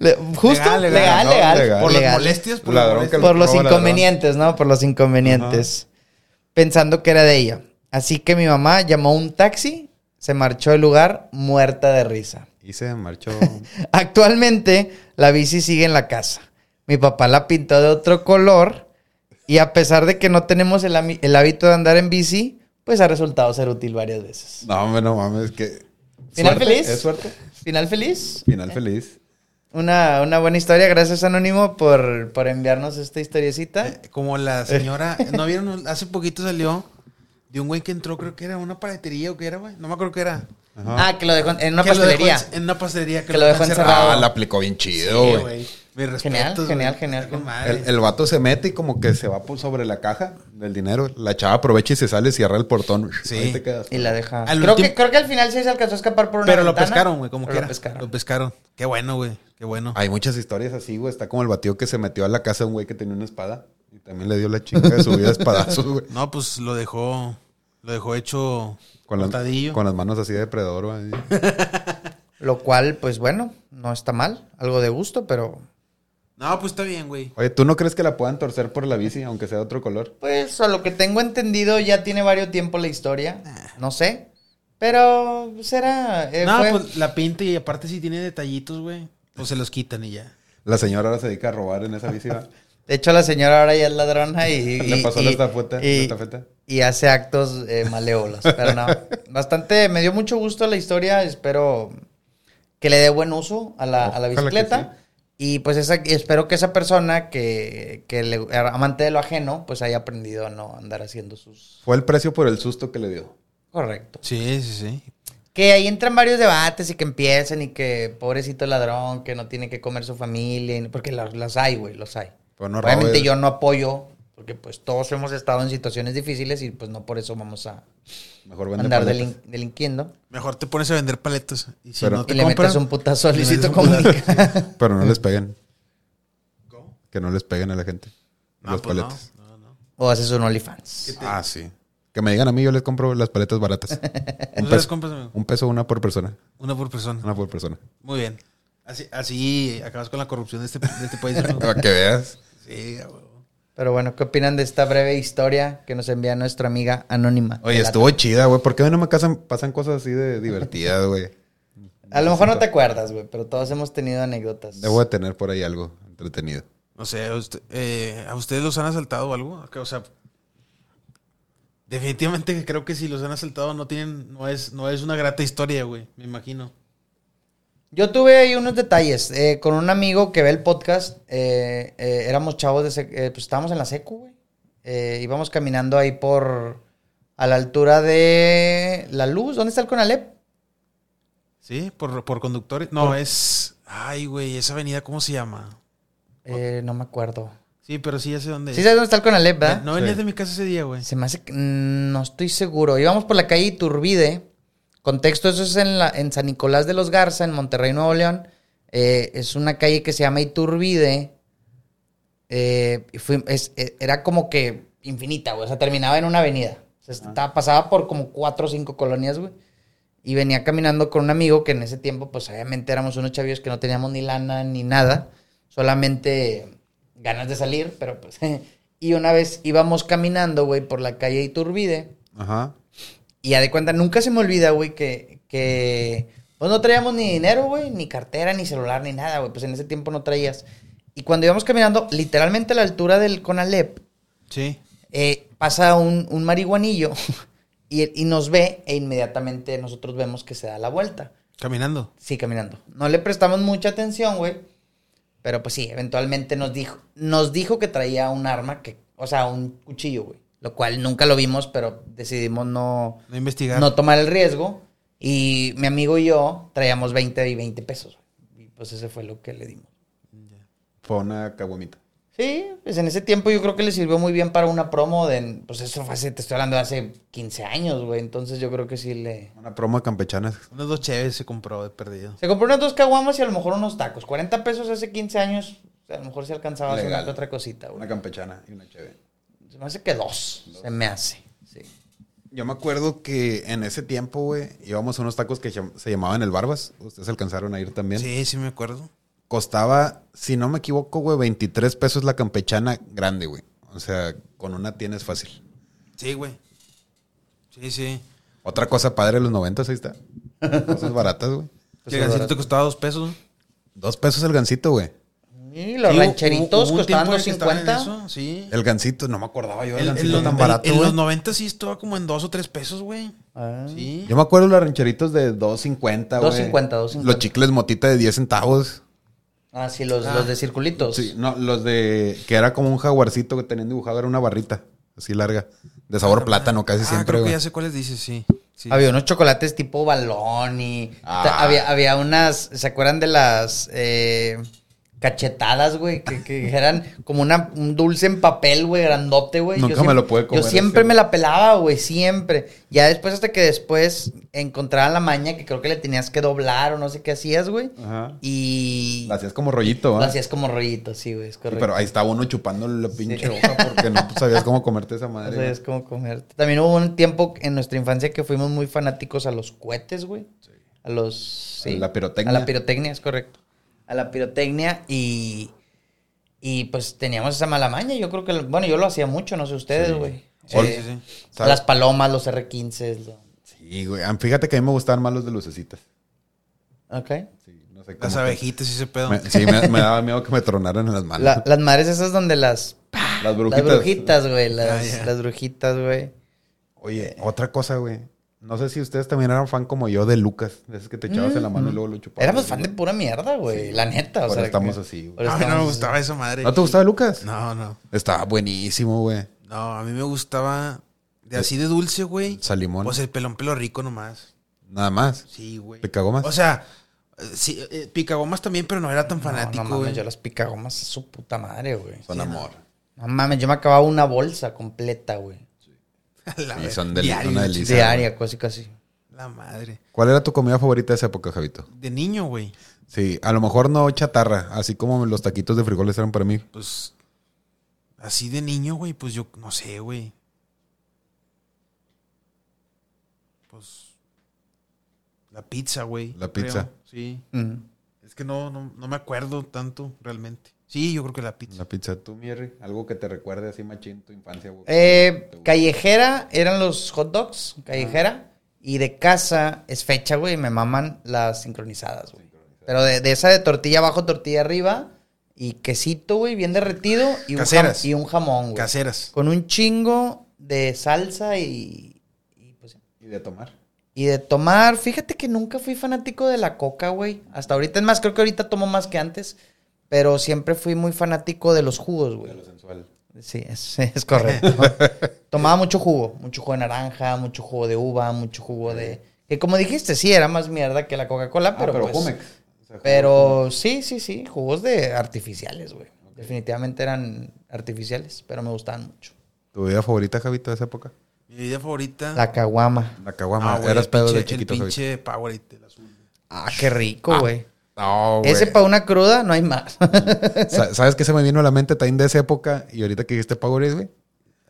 Le- Justo, legal,
Legal, legal,
no,
legal.
legal.
Por las
legal.
molestias, por
Ladrón
las
que
molestias.
Por los
roba ladrón.
inconvenientes, ¿no? Por los inconvenientes. Pensando que era de ella. Así que mi mamá llamó un taxi, se marchó del lugar muerta de risa.
Y se marchó.
Actualmente la bici sigue en la casa. Mi papá la pintó de otro color y a pesar de que no tenemos el, ami- el hábito de andar en bici, pues ha resultado ser útil varias veces.
No, hombre, no mames, que.
Final
¿Suerte?
feliz.
¿Es suerte?
Final feliz.
Final feliz.
Una, una buena historia. Gracias Anónimo por, por enviarnos esta historiecita.
Eh, Como la señora, ¿no vieron? Un- Hace poquito salió de un güey que entró, creo que era una paletería o qué era, güey. No me acuerdo qué era.
Ajá.
Ah, que lo dejó en una
Que lo dejó en-
pastelería.
En una pastelería.
Que lo dejó encerrado.
Ah, la aplicó bien chido,
Sí,
güey.
Ah, güey. Mis
Genial,
respetos,
genial,
güey.
genial.
Con madre.
El, el vato se mete y como que se va por sobre la caja del dinero. La chava aprovecha y se sale, cierra el portón.
Sí.
Ahí te quedas.
Y la deja.
Al
Creo
último-
que, creo que al final sí se alcanzó a escapar por una
Pero lo
ventana,
pescaron, güey, como
pero
quiera.
Lo pescaron.
Lo pescaron. Ah. Qué bueno, güey. Qué bueno.
Hay muchas historias así, güey. Está como el batido que se metió a la casa de un güey que tenía una espada. Y también le dio la chinga de su vida a espadazos, güey.
No, pues lo dejó. Lo dejó hecho
Con, las-
cortadillo.
con las manos así de depredador, güey.
Lo cual, pues bueno, no está mal. Algo de gusto, pero
No, pues está bien, güey.
Oye, ¿tú no crees que la puedan torcer por la bici, aunque sea de otro color?
pues a lo que tengo entendido ya tiene varios tiempo la historia. No sé. Pero será... eh,
Ah. no,
fue-
pues la pinta y aparte si tiene detallitos, güey. Pues se los quitan y ya.
La señora ahora se dedica a robar en esa bici, ¿va?
De hecho, la señora ahora ya es ladrona y...
Le
y-
pasó
y-
la estafeta. la
y-
estafeta.
y hace actos eh, maleolos. Pero no, bastante, me dio mucho gusto la historia. Espero que le dé buen uso a la, a
Ojalá
la
que
bicicleta. Y pues esa, y espero que esa persona que, que le, amante de lo ajeno, pues haya aprendido a no andar haciendo sus...
Fue el precio por el susto que le dio.
Correcto.
Sí, sí, sí.
Que ahí entran varios debates y que empiecen y que pobrecito ladrón, que no tiene que comer su familia, y- porque los, los hay, güey, los hay.
Pero Pues no
Obviamente
robes.
yo no apoyo, porque pues todos hemos estado en situaciones difíciles y pues no por eso vamos a,
Mejor vende
andar
paletas.
delin- delinquiendo.
Mejor te pones a vender paletas. Y si
Pero-
no te
Y le
compran,
metas un putazo al
le
Luisito
metes un putazo.
Comunica.
Pero no les peguen.
¿Cómo?
Que no les peguen a la gente.
No,
los
pues
paletas.
no, no, no.
o haces un OnlyFans.
Ah, sí. Que me digan a mí, yo les compro las paletas baratas. Un
Entonces, las
peso,
compras, amigo?
un peso, una por persona.
Una por persona.
Una por persona.
Muy bien. Así, así acabas con la corrupción de este, de este país. amigo.
Para que veas.
sí, a huevo.
Pero bueno, ¿qué opinan de esta breve historia que nos envía nuestra amiga anónima?
Oye,
Relata.
estuvo chida, güey. ¿Por qué no me casan- pasan cosas así de divertidas, güey?
A lo mejor no te acuerdas, güey, pero todos hemos tenido anécdotas.
Debo de tener por ahí algo entretenido.
No sé, usted- eh, ¿a ustedes los han asaltado o algo? Que, O sea, definitivamente creo que si los han asaltado no tienen, no es, no es una grata historia, güey, me imagino.
Yo tuve ahí unos detalles eh, con un amigo que ve el podcast. eh, eh, éramos chavos de... sec- eh, pues estábamos en la secu, güey. Eh, íbamos caminando ahí por... A la altura de la luz. ¿Dónde está el Conalep?
¿Sí? Por, por conductores. No, es. Ay, güey, esa avenida, ¿cómo se llama?
Eh, no me acuerdo.
Sí, pero sí, ya sé dónde.
Sí sabes dónde está el Conalep, ¿verdad?
No venías
Sí.
de mi casa ese día, güey.
Se me hace que- mm, No estoy seguro. Íbamos por la calle Iturbide. Contexto, eso es en, la, en San Nicolás de los Garza, en Monterrey, Nuevo León. Eh, es una calle que se llama Iturbide. Eh, y fui- es- eh, era como que infinita, güey. O sea, terminaba en una avenida. O sea, estaba- pasaba por como cuatro o cinco colonias, güey. Y venía caminando con un amigo que en ese tiempo, pues obviamente éramos unos chavillos que no teníamos ni lana ni nada. Solamente ganas de salir, pero pues... y una vez íbamos caminando, güey, por la calle Iturbide.
Ajá.
Y ya de cuenta, nunca se me olvida, güey, que, que pues no traíamos ni dinero, güey, ni cartera, ni celular, ni nada, güey. Pues en ese tiempo no traías. Y cuando íbamos caminando, literalmente a la altura del Conalep,
Sí.
eh, pasa un, un marihuanillo y, y nos ve e inmediatamente nosotros vemos que se da la vuelta.
Caminando.
Sí, caminando. No le prestamos mucha atención, güey. Pero pues sí, eventualmente nos dijo, nos dijo que traía un arma, que, o sea, un cuchillo, güey. Lo cual nunca lo vimos, pero decidimos no,
No investigar.
no tomar el riesgo. Y mi amigo y yo traíamos 20 y 20 pesos. güey. Y pues ese fue lo que le dimos.
Fue una caguamita.
Sí, pues en ese tiempo yo creo que le sirvió muy bien para una promo de, pues eso fue hace, te estoy hablando de hace 15 años, güey. Entonces yo creo que sí le...
Una promo de campechanas.
Unos dos chéves se compró de perdido.
Se compró unas dos caguamas y a lo mejor unos tacos. 40 pesos hace 15 años, a lo mejor se alcanzaba a hacer una
Legal.
que otra cosita,
Una
güey.
campechana y una chévere.
Se me hace que dos, se me hace. Sí.
Yo me acuerdo que en ese tiempo, güey, íbamos a unos tacos que llam- se llamaban el Barbas. Ustedes alcanzaron a ir también.
Sí, sí me acuerdo.
Costaba, si no me equivoco, güey, 23 pesos la campechana grande, güey. O sea, con una tienes fácil.
Sí, güey. Sí, sí.
Otra cosa padre de los 90, ahí está. Cosas baratas, güey.
el
Pues es
gancito
barato.
te costaba dos pesos.
Dos pesos el gancito, güey.
Y los
Sí, hubo-
rancheritos
hubo un
costaban
tiempo en
los
el que estaban en
50.
eso, Sí.
El gancito, no me acordaba yo del
El- en
gancito
los,
tan
en-
barato,
en
güey.
los 90 sí estaba como en dos o tres pesos, güey.
Ah.
Sí.
Yo me acuerdo los rancheritos de 2.50, güey.
2.50, 2.50.
Los chicles motita de 10 centavos.
Ah, sí, los,
Ah.
los de circulitos.
Sí, no, los de que era como un jaguarcito que tenían dibujado, era una barrita así larga, de sabor plátano casi
Ah,
siempre,
creo que
güey.
ya sé cuáles dices, sí. Sí.
Había unos chocolates tipo balón y
Ah.
ta- había, había unas, ¿se acuerdan de las eh, cachetadas, güey? Que, que eran como una, un dulce en papel, güey, grandote, güey.
Nunca me
siempre-
lo pude comer
Yo
ese,
siempre me
güey.
la pelaba, güey, siempre. Ya después hasta que después encontraban la maña que creo que le tenías que doblar o no sé qué hacías, güey.
Ajá.
Y
La hacías como rollito,
lo
¿ah?
hacías como rollito, sí, güey, es
Sí,
correcto.
Pero ahí estaba uno chupando la pinche hoja porque no pues, sabías cómo comerte esa madre.
O sea,
güey.
es como comerte. También hubo un tiempo en nuestra infancia que fuimos muy fanáticos a los cohetes, güey. A los. sí.
la pirotecnia.
A la pirotecnia, es correcto. A la pirotecnia y. Y pues teníamos esa mala maña. Yo creo que. lo- Bueno, yo lo hacía mucho, no sé ustedes,
Sí.
güey. Eh,
Sí,
Ol-
sí, sí.
¿Sabes?
Las palomas, los R15. lo-
Sí, güey. Ah, Fíjate que a mí me gustaban más los de lucecitas.
Ok.
Sí, no sé cómo
Las
que-
abejitas y ese pedo.
Me- sí, me, me daba miedo que me tronaran en las manos.
La- las madres esas donde las.
las brujitas.
Las brujitas, güey. Las,
Ah, ya.
las brujitas, güey.
Oye, otra cosa, güey. No sé si ustedes también eran fan como yo de Lucas. De esas que te echabas en la mano y luego lo chupabas.
Mm. Éramos
así,
fan de
güey.
pura mierda, güey. La neta, o
Ahora
sea.
estamos
que-
así, güey.
ahora
a mí no me
estamos así.
gustaba esa madre.
¿No te gustaba Lucas?
No, no.
Estaba buenísimo, güey.
No, a mí me gustaba de así de dulce, güey.
Salimón.
Pues el pelón pelo rico nomás.
Nada más.
Sí, güey.
¿Picagomas?
O sea, eh, sí, eh, picagomas también, pero no era tan fanático,
No, no mames,
güey.
yo las picagomas a su puta madre, güey.
Son amor.
No mames, yo me acababa una bolsa completa, güey.
A la
Sí,
verga.
son deli-
Diario,
una
la
delicia.
chingada.
Diaria, casi casi.
La madre.
¿Cuál era tu comida favorita de esa época, Javito?
De niño, güey.
Sí, a lo mejor no chatarra, así como los taquitos de frijoles eran para mí.
Pues así de niño, güey, pues yo no sé, güey. Pues. La pizza, güey.
La pizza.
Sí.
Ujú.
Es que no, no, no me acuerdo tanto realmente. Sí, yo creo que la pizza.
La pizza. ¿Tú, Mierry? Algo que te recuerde así machín tu infancia, güey.
Eh, callejera eran los hot dogs, callejera. Y de casa es fecha, güey. Me maman las sincronizadas, güey. Pero de, de esa de tortilla abajo, tortilla arriba. Y quesito, güey, bien derretido. Y un, jam-
Caseras.
y un jamón, güey.
Caseras.
Con un chingo de salsa y, y, pues, ya.
¿Y de tomar?
Y de tomar, fíjate que nunca fui fanático de la coca, güey. Hasta ahorita, es más, creo que ahorita tomo más que antes. Pero siempre fui muy fanático de los jugos,
De
güey.
lo sensual.
Sí, es, es correcto. Tomaba mucho jugo, mucho jugo de naranja, mucho jugo de uva, mucho jugo de... Que como dijiste, sí, era más mierda que la Coca-Cola,
Ah,
pero...
pero
pues,
Jumex. O sea,
pero sí, sí, sí, jugos de artificiales, güey. Definitivamente eran artificiales, pero me gustaban mucho.
¿Tu vida favorita, Javito, de esa época?
Mi vida favorita.
La caguama.
La
Ah,
caguama.
güey,
Eras
el
pedo
pinche-
de chiquito,
El
Javito.
pinche Powerade, el azul.
Ah, qué rico, güey.
No, güey.
Ese para una cruda no hay más.
Sa- ¿Sabes qué se me vino a la mente también de esa época? Y ahorita que dijiste Powerade, güey.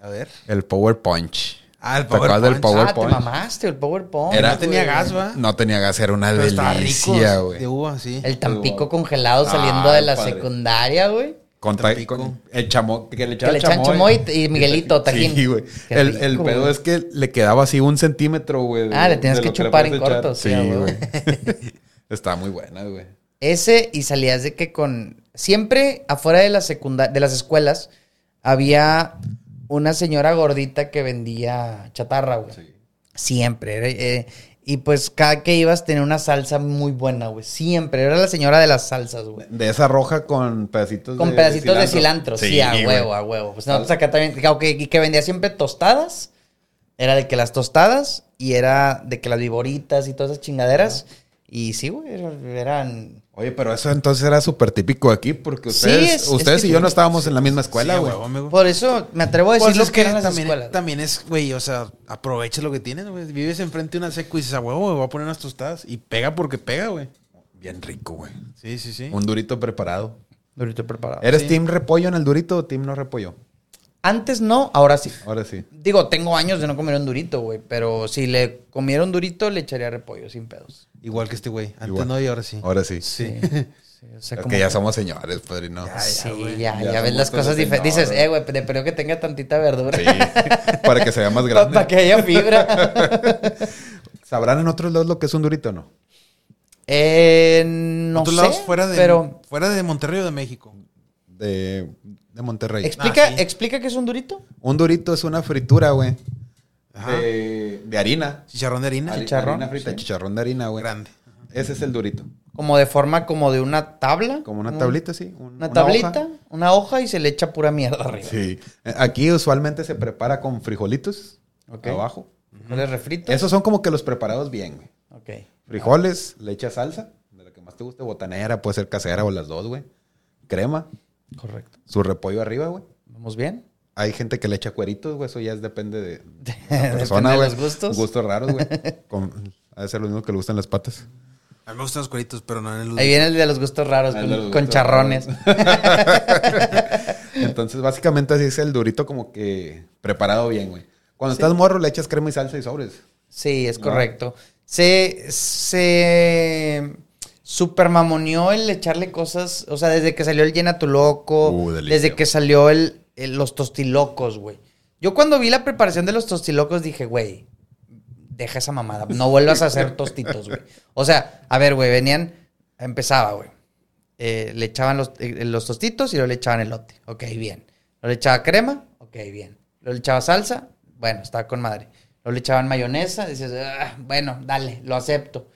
A ver.
El Power Punch.
Ah, el
¿Te acuerdas
Power
del
Punch.
Power
ah, te
Punch?
mamaste, el PowerPoint.
Era-
No tenía
güey.
gas, va.
No tenía gas, era una
Pero estaba rico.
delicia, güey.
De uva, sí.
El Tampico congelado saliendo
Ah,
de la
padre.
secundaria, güey.
Con, ta-
Tampico.
con el chamo, que le
Que
echaba
le echan chamoy y y Miguelito, Tajín.
Sí, güey.
Qué
El,
rico,
el pedo
güey.
es que le quedaba así un centímetro, güey. de-
Ah, le tienes
de
que
lo le
chupar en
puedes echar.
corto, sí,
Sí,
a huevo.
güey. Estaba muy buena, güey.
Ese y salías de que con... Siempre afuera de, la secunda- de las escuelas había una señora gordita que vendía chatarra, güey.
Sí.
Siempre. era, eh, y pues cada que ibas tenía una salsa muy buena, güey. Siempre. Era la señora de las salsas, güey.
De esa roja con pedacitos
Con pedacitos de cilantro. Sí, a
güey.
huevo, a huevo. Pues no, pues acá también... ah, ok, y que vendía siempre tostadas. Era de que las tostadas y era de que las viboritas y todas esas chingaderas. Y sí, güey, era- eran...
Oye, pero eso entonces era súper típico aquí porque
Sí,
ustedes,
es- es
ustedes y
típico.
yo no estábamos en la misma escuela,
Sí,
güey.
a huevo, amigo.
Por eso me atrevo a decir
Pues
lo
es
que, eran las
también,
escuelas.
también es, güey, o sea, aprovecha lo que tienes, güey. Vives enfrente de una seco y dices, a huevo, güey, voy a poner unas tostadas. Y pega porque pega, güey.
Bien rico, güey.
Sí, sí, sí.
Un durito preparado.
Durito preparado.
¿Eres
Sí.
team repollo en el durito o team no repollo?
Antes no, ahora sí.
Ahora sí.
Digo, tengo años de no comer un durito, güey. Pero si le comiera un durito, le echaría repollo, sin pedos.
Igual que este güey. Antes
Igual.
no y ahora sí.
Ahora sí.
Sí.
Sí, o sea,
Es
como
que ya
que-
somos señores, padrino.
Ya,
Sí,
güey.
ya,
Ya
ya ves
somos
las cosas
cosas de
diferentes. Dices,
señores.
eh, güey, de pero que tenga tantita verdura.
Sí. Para que se vea más
Para
grande.
que haya fibra.
¿Sabrán en otros lados lo que es un durito o no?
eh, no sé,
Otros lados fuera de,
pero...
fuera de Monterrey o de México.
De, de Monterrey.
Explica,
Ah, sí.
explica qué es un durito.
Un durito es una fritura, güey.
Ajá.
De, de harina.
Chicharrón de harina.
Hari-
chicharrón,
harina frita,
sí.
Chicharrón de harina, güey.
Grande.
Ese es el durito.
Como de forma como de una tabla.
Como una tablita, sí. un-
Una,
hoja.
tablita, una hoja y se le echa pura mierda arriba.
Sí. Eh, Aquí usualmente se prepara con frijolitos
Ok.
abajo.
Frijoles refritos.
Esos son como que los preparados bien, güey.
Ok.
Frijoles, le echas salsa, de la que más te guste, botanera, puede ser casera o las dos, güey. Crema,
Correcto.
su repollo arriba, güey.
¿Vamos bien?
Hay gente que le echa cueritos, güey, eso ya es- depende de, de la
Depende
persona,
de
güey.
los gustos.
Gustos raros, güey. Con- Ha de ser lo mismo que le gustan las patas.
A mí me gustan los cueritos, pero no en el...
Ahí viene el de los gustos raros,
Ah,
con,
los
con
gustos
charrones.
Entonces, básicamente así es el durito como que preparado bien, güey. Cuando estás morro le echas crema y salsa y sobres.
Sí, es
No.
correcto. Se, se supermamoneó el echarle cosas, o sea, desde que salió el llena tu loco,
Uh, delicia.
desde que salió el, el- los tostilocos, güey. Yo cuando vi la preparación de los tostilocos dije, güey, deja esa mamada, no vuelvas a hacer tostitos, güey. O sea, a ver, güey, venían, empezaba, güey. Eh, le echaban los, eh, los tostitos y luego le echaban elote. Ok, bien. Luego le echaba crema. Ok, bien. Luego le echaba salsa. Bueno, estaba con madre. Luego le echaban mayonesa. Dices, "Ah, bueno, dale, lo acepto.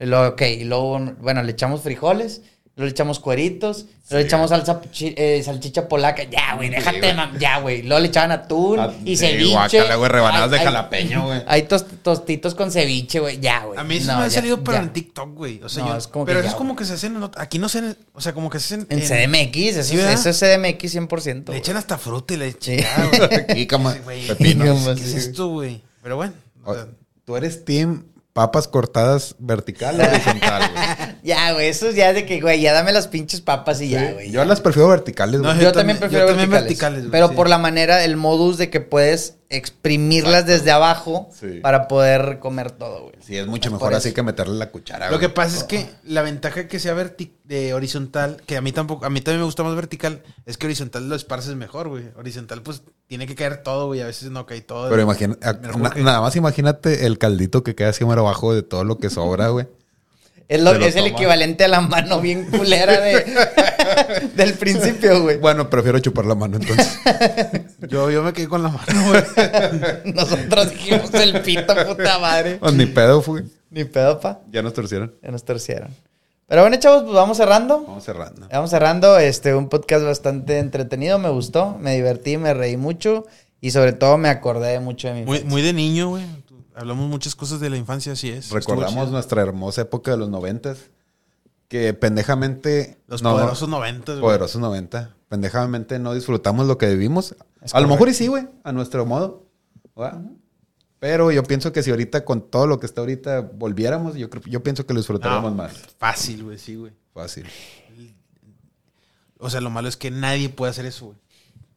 Y luego, ok, y luego, bueno, le echamos frijoles. Luego le echamos cueritos. Luego le echamos salsa, chi- eh, salchicha polaca. Ya, güey, déjate, mam- ya, güey. Luego le echaban atún
Ah,
y
sí,
ceviche.
guácala, güey, rebanadas
Ay,
de
ay,
jalapeño, güey.
Hay tos- tostitos con ceviche, güey. Ya, güey.
A mí eso
No,
me ha
ya,
salido pero
ya.
en TikTok, güey. O sea,
No,
yo-
es como que
pero
ya,
eso es como
güey.
que se hacen... en ot- Aquí no se hacen... O sea, como que se hacen...
En CDMX, eso,
Sí, ¿verdad?
eso es CDMX 100%.
Le
güey.
echan hasta fruta y le echan...
Sí.
Jícama,
güey.
pepino.
Jícama,
¿Qué es esto, güey? Pero bueno. o
O-
sea,
¿Tú eres team papas cortadas vertical o horizontal, güey?
Ya, güey. Eso ya es de que, güey, ya dame las pinches papas y ya, güey.
Yo las prefiero verticales,
No,
güey.
yo, también prefiero
yo también
verticales.
verticales, güey,
pero
sí.
por la manera, el modus de que puedes exprimirlas desde abajo
Sí.
para poder comer todo, güey.
Sí, es mucho
Por
mejor así
eso.
que meterle la cuchara,
Lo que
güey.
pasa es
oh.
que la ventaja que sea verti- de horizontal, que a mí tampoco, a mí también me gusta más vertical, es que horizontal lo esparces mejor, güey. Horizontal, pues, tiene que caer todo, güey. A veces no cae todo.
Pero imagina, a-
Me lo juro
na-
que-
nada más imagínate el caldito que queda así mero abajo de todo lo que sobra, güey.
Es, lo-
Te lo
es el
tomas.
equivalente a la mano bien culera de, del principio, güey.
Bueno, prefiero chupar la mano entonces.
Yo, yo me quedé con la mano, güey.
Nosotros dijimos el pito, puta madre.
Pues ni pedo, fue.
Ni pedo, pa.
Ya nos torcieron.
Ya nos torcieron. Pero bueno, chavos, pues vamos cerrando.
Vamos cerrando.
Vamos cerrando. Este, un podcast bastante entretenido. Me gustó, me divertí, me reí mucho. Y sobre todo me acordé mucho de mi
Muy,
infancia.
muy de niño, güey. Hablamos muchas cosas de la infancia, así es. Estuvo
Recordamos
chido.
nuestra hermosa época de los noventas. Que pendejamente.
los
no-
poderosos noventas, güey.
Poderosos 90. Pendejamente no disfrutamos lo que vivimos.
Es
a lo
correcto.
mejor y sí, güey, a nuestro modo. ¿verdad? Pero yo pienso que si ahorita con todo lo que está ahorita volviéramos, yo creo, yo pienso que lo disfrutaríamos
No,
más.
Fácil, güey, sí, güey.
Fácil.
O sea, lo malo es que nadie puede hacer eso, güey.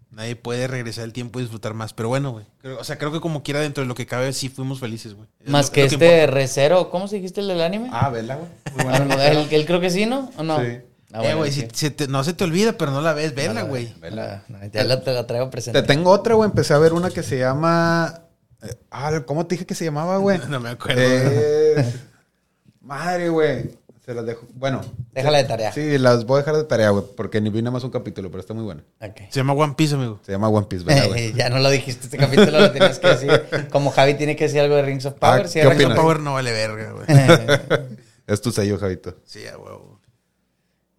Nadie puede regresar el tiempo y disfrutar más. Pero bueno, güey. Creo- O sea, creo que como quiera, dentro de lo que cabe, sí fuimos felices, güey. Es
Más
lo-
que
es lo
este
importa.
recero, ¿cómo se dijiste el del anime?
Ah, ¿verdad, güey? Muy
Ah,
buena
no,
mujer.
él, él creo que sí, ¿no? ¿O no?
Sí.
Ah,
eh,
bueno,
güey,
sí.
si- si te- no se te olvida, pero no la ves. Vela, güey.
Vela, no, ya la, te la traigo presente.
Te tengo otra, güey. Empecé a ver una que se llama. eh, Ah, ¿cómo te dije que se llamaba, güey?
No me acuerdo.
Es- Madre, güey. Se las dejo. Bueno.
Déjala de tarea.
Sí, las voy a dejar de tarea, güey. Porque ni vi nada más un capítulo, pero está muy buena.
Ok.
Se llama One Piece, amigo.
Se llama One Piece, ¿verdad, güey?
ya no lo dijiste este capítulo, lo tenías que decir. Como Javi tiene que decir algo de Rings of Power,
Ah,
sí,
¿qué
Rings
Rings
of
opinas?
of Power no vale verga, güey.
Power.
es tu sello, Javito.
Sí, a huevo.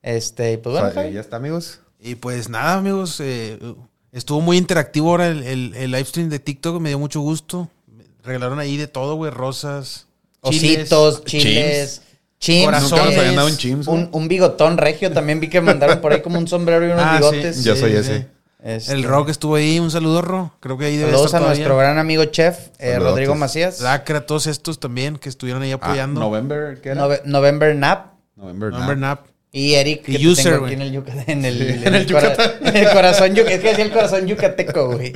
Este, pues
O
bueno,
sea,
Javi.
ya está, amigos.
Y pues nada, amigos. eh, estuvo muy interactivo ahora el, el, el live stream de TikTok. Me dio mucho gusto. Regalaron ahí de todo, güey. Rosas, chiles.
Ositos, chiles, chims,
Corazones.
Nunca nos habían
chims,
dado un chims, güey.
un, un bigotón regio también vi que mandaron por ahí como un sombrero y unos
Ah, sí,
bigotes.
Yo soy ese.
Este,
El rock estuvo ahí. Un saludo, Ro. Creo que ahí debe
Saludos a
estar todavía.
nuestro gran amigo chef, eh,
Saludotes.
Rodrigo Macías.
Lacra, todos estos también que estuvieron ahí
Ah,
apoyando.
November, ¿qué era?
Nove- November Nap.
November,
Number
nah.
Nap.
Y Eric, que
Y
te
user,
tengo
güey.
aquí en el, yuca- en el, en
en
el
el
cora-
Yucatán.
en el corazón yuca- Es que decía el corazón yucateco, güey.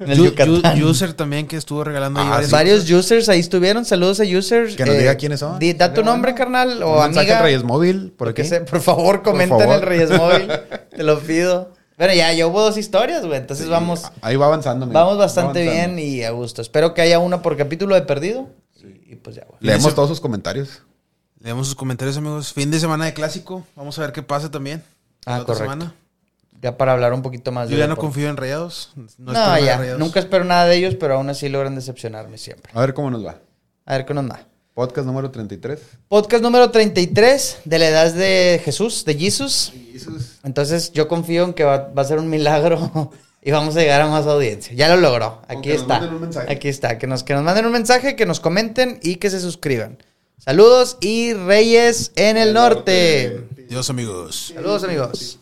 En el
Yu-
Yucatán.
Yu- user también que estuvo regalando ahí
Ah,
varias
sí.
Varios users ahí estuvieron. Saludos a users.
Que nos diga quiénes son.
Eh, di- da tu nombre, carnal, o
Un mensaje
amiga.
en Reyes Móvil, por
Por,
aquí.
por favor, comenta en el
favor.
Reyes Móvil. te lo pido. Bueno, ya, ya hubo dos historias, güey. Entonces vamos,
Ahí va avanzando, amigo.
vamos
Va
bastante
ah, avanzando.
bien y a gusto. Espero que haya uno por capítulo de perdido. Y pues ya, güey.
Leemos todos sus comentarios.
Leemos sus comentarios, amigos. Fin de semana de clásico. Vamos a ver qué pasa también.
Ah,
La otra
correcto. Ya para hablar un poquito más
Yo ya no
deporte.
confío en Rayados.
No,
espero nada de
ya.
Rayados.
Nunca espero nada de ellos, pero aún así logran decepcionarme siempre.
A ver cómo nos va.
A ver qué nos da.
Podcast número 33.
Podcast número 33 de la edad de Jesús, de Jesus.
Jesus.
Entonces yo confío en que va, va a ser un milagro y vamos a llegar a más audiencia. Ya lo logró.
Con
Aquí
que nos
está.
manden un mensaje.
Aquí está. Que nos, que nos manden un mensaje, que nos comenten y que se suscriban. Saludos y Reyes en el norte.
Dios, amigos.
Saludos amigos.